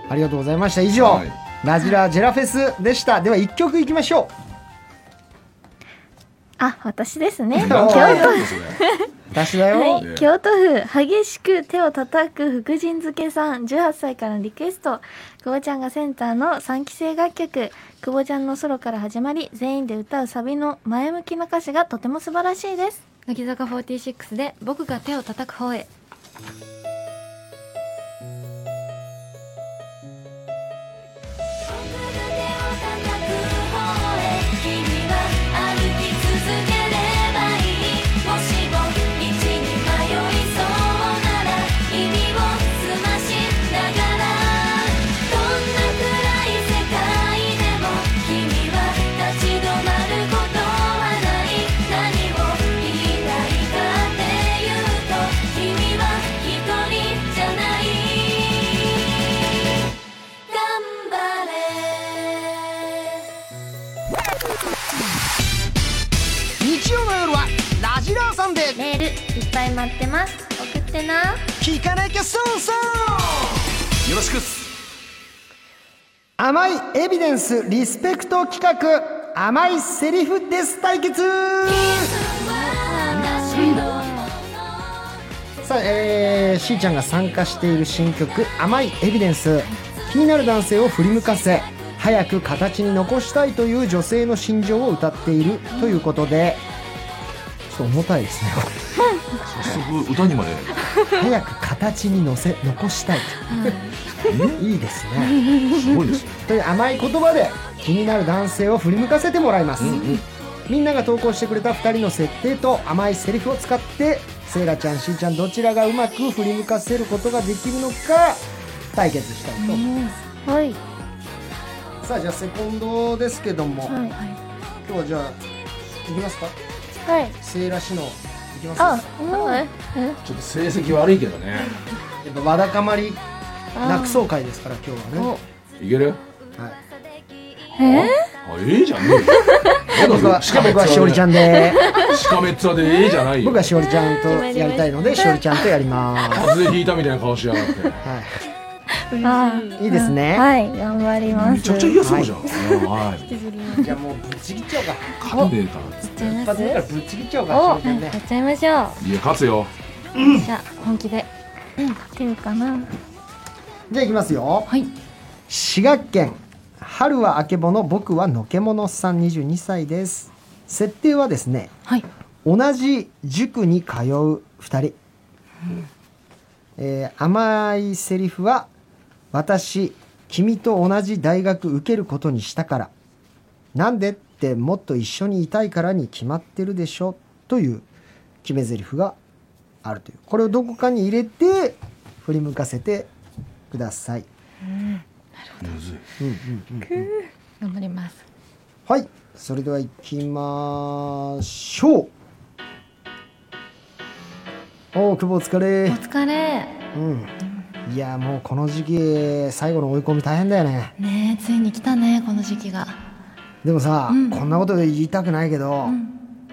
はい
りがとうございました以上
はい
ラジラジェラフェスでしたでは一曲いきましょ
あ私です ね
う
なんだよそれ
う私だ
は
よ
い、京都府激しく手を叩く福神漬けさん18歳からのリクエスト久保ちゃんがセンターの3期生楽曲久保ちゃんのソロから始まり全員で歌うサビの前向きな歌詞がとても素晴らしいです
乃木坂46で僕が手を叩く方へ
僕が手を叩く方へ君は歩き続ければいいもしも道に迷いそうなら耳を澄ましながらどんな暗い世界でも君は立ち止まることはない何を言いたいかっていうと君は一人じゃない頑張れ
日曜の夜はラジラーサンデー
メールいっぱい待ってます送ってな
聞かなきゃ損さ
よろしくっす
甘いエビデンスリスペクト企画甘いセリフです対決さあ、えー、しーちゃんが参加している新曲「甘いエビデンス」気になる男性を振り向かせ早く形に残したいという女性の心情を歌っているということでちょっと重たいですね
早速歌にまで
早く形にのせ残したいといいですね
すごいですね
という甘い言葉で気になる男性を振り向かせてもらいます、みんなが投稿してくれた2人の設定と甘いセリフを使ってセイラちゃんしーちゃんどちらがうまく振り向かせることができるのか対決したいと思いま
はい
すさあじゃあセコンドですけども、
はい
今日はじゃあいきますか
はい
セイラシのいきます
あ
か、
はい
ちょっと成績悪いけどね
やっぱわだかまり落草会ですから今日はね
いける
はい
あええじゃねえよ
僕は
しかめっ
僕はしおりちゃんで
しかめっ面でええじゃないよ
僕はしおりちゃんとやりたいのでしおりちゃんとやります
風邪ひいたみたいな顔しやがって
あ
いいですね、
はい頑張りま
め
す
ちゃくちゃ嫌そうじゃんはい
じゃあもうぶっちぎっちゃおうか
勝てねえからっつって
一発目からぶっちぎっちゃおうかしお
お
りちゃんね
やっちゃいましょ
いや勝つよ
うじゃあ本気で
勝てるかな
じゃあいきますよ
はい
滋賀県春はあけぼの僕はのけものさん22歳です設定はですね
はい
同じ塾に通う2人、えー甘いセリフは「私君と同じ大学受けることにしたから」「なんで?」ってもっと一緒にいたいからに決まってるでしょという決め台詞があるというこれをどこかに入れて振り向かせてください。
むずい
うんうんうんうん
頑張ります
はいそれでは行きましょうおお久保お疲れ
お疲れ
うんいやもうこの時期最後の追い込み大変だよね
ねえついに来たねこの時期が
でもさ、
うん
こんなこと言いたくないけど、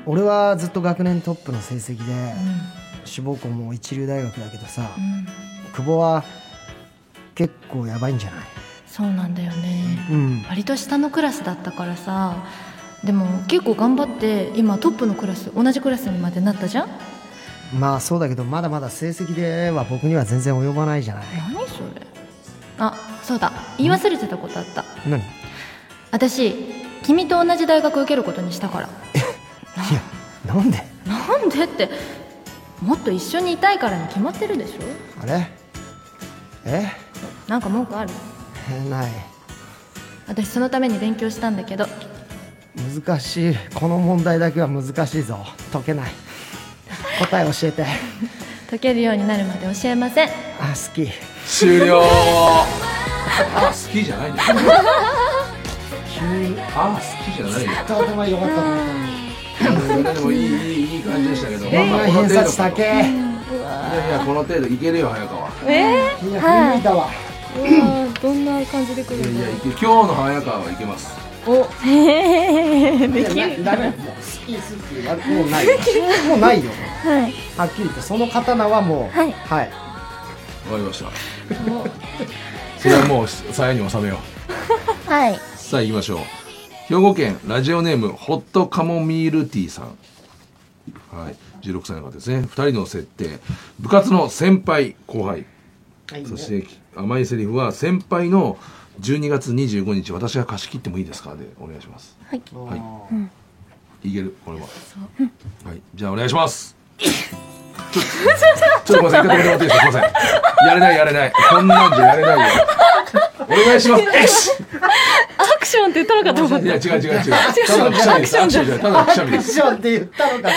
俺はずっと学年トップの成績で、志望校も一流大学だけどさ、久保は結構やばいんじゃない
そうなんだよね、
うん
割と下のクラスだったからさでも結構頑張って今トップのクラス同じクラスにまでなったじゃん
まあそうだけどまだまだ成績では僕には全然及ばないじゃない
何それあそうだ言い忘れてたことあった
何い
私君と同じ大学受けることにしたから
やなんで
なんでってもっと一緒にいたいからに決まってるでしょ
あれえ
なんか文句ある
ない
私そのために勉強したんだけど
難しいこの問題だけは難しいぞ解けない答え教えて
解けるようになるまで教えません
あ好き
終了あ好きじゃないよ急にあ好きじゃないよ
ちょっと前よかったな
うんでもいいいいいい感じでしたけど、
名前偏差値
か
高
い
え
やいやこの程度いけるよ早川
え
ー、いや
はい
だわ
どんな感じで来る
い
の
やいけ今日の早川はいけます
おえできる
ダメもう好き好きはもうない もうないよ
はい
はっきり言ってその刀はもうはい、
わかりましたそれはもう鞘に収めよう
はい
さあ行きましょう兵庫県ラジオネームホットカモミールティーさんはい16歳の方ですね2人の設定部活の先輩後輩そして甘いセリフは先輩の12月25日私が貸し切ってもいいですかでお願いします
はい
はいいけるこれははいじゃあお願いします ちょっとごめんなさい一回止めてもらっていいですかすいませんやれないやれないこんなんじゃやれないよお願 いしますえし
アクションって言ったのかと思っ
いや違う違う違う。ただのくしゃ
ア
みで
ク
す。
ションじ
アクショ
ゃ
ンじゃないただのくしゃ
ア
みで
ク
す。
ションって言ったのか
今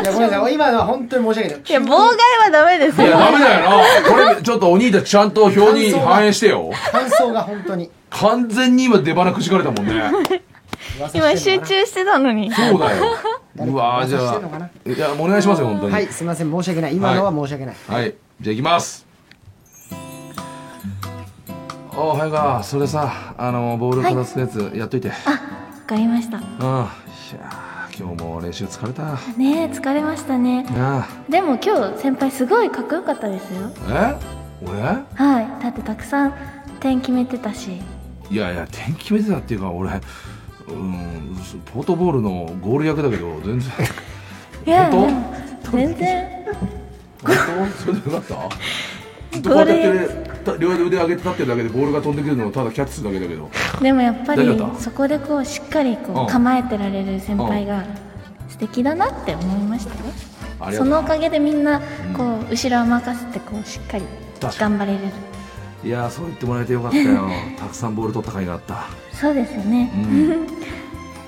いやごめんなさい今のは本当に申し訳ない
いや妨害はダメです
い
よ
やダメだよな。これちょっとお兄たちちゃんと表に反映してよ。
感想が本当に
完全に今出鼻くじかれたもんね。
今集中してたのに
そうだよ。うわーじゃあいやもうお願いしますよ本当に。
は
はいい
すみません申し訳ない今のは申し訳ない、
じゃあ行きます。おはようがそれさあのボール片付くやつやっといて。
わかりました
うん。いやー今日も練習疲れた。な
ねえ疲れましたね
あ
でも今日先輩すごいかっこよかったですよ
え俺？
はいだってたくさん点決めてたし
いやいや点決めてたっていうか俺うんポートボールのゴール役だけど全然
いや
本
でも全然
本当それでよかった
ゴール
こうやってね両腕腕上げて立ってるだけでボールが飛んでくるのをただキャッチするだけだけど
でもやっぱり
大丈夫だった
そこでこうしっかり
う
こ
ん
う構えてられる先輩が素敵だなって思いましたよ
ありがと
そ
う
のおかげでみんな
うん
こう後ろを任せてこうしっかり
確か
頑張れる
いやーそう言ってもらえてよかったよたくさんボール取った甲斐があった
そうですよね
うん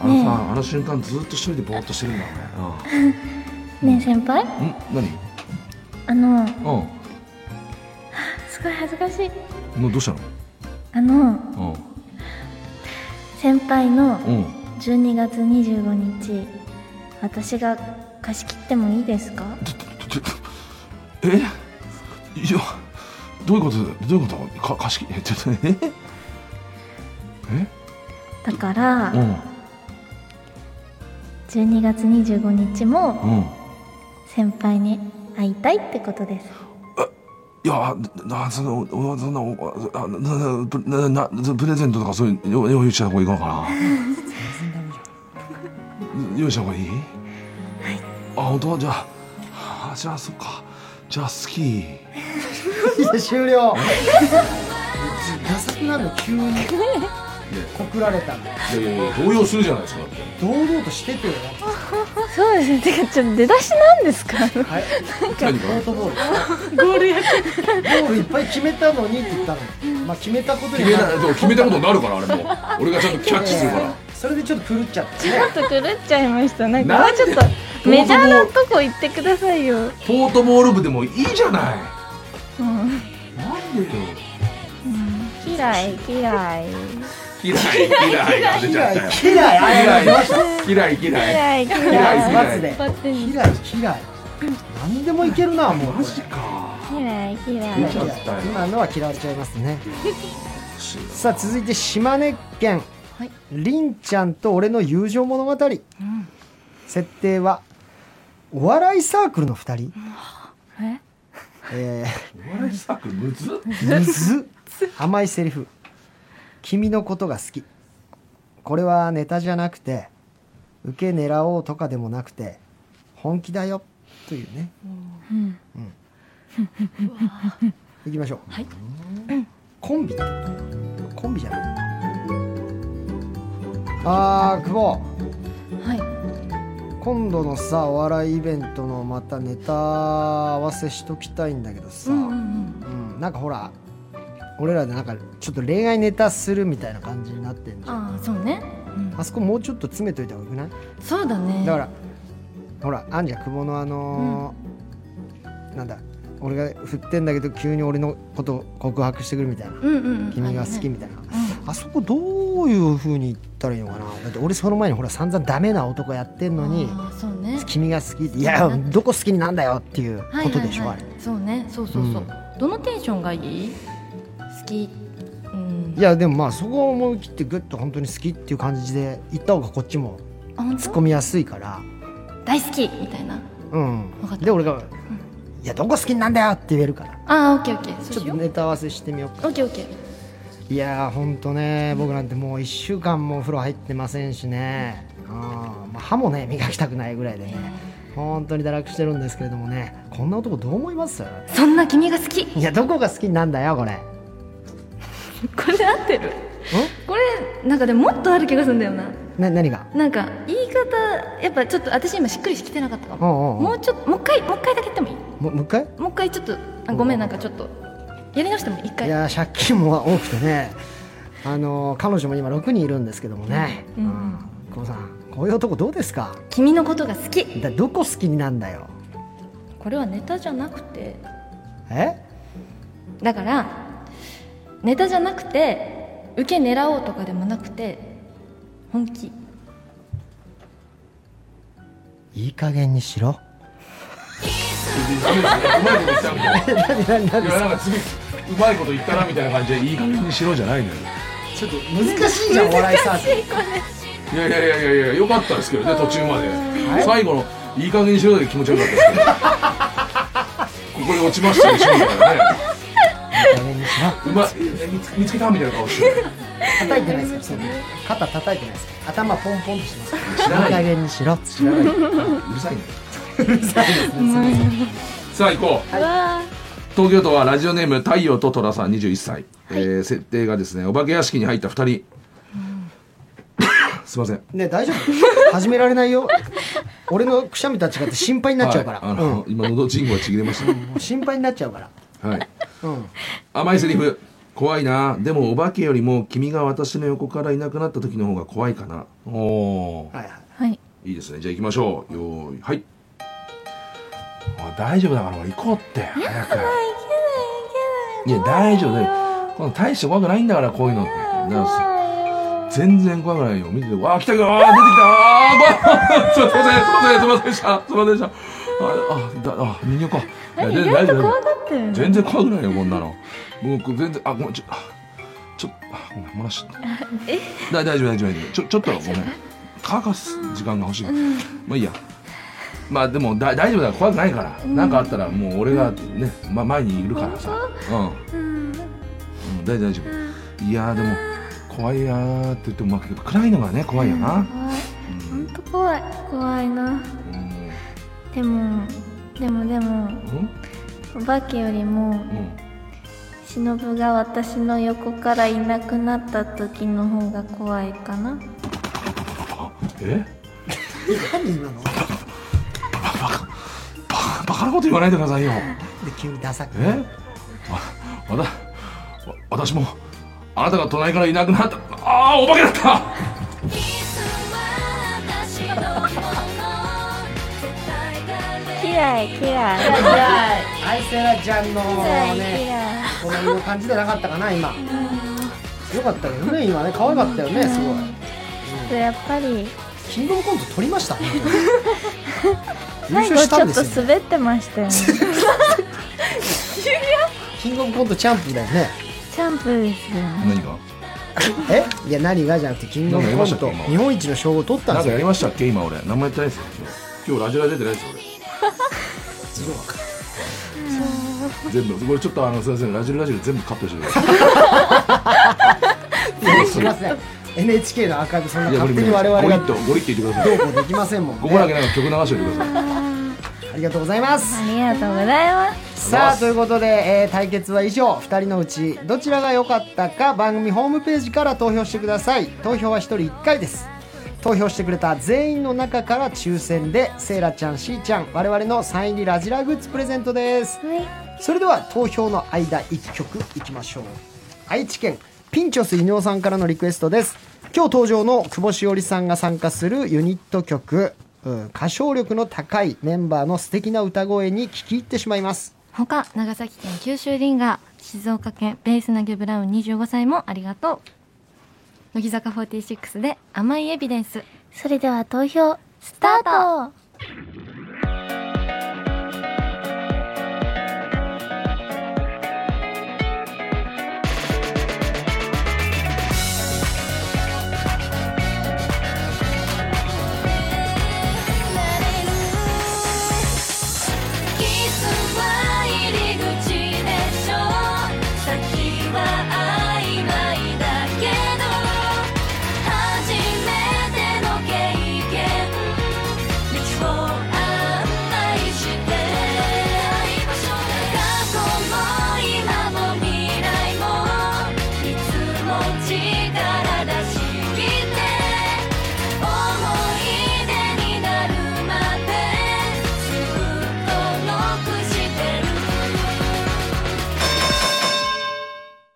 あのさ、
ね
あの瞬間ずっと一人でぼーっとしてるんだよね
ねえ先
う
輩
んん
あの
何うん
すごい恥ずかしい
もうどうした
あの
の
先輩の
うんうん
12月25日私が貸し切ってもいいですか
えいやどういうことどういうことか貸し切りえちょっとね
だから
うん
12月25日も
うん
先輩に会いたいってことです
いや、な、なその、おそんな、おあななプなななプレゼントとかそういう用用意した方がいいのかな。用意した方がいい。はい。あ、本当、じゃあ、あじゃあ、そっか。じゃあ、スキ ー。
いや終了優しくなるの急に告られたの
いやいやいや、動揺するじゃないですか。
堂々としててよ
そうですねてかちょっと出だしなんですか
はい
何
ポ
が
ートボールゴール役ゴールいっぱい決めたのにって言ったのまあ決めたこと
決
に
め
は
な、でも決めたことになるから、あれも。俺がちゃんとキャッチするから。
それでちょっと狂っちゃ った
ちょっと狂っちゃいましたなんか
な
も
ん
う
で
ちょっとメジャーなとこ行ってくださいよ、
ポートボール部でもいいじゃない。
うん、
なんでよ。
嫌い嫌い
嫌い嫌いが出ちゃったよ
嫌いあれ出ました
嫌い嫌い嫌い
嫌い一発で嫌い嫌い何でもいけるなもうマジか
嫌い嫌い
嫌い今のは嫌われちゃいますねさあ続いて島根県りんちゃんと俺の友情物語設定はお笑いサークルの2人
え
えー
お笑いサークルむずっ
むずっ甘いセリフ君のことが好きこれはネタじゃなくて受け狙おうとかでもなくて本気だよというね
うん
いきましょう、コンビコンビじゃないあー久保
はい
今度のさお笑いイベントのまたネタ合わせしときたいんだけどさ、
うんうん
うんなんかほら俺らでなんかちょっと恋愛ネタするみたいな感じになってんじゃん
ああそうね
あそこもうちょっと詰めといた方がよくない
そうだね
だからほらあんじゃん久保のあのーなんだ俺が振ってんだけど急に俺のことを告白してくるみたいな、
うんうんうん
君が好きみたいな、
う
あそこどういうふうに言ったらいいのかなだって俺その前にほら散々ダメな男やってんのに
ああそうね
君が好きっていやどこ好きになんだよっていうことでしょ、
はいはいはいそうねそうそうそう、どのテンションがいい好きうん
あれいやでもまあそこを思い切ってグッと本当に好きっていう感じで言った方がこっちも
あ本
突っ
当
込みやすいから
大好きみたいな
うんで俺が「いやどこ好きになんだよ」って言えるから
ああオッケーオッケーそ
ちょ
う
っ
し
と
よう
ネタ合わせしてみようか
オッケーオッケー
いやーほんとね僕なんてもう1週間もお風呂入ってませんしね、うんまあ、歯もね磨きたくないぐらいでね本当に堕落してるんですけれどもねこんな男どう思います
そんな君が好き
いやどこが好きなんだよこれ
これ合ってるこれなんかでももっとある気がするんだよな
な何が
なんか言い方やっぱちょっと私今しっくりきてなかったかも
おうおうおう
もうちょっともう一回もう一回だけ言ってもいい
ももう一回
もう一回ちょっとあごめんなんかちょっとやり直してもいい一
い
回
やー借金も多くてねあのー彼女も今6人いるんですけどもね
うん
久保さんこういう男どうですか
君のことが好き
だどこ好きになんだよ
これはネタじゃなくて
え
だからネタじゃなくて受け狙おうとかでもなくて本気
いい加減にしろ
いやなんか次うまいこと言ったなみたいな感じでいい加減にしろじゃないのよ
ちょっと難しいじゃんお笑いサークル
いやいやいやいやいやよかったですけどね途中まで
い
最後のいい加減にしろだけ気持ちよかったですけどここで落ちましたでしょみたいなね
加減にしろ
うまいえ見つ見つけたみたいな顔して
叩いてないですよそんな肩叩いてないです頭ポンポンとしてます
知らない
いい加減にしろ
知らないうるさいねさあ行こう、東京都はラジオネーム太陽と虎さん21歳、えー設定がですねお化け屋敷に入った2人、すいません
ね大丈夫始められないよ俺のくしゃみとは違って心配になっちゃうから、
はいあの今喉チンコがちぎれまし
もう心配になっちゃうから
た、はい、
うん
甘いセリフ怖いなでもお化けよりも君が私の横からいなくなった時の方が怖いかなおお
はいはい
はい
いいですねじゃあ行きましょうよーいはいおい大丈夫だから俺行こうって早くいや大丈夫だよこの大して怖くないんだからこういうのってなんす全然怖くないよ見ててわあ来た来たあー出てきたあー怖いすいませんすいませんすいませんでしたすいませんでしたああだあ人形かいや全然大丈夫大丈夫
ったよ
全然怖くないよこんなのもうこれ全然あごめんちょあちょあごめん漏らしちゃっただ大丈夫大丈夫大丈夫ちょちょっとごめん乾かす時間が欲しい、まあいいやまあでもだ大丈夫だ怖くないから
うん
何、なん、かあったらもう俺がね、ま、前にいるからさうん、うん、大丈夫大丈夫いやーでも怖いやーって言ってもまあ暗いのがね怖いよな、
本当怖い怖いなでもでもでも
うん
お化けよりも
うん
忍が私の横からいなくなった時の方が怖いかな
え
何今ので
ババカなこと言わないでくださいよ
急にダサく
えわわたわ私もあなたが隣からいなくなったああお化けだった
嫌い嫌い
アイセラちゃんの
嫌い
ね好みの感じでなかったかな今よかったけどね今ね可愛かったよねすごい
やっぱり
キングオブコント取りましたね優
最
勝
後
し
ち
た
ょ
んで
っと
すよ
滑ってましたよ ね
キングオブコントチャンプだよね
チャンプですよね
何が
えいや何がじゃなくてキングオブコント日本一の称号取ったん
な
です
ん
よ
かやりましたっけ今俺何もやってないですよ今日ラジラ出てないですよ俺全部これちょっとあのすいませんラジルラジル全部カットしてください
すいません NHK のアーカイブそんな勝手に我々
ゴリ
が
ッとゴリッと言ってくださ
ど
いう
こうできませんもん
ここだけ
ね
なんか曲流しておいてください
ありがとうございます
ありがとうございます
さあということで、えー対決は以上2人のうちどちらが良かったか番組ホームページから投票してください投票は1人1回です投票してくれた全員の中から抽選でセイラちゃんしーちゃん我々のサイン入りラジラグッズプレゼントです、それでは投票の間1曲いきましょう愛知県ピンチョス稲尾さんからのリクエストです今日登場の久保しおりさんが参加するユニット曲、うん歌唱力の高いメンバーの素敵な歌声に聞き入ってしまいます
他長崎県九州リンガー静岡県ベース投げブラウン25歳もありがとう乃木坂46で甘いエビデンスそれでは投票スタート
キスは入り口でしょ先は曖昧だけど初めての経験道を案内して過去も今も未来もいつも力出し切って思い出になるまでずっとロックしてる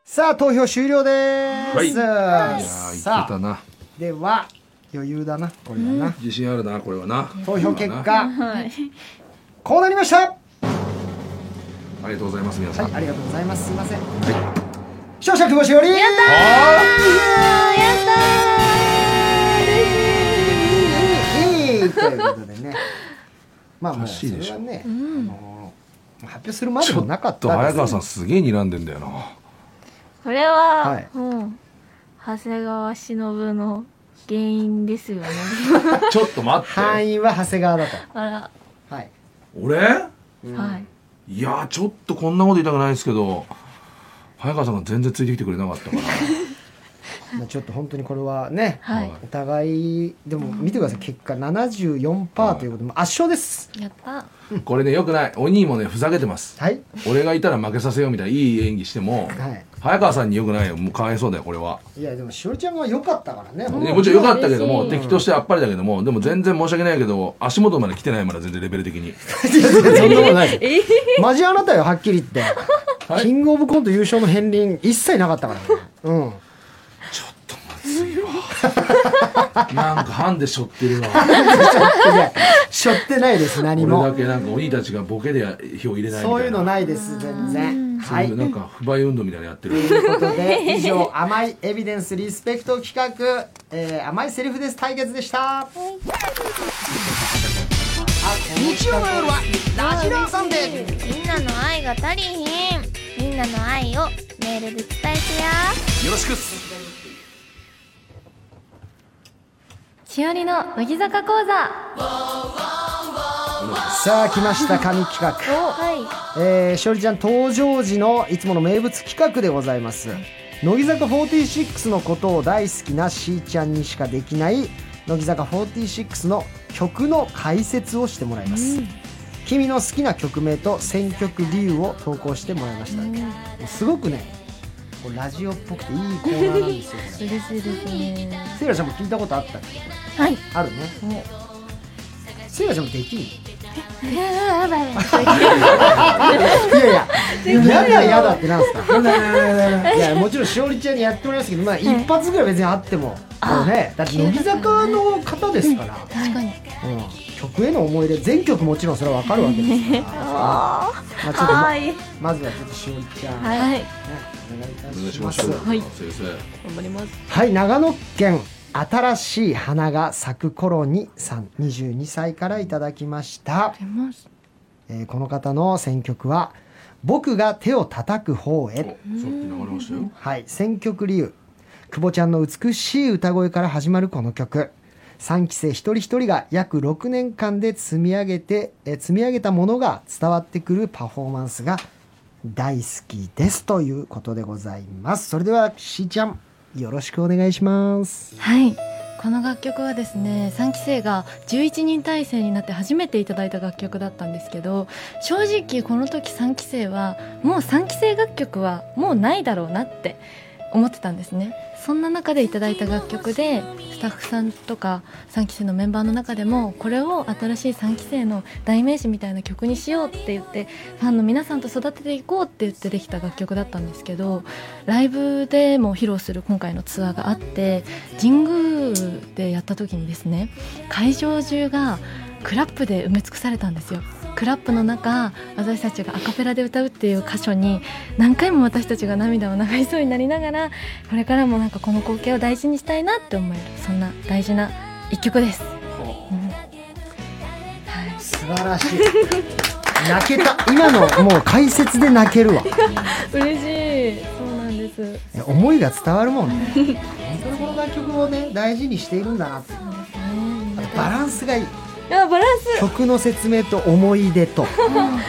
さあ投票終了です、
はいいやーいけ
さ
た
あ
な
では余裕だなこれはな、
自信あるなこれはな
投票結
そうだな
果こうなりました
ありがとうございます皆さん
ありがとうございます。すみません。勝者久保しおり。やったー。やったー。嬉しい。ということで ね。まあもうそれはね、あのー発表するまで
ちょ
も
っ
なかった
と早川さ
ん。
んすげえ睨んでんだよな
これは、
はい
もう長谷川忍の原因ですよね
ちょっと待って
範囲は長谷川だ
あら
と。はい。
俺
はい
いやーちょっとこんなこと言いたくないですけど早川さんが全然ついてきてくれなかったから
まあちょっと本当にこれはね、
はい
お互いでも見てください。結果74%ということでもう圧勝です。
やった
これねよくない鬼もねふざけてます
はい。
俺がいたら負けさせようみたいないい演技しても
はい。
早川さんによくないよもうかわいそうだよこれはい
やでもしおりちゃんは良かったからね。
ねもちろんよかったけども
嬉しい
敵としてあっぱれだけどもでも全然申し訳ないけど足元まで来てないまだ全然レベル 的に
いやいやそんなことないですマジあなたよはっきり言って、キングオブコント優勝の片鱗一切なかったからねうん
なんかハンでしょってるわ
いやしょってないです何
俺だ
も
けなんか鬼たちがボケで票入れないみたいな
そういうのないです全然
そう
はいいうとい
な
うん
か不買運動みたいなのやってる
ことで以上「甘いエビデンスリスペクト企画、えー甘いセリフです」対決でした日曜の夜はラジラーサンデー
みんなの愛が足りひんみんなの愛をメールで伝えてや
しおりの乃木坂講座
さあ来ました神企画
は
えー、しおりちゃん登場時のいつもの名物企画でございます乃木坂46のことを大好きなしーちゃんにしかできない乃木坂46の曲の解説をしてもらいます、君の好きな曲名と選曲理由を投稿してもらいました、もうすごくねこうラジオっぽくていいコーナーなんですよこれ
い嬉しいですね
セイラちゃんも聞いたことあったっけ
はい
あるねセイラちゃんもできんの
やばい
いやいや、やだやだってなんすか。いや、もちろんしおりちゃんにやってもらいますけど、まあ、一発ぐらい別にあっても。これね、だって乃木坂の方ですから。
確かに
うん曲への思い入れ全曲もちろんそれはわかるわけですから、ま あ、ちょっとままずはちょっとしおりちゃん、
はい
ねお願いいた
お願い
し
し
ま
ますす。
はい、
先生。
頑張ります
長野県新しい花が咲く頃にさん22歳からいただきました、えーこの方の選曲は「僕が手を叩く方へ」はい、選曲理由久保ちゃんの美しい歌声から始まるこの曲3期生一人一人が約6年間で積み上げてえー積み上げたものが伝わってくるパフォーマンスが大好きですということでございますそれではしーちゃんよろしくお願いします
はいこの楽曲はですね3期生が11人体制になって初めていただいた楽曲だったんですけど正直この時3期生はもう3期生楽曲はもうないだろうなって思ってたんですねそんな中でいただいた楽曲でスタッフさんとか3期生のメンバーの中でもこれを新しい3期生の代名詞みたいな曲にしようって言ってファンの皆さんと育てていこうって言ってできた楽曲だったんですけどライブでも披露する今回のツアーがあって神宮でやった時にですね会場中がクラップで埋め尽くされたんですよクラップの中私たちがアカペラで歌うっていう箇所に何回も私たちが涙を流しそうになりながらこれからもなんかこの光景を大事にしたいなって思えるそんな大事な一曲です、
素晴らしい 泣けた今のもう解説で泣けるわ
嬉しいそうなんです
いや思いが伝わるもん ね本当にこの楽曲をね大事にしているんだなってあとバランスがいい
いやバランス
曲の説明と思い出と、
なんか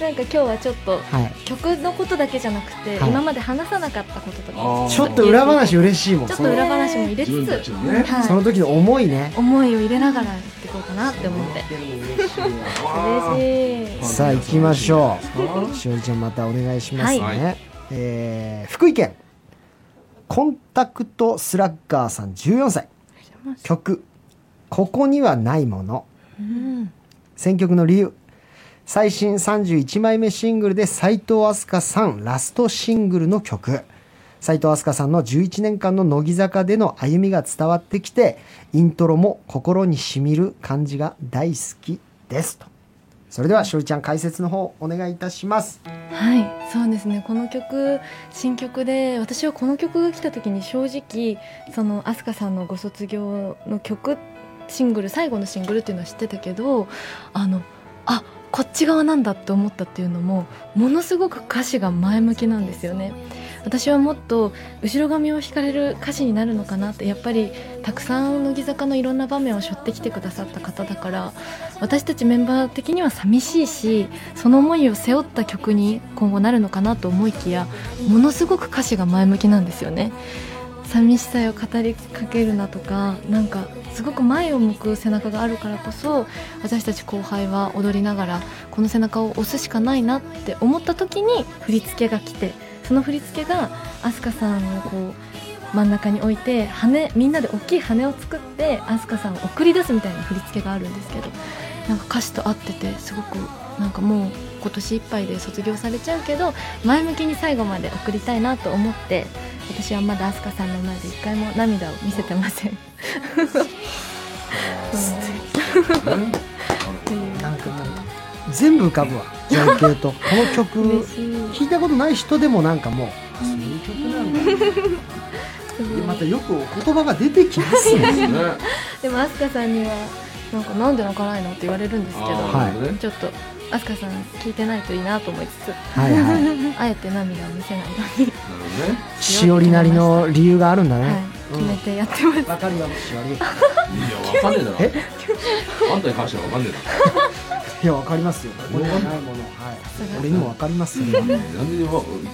今日はちょっと
はい、
曲のことだけじゃなくて、
はい
今まで話さなかったことと
あ
か
ーちょっと裏話嬉しいもん
ちょっと裏話も入れつ
自分た
つ、
ちのねその時の思いね
思いを入れながらやっていこうかなって思 って
嬉しい
さあ行きましょ
は
うしおりちゃんまたお願いしますね、
は
えー福井県コンタクトスラッガーさん14歳曲「ここにはないもの」選曲の理由最新31枚目シングルで斉藤飛鳥さんラストシングルの曲斉藤飛鳥さんの11年間の乃木坂での歩みが伝わってきてイントロも心にしみる感じが大好きですとそれではしおりちゃん解説の方お願いいたします
はいそうですねこの曲新曲で私はこの曲が来た時に正直その飛鳥さんのご卒業の曲シングル最後のシングルっていうのは知ってたけどあのあこっち側なんだって思ったっていうのもものすごく歌詞が前向きなんですよね私はもっと後ろ髪を引かれる歌詞になるのかなってやっぱりたくさん乃木坂のいろんな場面を背負ってきてくださった方だから私たちメンバー的には寂しいしその思いを背負った曲に今後なるのかなと思いきやものすごく歌詞が前向きなんですよね寂しさを語りかけるなとかなんかすごく前を向く背中があるからこそ私たち後輩は踊りながらこの背中を押すしかないなって思った時に振り付けが来てその振り付けが飛鳥さんをこう真ん中に置いて羽みんなで大きい羽を作って飛鳥さんを送り出すみたいな振り付けがあるんですけどなんか歌詞と合っててすごくなんかもう今年いっぱいで卒業されちゃうけど前向きに最後まで送りたいなと思って私はまだ飛鳥さんの前で一回も涙を見せてません。
なんかもう全部浮かぶわ情景と この曲聞いたことない人でもなんかもうあそういう曲なんだでまたよくお言葉が出てきますね
でも飛鳥さんにはなんかなんで泣かないのって言われるんですけど、
あーなるほどね
ちょっと飛鳥さん聞いてないといいなと思いつつ、
はいは
あえて涙を見せないように
しおりなりの理由があるんだね、
決めてやってます。
わかるよしおり。
いや、わかんねえだろ。
え
あんたに関してはわかんねえだろ。
いやわかりますよこれはないものはい俺にもわかりますよ
なんでわ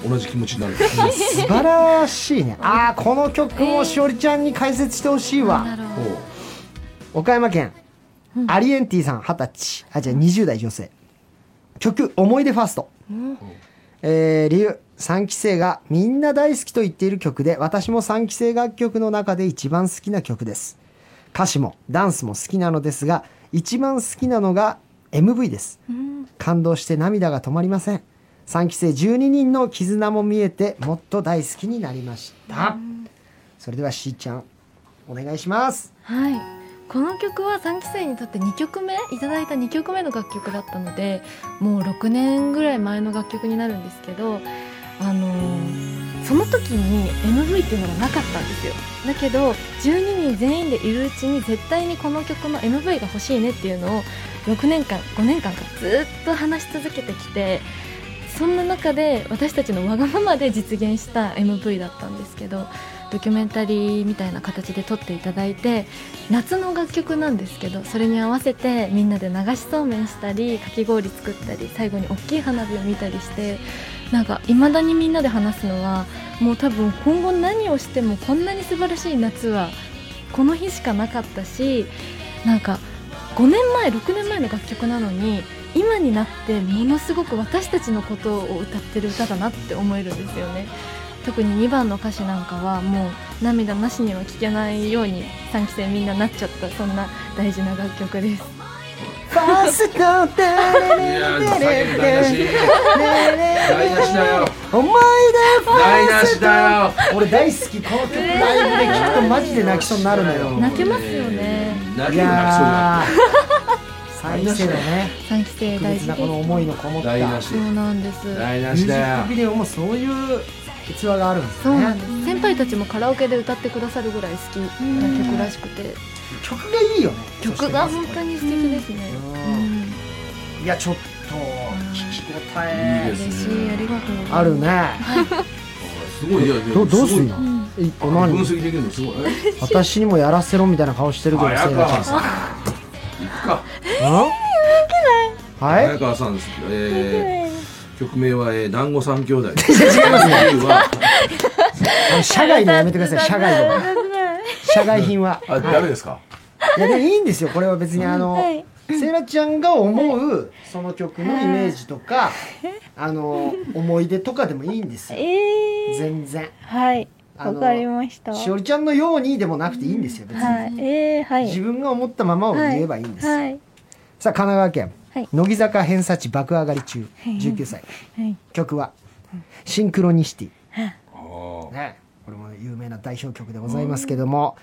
同じ気持ち になるの。
素晴らしいね ああこの曲もしおりちゃんに解説してほしいわ、岡山県アリエンティさん二十歳あじゃあ20代女性曲「思い出ファースト」えー理由3期生がみんな大好きと言っている曲で私も3期生楽曲の中で一番好きな曲です歌詞もダンスも好きなのですが一番好きなのが MV です感動して涙が止まりません3期生12人の絆も見えてもっと大好きになりましたそれではしーちゃんお願いします
はい、この曲は3期生にとって2曲目いただいた2曲目の楽曲だったのでもう6年ぐらい前の楽曲になるんですけどあのーその時に MV っていうのがなかったんですよだけど12人全員でいるうちに絶対にこの曲の MV が欲しいねっていうのを6年間5年間かずっと話し続けてきてそんな中で私たちのわがままで実現した MV だったんですけどドキュメンタリーみたいな形で撮っていただいて夏の楽曲なんですけどそれに合わせてみんなで流しそうめんしたりかき氷作ったり最後に大きい花火を見たりしてなんかいまだにみんなで話すのはもう多分今後何をしてもこんなに素晴らしい夏はこの日しかなかったしなんか5年前6年前の楽曲なのに今になってものすごく私たちのことを歌ってる歌だなって思えるんですよね特に2番の歌詞なんかはもう涙なしには聴けないように3期生みんななっちゃったそんな大事な楽曲ですファーストテレ
レレレレレ台無しだ よ
お前
台無しだよ
俺大好きこの曲ライブで聞くとマジで泣きそうになるのよ
泣けますよね
泣
い
ける泣きそうにな
や
る
ー3期生だね
3期生
特
大
別
事
なこの思いのこもったミュ
台無
ー
し
ジ
そうなんです
台無しだ
ッ
よ
クビデオもそういう逸話があるんです
そうなん
ね
です先輩たちもカラオケで歌ってくださるぐらい好きな曲らしくて
曲がいいよね
曲が本当に素敵ですね
いやちょっと聞き応
い
え
いで
嬉
す
し
ね
いありがとうございます
あるね
すごいいやいや
どどうすん
ご
の
い
一個
分
何
析できるのすごい
私にもやらせろみたいな顔してるけどせいらちゃんさん
行くか
はい
早川さんです、えー、曲名は、えー、団子三兄 弟違います
あの社外のやめてください社外の社外品 は
あ、ダメですか
いやでもいいんですよこれは別にあの、セイラちゃんが思うその曲のイメージとか、あの思い出とかでもいいんですよ、
えー、
全然
はい
あ
わ
の
かりました
しおりちゃんのようにでもなくていいんですよ別に、
はいえー、はい
自分が思ったままを言えばいいんです、
はい
さあ神奈川県、
はい
乃木坂偏差値爆上がり中19歳
はい
曲は「シンクロニシティ」
あー
ね、これも有名な代表曲でございますけども、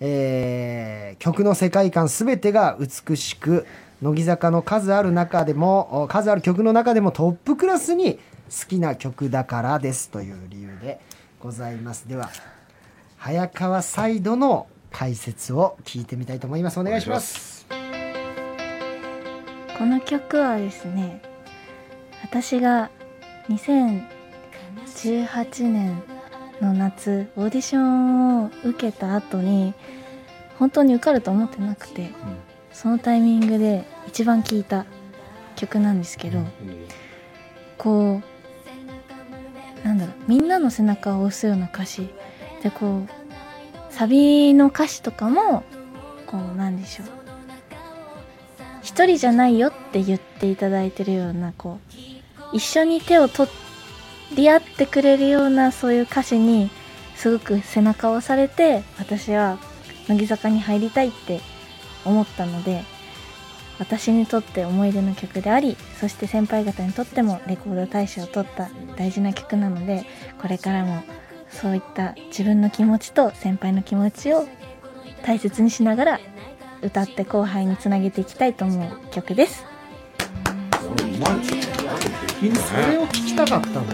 えー曲の世界観全てが美しく乃木坂の数ある中でもお数ある曲の中でもトップクラスに好きな曲だからですという理由でございますでは早川サイドの解説を聞いてみたいと思いますお願いします
この曲はですね私が2018年の夏オーディションを受けた後に本当に受かると思ってなくて、そのタイミングで一番聴いた曲なんですけど、こうなんだろうみんなの背中を押すような歌詞でこうサビの歌詞とかもこうなんでしょう一人じゃないよって言っていただいてるようなこう一緒に手を取り合ってくれるようなそういう歌詞にすごく背中を押されて私は乃木坂に入りたいって思ったので私にとって思い出の曲でありそして先輩方にとってもレコード大賞を取った大事な曲なのでこれからもそういった自分の気持ちと先輩の気持ちを大切にしながら歌って後輩につなげていきたいと思う曲です
それを聞きたかったの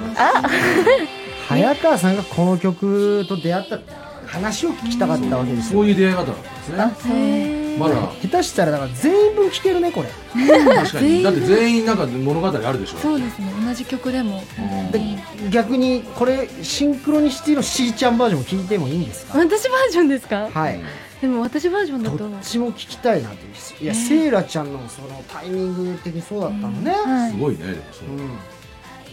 早川さんがこの曲と出会った話を聞きたかったわけですよ
そういう出会い方なんですねまだ
下手したらだから全部聞けるねこれ
確かにだって全員なんか物語あるでしょ
そうですね同じ曲でも
で逆にこれシンクロニシティのしーちゃんバージョンも聞いてもいいんですか
私バージョンですか
はい
でも私バージョンだ
どっ
と
ちも聞きたいなっていやセイラちゃんのそのタイミング的にそうだったのね、
すごいねでもその
うん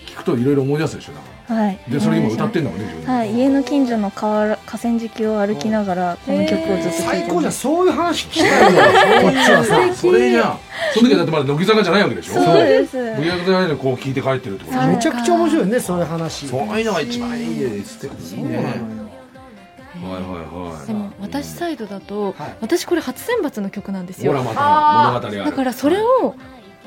聞くといろいろ思い出すでしょだか
はい
らでそれ今歌ってんだもんね自分で
はい、家の近所の河原河川敷を歩きながらこの曲をずっと聴い
最
て
高じゃ
ま
ん
す、
そういう話聞きたいよこっちはさ
それじゃんその時はだってまだ乃木坂じゃないわけでし
そ
ょ
うです
乃木坂じゃないのにこう聞いて帰ってるってことでしょ
めちゃくちゃ面白いよねそういう話
そういうのが一番いいですっていいねはい
なのよ
はい
でも
は
私サイドだと
はい
私これ初選抜の曲なんです
いほ
よ
らまた物語ある
だからそれを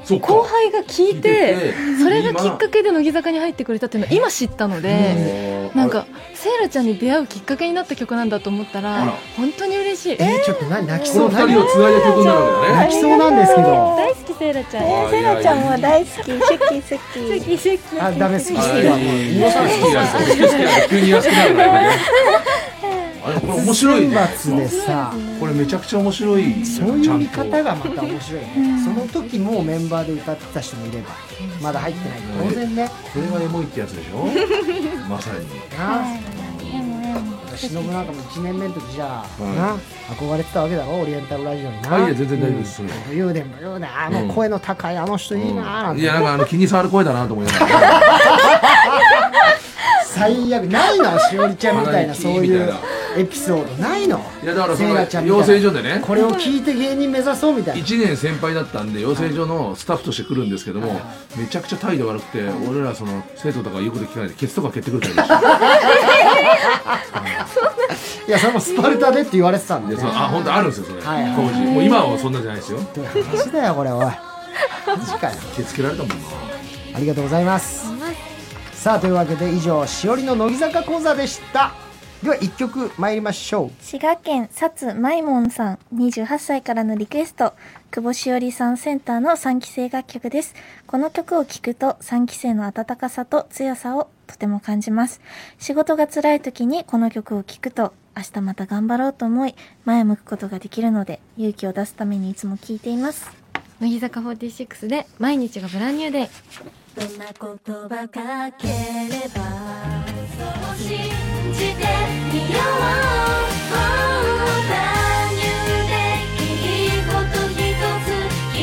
そっか
後輩が聞
聞いて
いて
て
それがきっかけで乃木坂に入ってくれたっていうのを今知ったので
うん
なんかセイラちゃんに出会うきっかけになった曲なんだと思った
あら
ら本当に嬉しい
えーちょっと何泣き
こ
そ
の
う
二人をつないだ曲になるんだよね
泣きそうなんですけど
大好きセイラちゃん。
わあ
セイラちゃん
いや
はい大好き。シュッキー、スッキー。
シュッキー、シュッキ
あダメ好き好き
はい
だ
皆さん好きなんですよ好き好きなんで急に安くなるのやめてあれこれ面白いね
選抜でさ
これめちゃくちゃ面白い
そういう見方
が
がまた面白いね、その時もうメンバーで歌ってた人もいればまだ入ってないけど当然ね
それがエモいってやつでし ょまさに
な忍なんかも1年目の時じゃあ、
はい
な憧れてたわけだろオリエンタルラジオにな
あいや全然大丈夫ですそれ
うん言うでも言うであ
う
の
ん
声の高いあの人いいななんて
いやなんかあの気に障る声だなと思いながら
最悪ないのしおりちゃんみたいな
鼻
そう
息みたい
いう
な
エピソードないの
いやだからそ
セイラちゃん
の
みたい
養
な
成所でね
これを聞いて芸人目指そうみたいな
1年先輩だったんで養成所のスタッフとして来るんですけどもめちゃくちゃ態度悪くて俺らその生徒とか言うこと聞かないでケツとか蹴ってくるタイプでした
いやそれもスパルタでって言われてたん
い
で
や
ね
そのあ本当あるんですよそれ、
はいはい
当時もう今はそんなじゃないですよ
どういう話だよこれおいマジかよ
気つけられたもんな
ありがとうございますさあというわけで以上しおりの乃木坂講座でしたでは1曲参りましょう
滋賀県薩まいもんさん28歳からのリクエスト久保しおりさんセンターの3期生楽曲ですこの曲を聴くと3期生の温かさと強さをとても感じます仕事が辛い時にこの曲を聴くと明日また頑張ろうと思い前を向くことができるので勇気を出すためにいつも聴いています
乃木坂46で毎日がブランニューデイ
どんな言葉かければそう信じてみよう Oh, ダニューデイいいこと一つき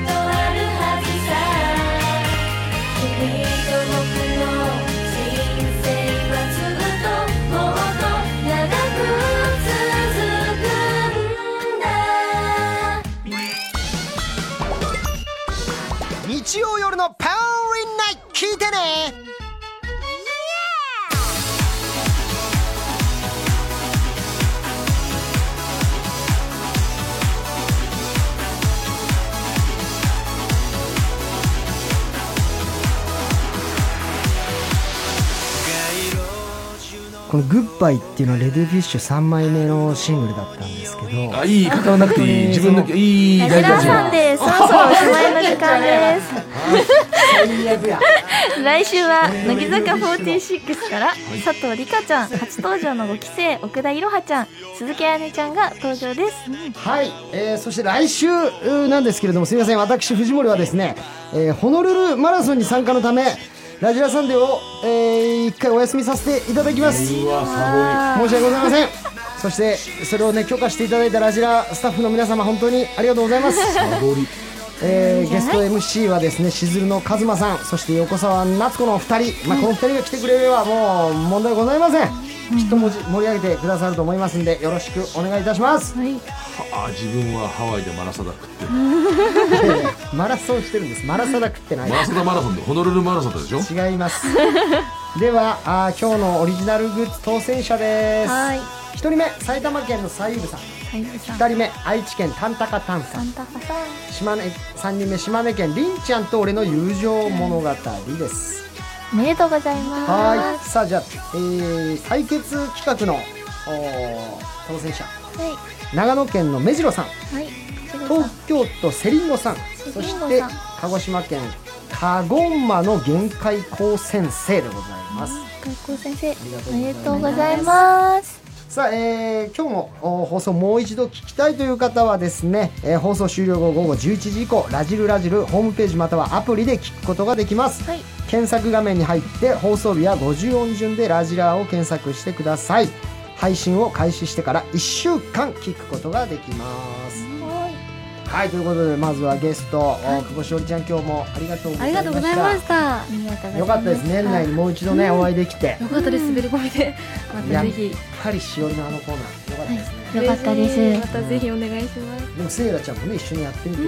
っとあるはずさ君と僕の人生はずっともっと長く続く
日
んだ
曜夜のパウリンナイト聞いてねこの「グッバイ」っていうのはレディーフィッシュ3枚目のシングルだったんですけど
あいい言い方はなくていい自分のいい大
ラ
事
さ
なん
でそろそろおしまいの時間です
最悪や
来週は乃木坂46から佐藤里香ちゃん初登場の5期生奥田いろはちゃん鈴木彩音ちゃんが登場です
はい、えーそして来週うーなんですけれどもすみません私藤森はですね、えーホノルルマラソンに参加のためラジラサンデーを、えー一回お休みさせていただきます申し訳ございませんそしてそれをね許可していただいたラジラスタッフの皆様本当にありがとうございます、えーゲスト MC はですねしずるの和馬さんそして横澤夏子のお二人、まあ、この二人が来てくれればもう問題ございませんきっともじ盛り上げてくださると思いますんでよろしくお願いいたします、
あ自分はハワイでマラサダ食ってる
マラソンしてるんです。マラサダ食ってない。
マラサダマラソンでホノルルマラソンだったでしょ
違います。 では、あー今日のオリジナルグッズ当選者です。
はい
一人目、埼玉県のさゆぶさん。二人目、愛知県たんたかたんさん。島根、三人目、島根県りんちゃんと俺の友情物語です。
おめでとうございます
はい。さあ、じゃあ、えー採決企画の、おー当選者。
はい
長野県の目白さん。
はい
東京都セリンゴさんそ
リン
し
ゴ
て
さん
鹿児島県カゴンマの限界高先生でございます
学校先生
お
めでとうございます
さあ、えー今日もお放送もう一度聞きたいという方はですね、えー放送終了後午後11時以降「ラジルラジル」ホームページまたはアプリで聞くことができます、検索画面に入って放送日や50音順で「ラジラ」を検索してください配信を開始してから1週間聞くことができますはいということでまずはゲスト、お久保しおりちゃん今日もありがとうございました
りが
たあ
とうございました
よかったですね年内にもう一度ね、お会いできて
よかったです滑り込みでまた
やっ
ぜひ
ぱりしおりのあのコーナーよかったですね、
よかったです
またぜひお願いします
でもセイラちゃんもね一緒にやってみて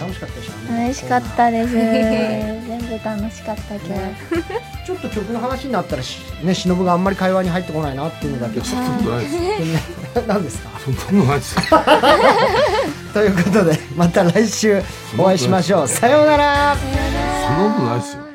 楽しかったでしょ、あの
楽しかったです
コーナー
全部楽しかった今日
ちょっと曲の話になったらしねしのぶがあんまり会話に入ってこない なっていうのだけ
そんなことないです
何ですか
そんなことないです
ということでまた来週お会いしましょうさようなら
そんなことないですよ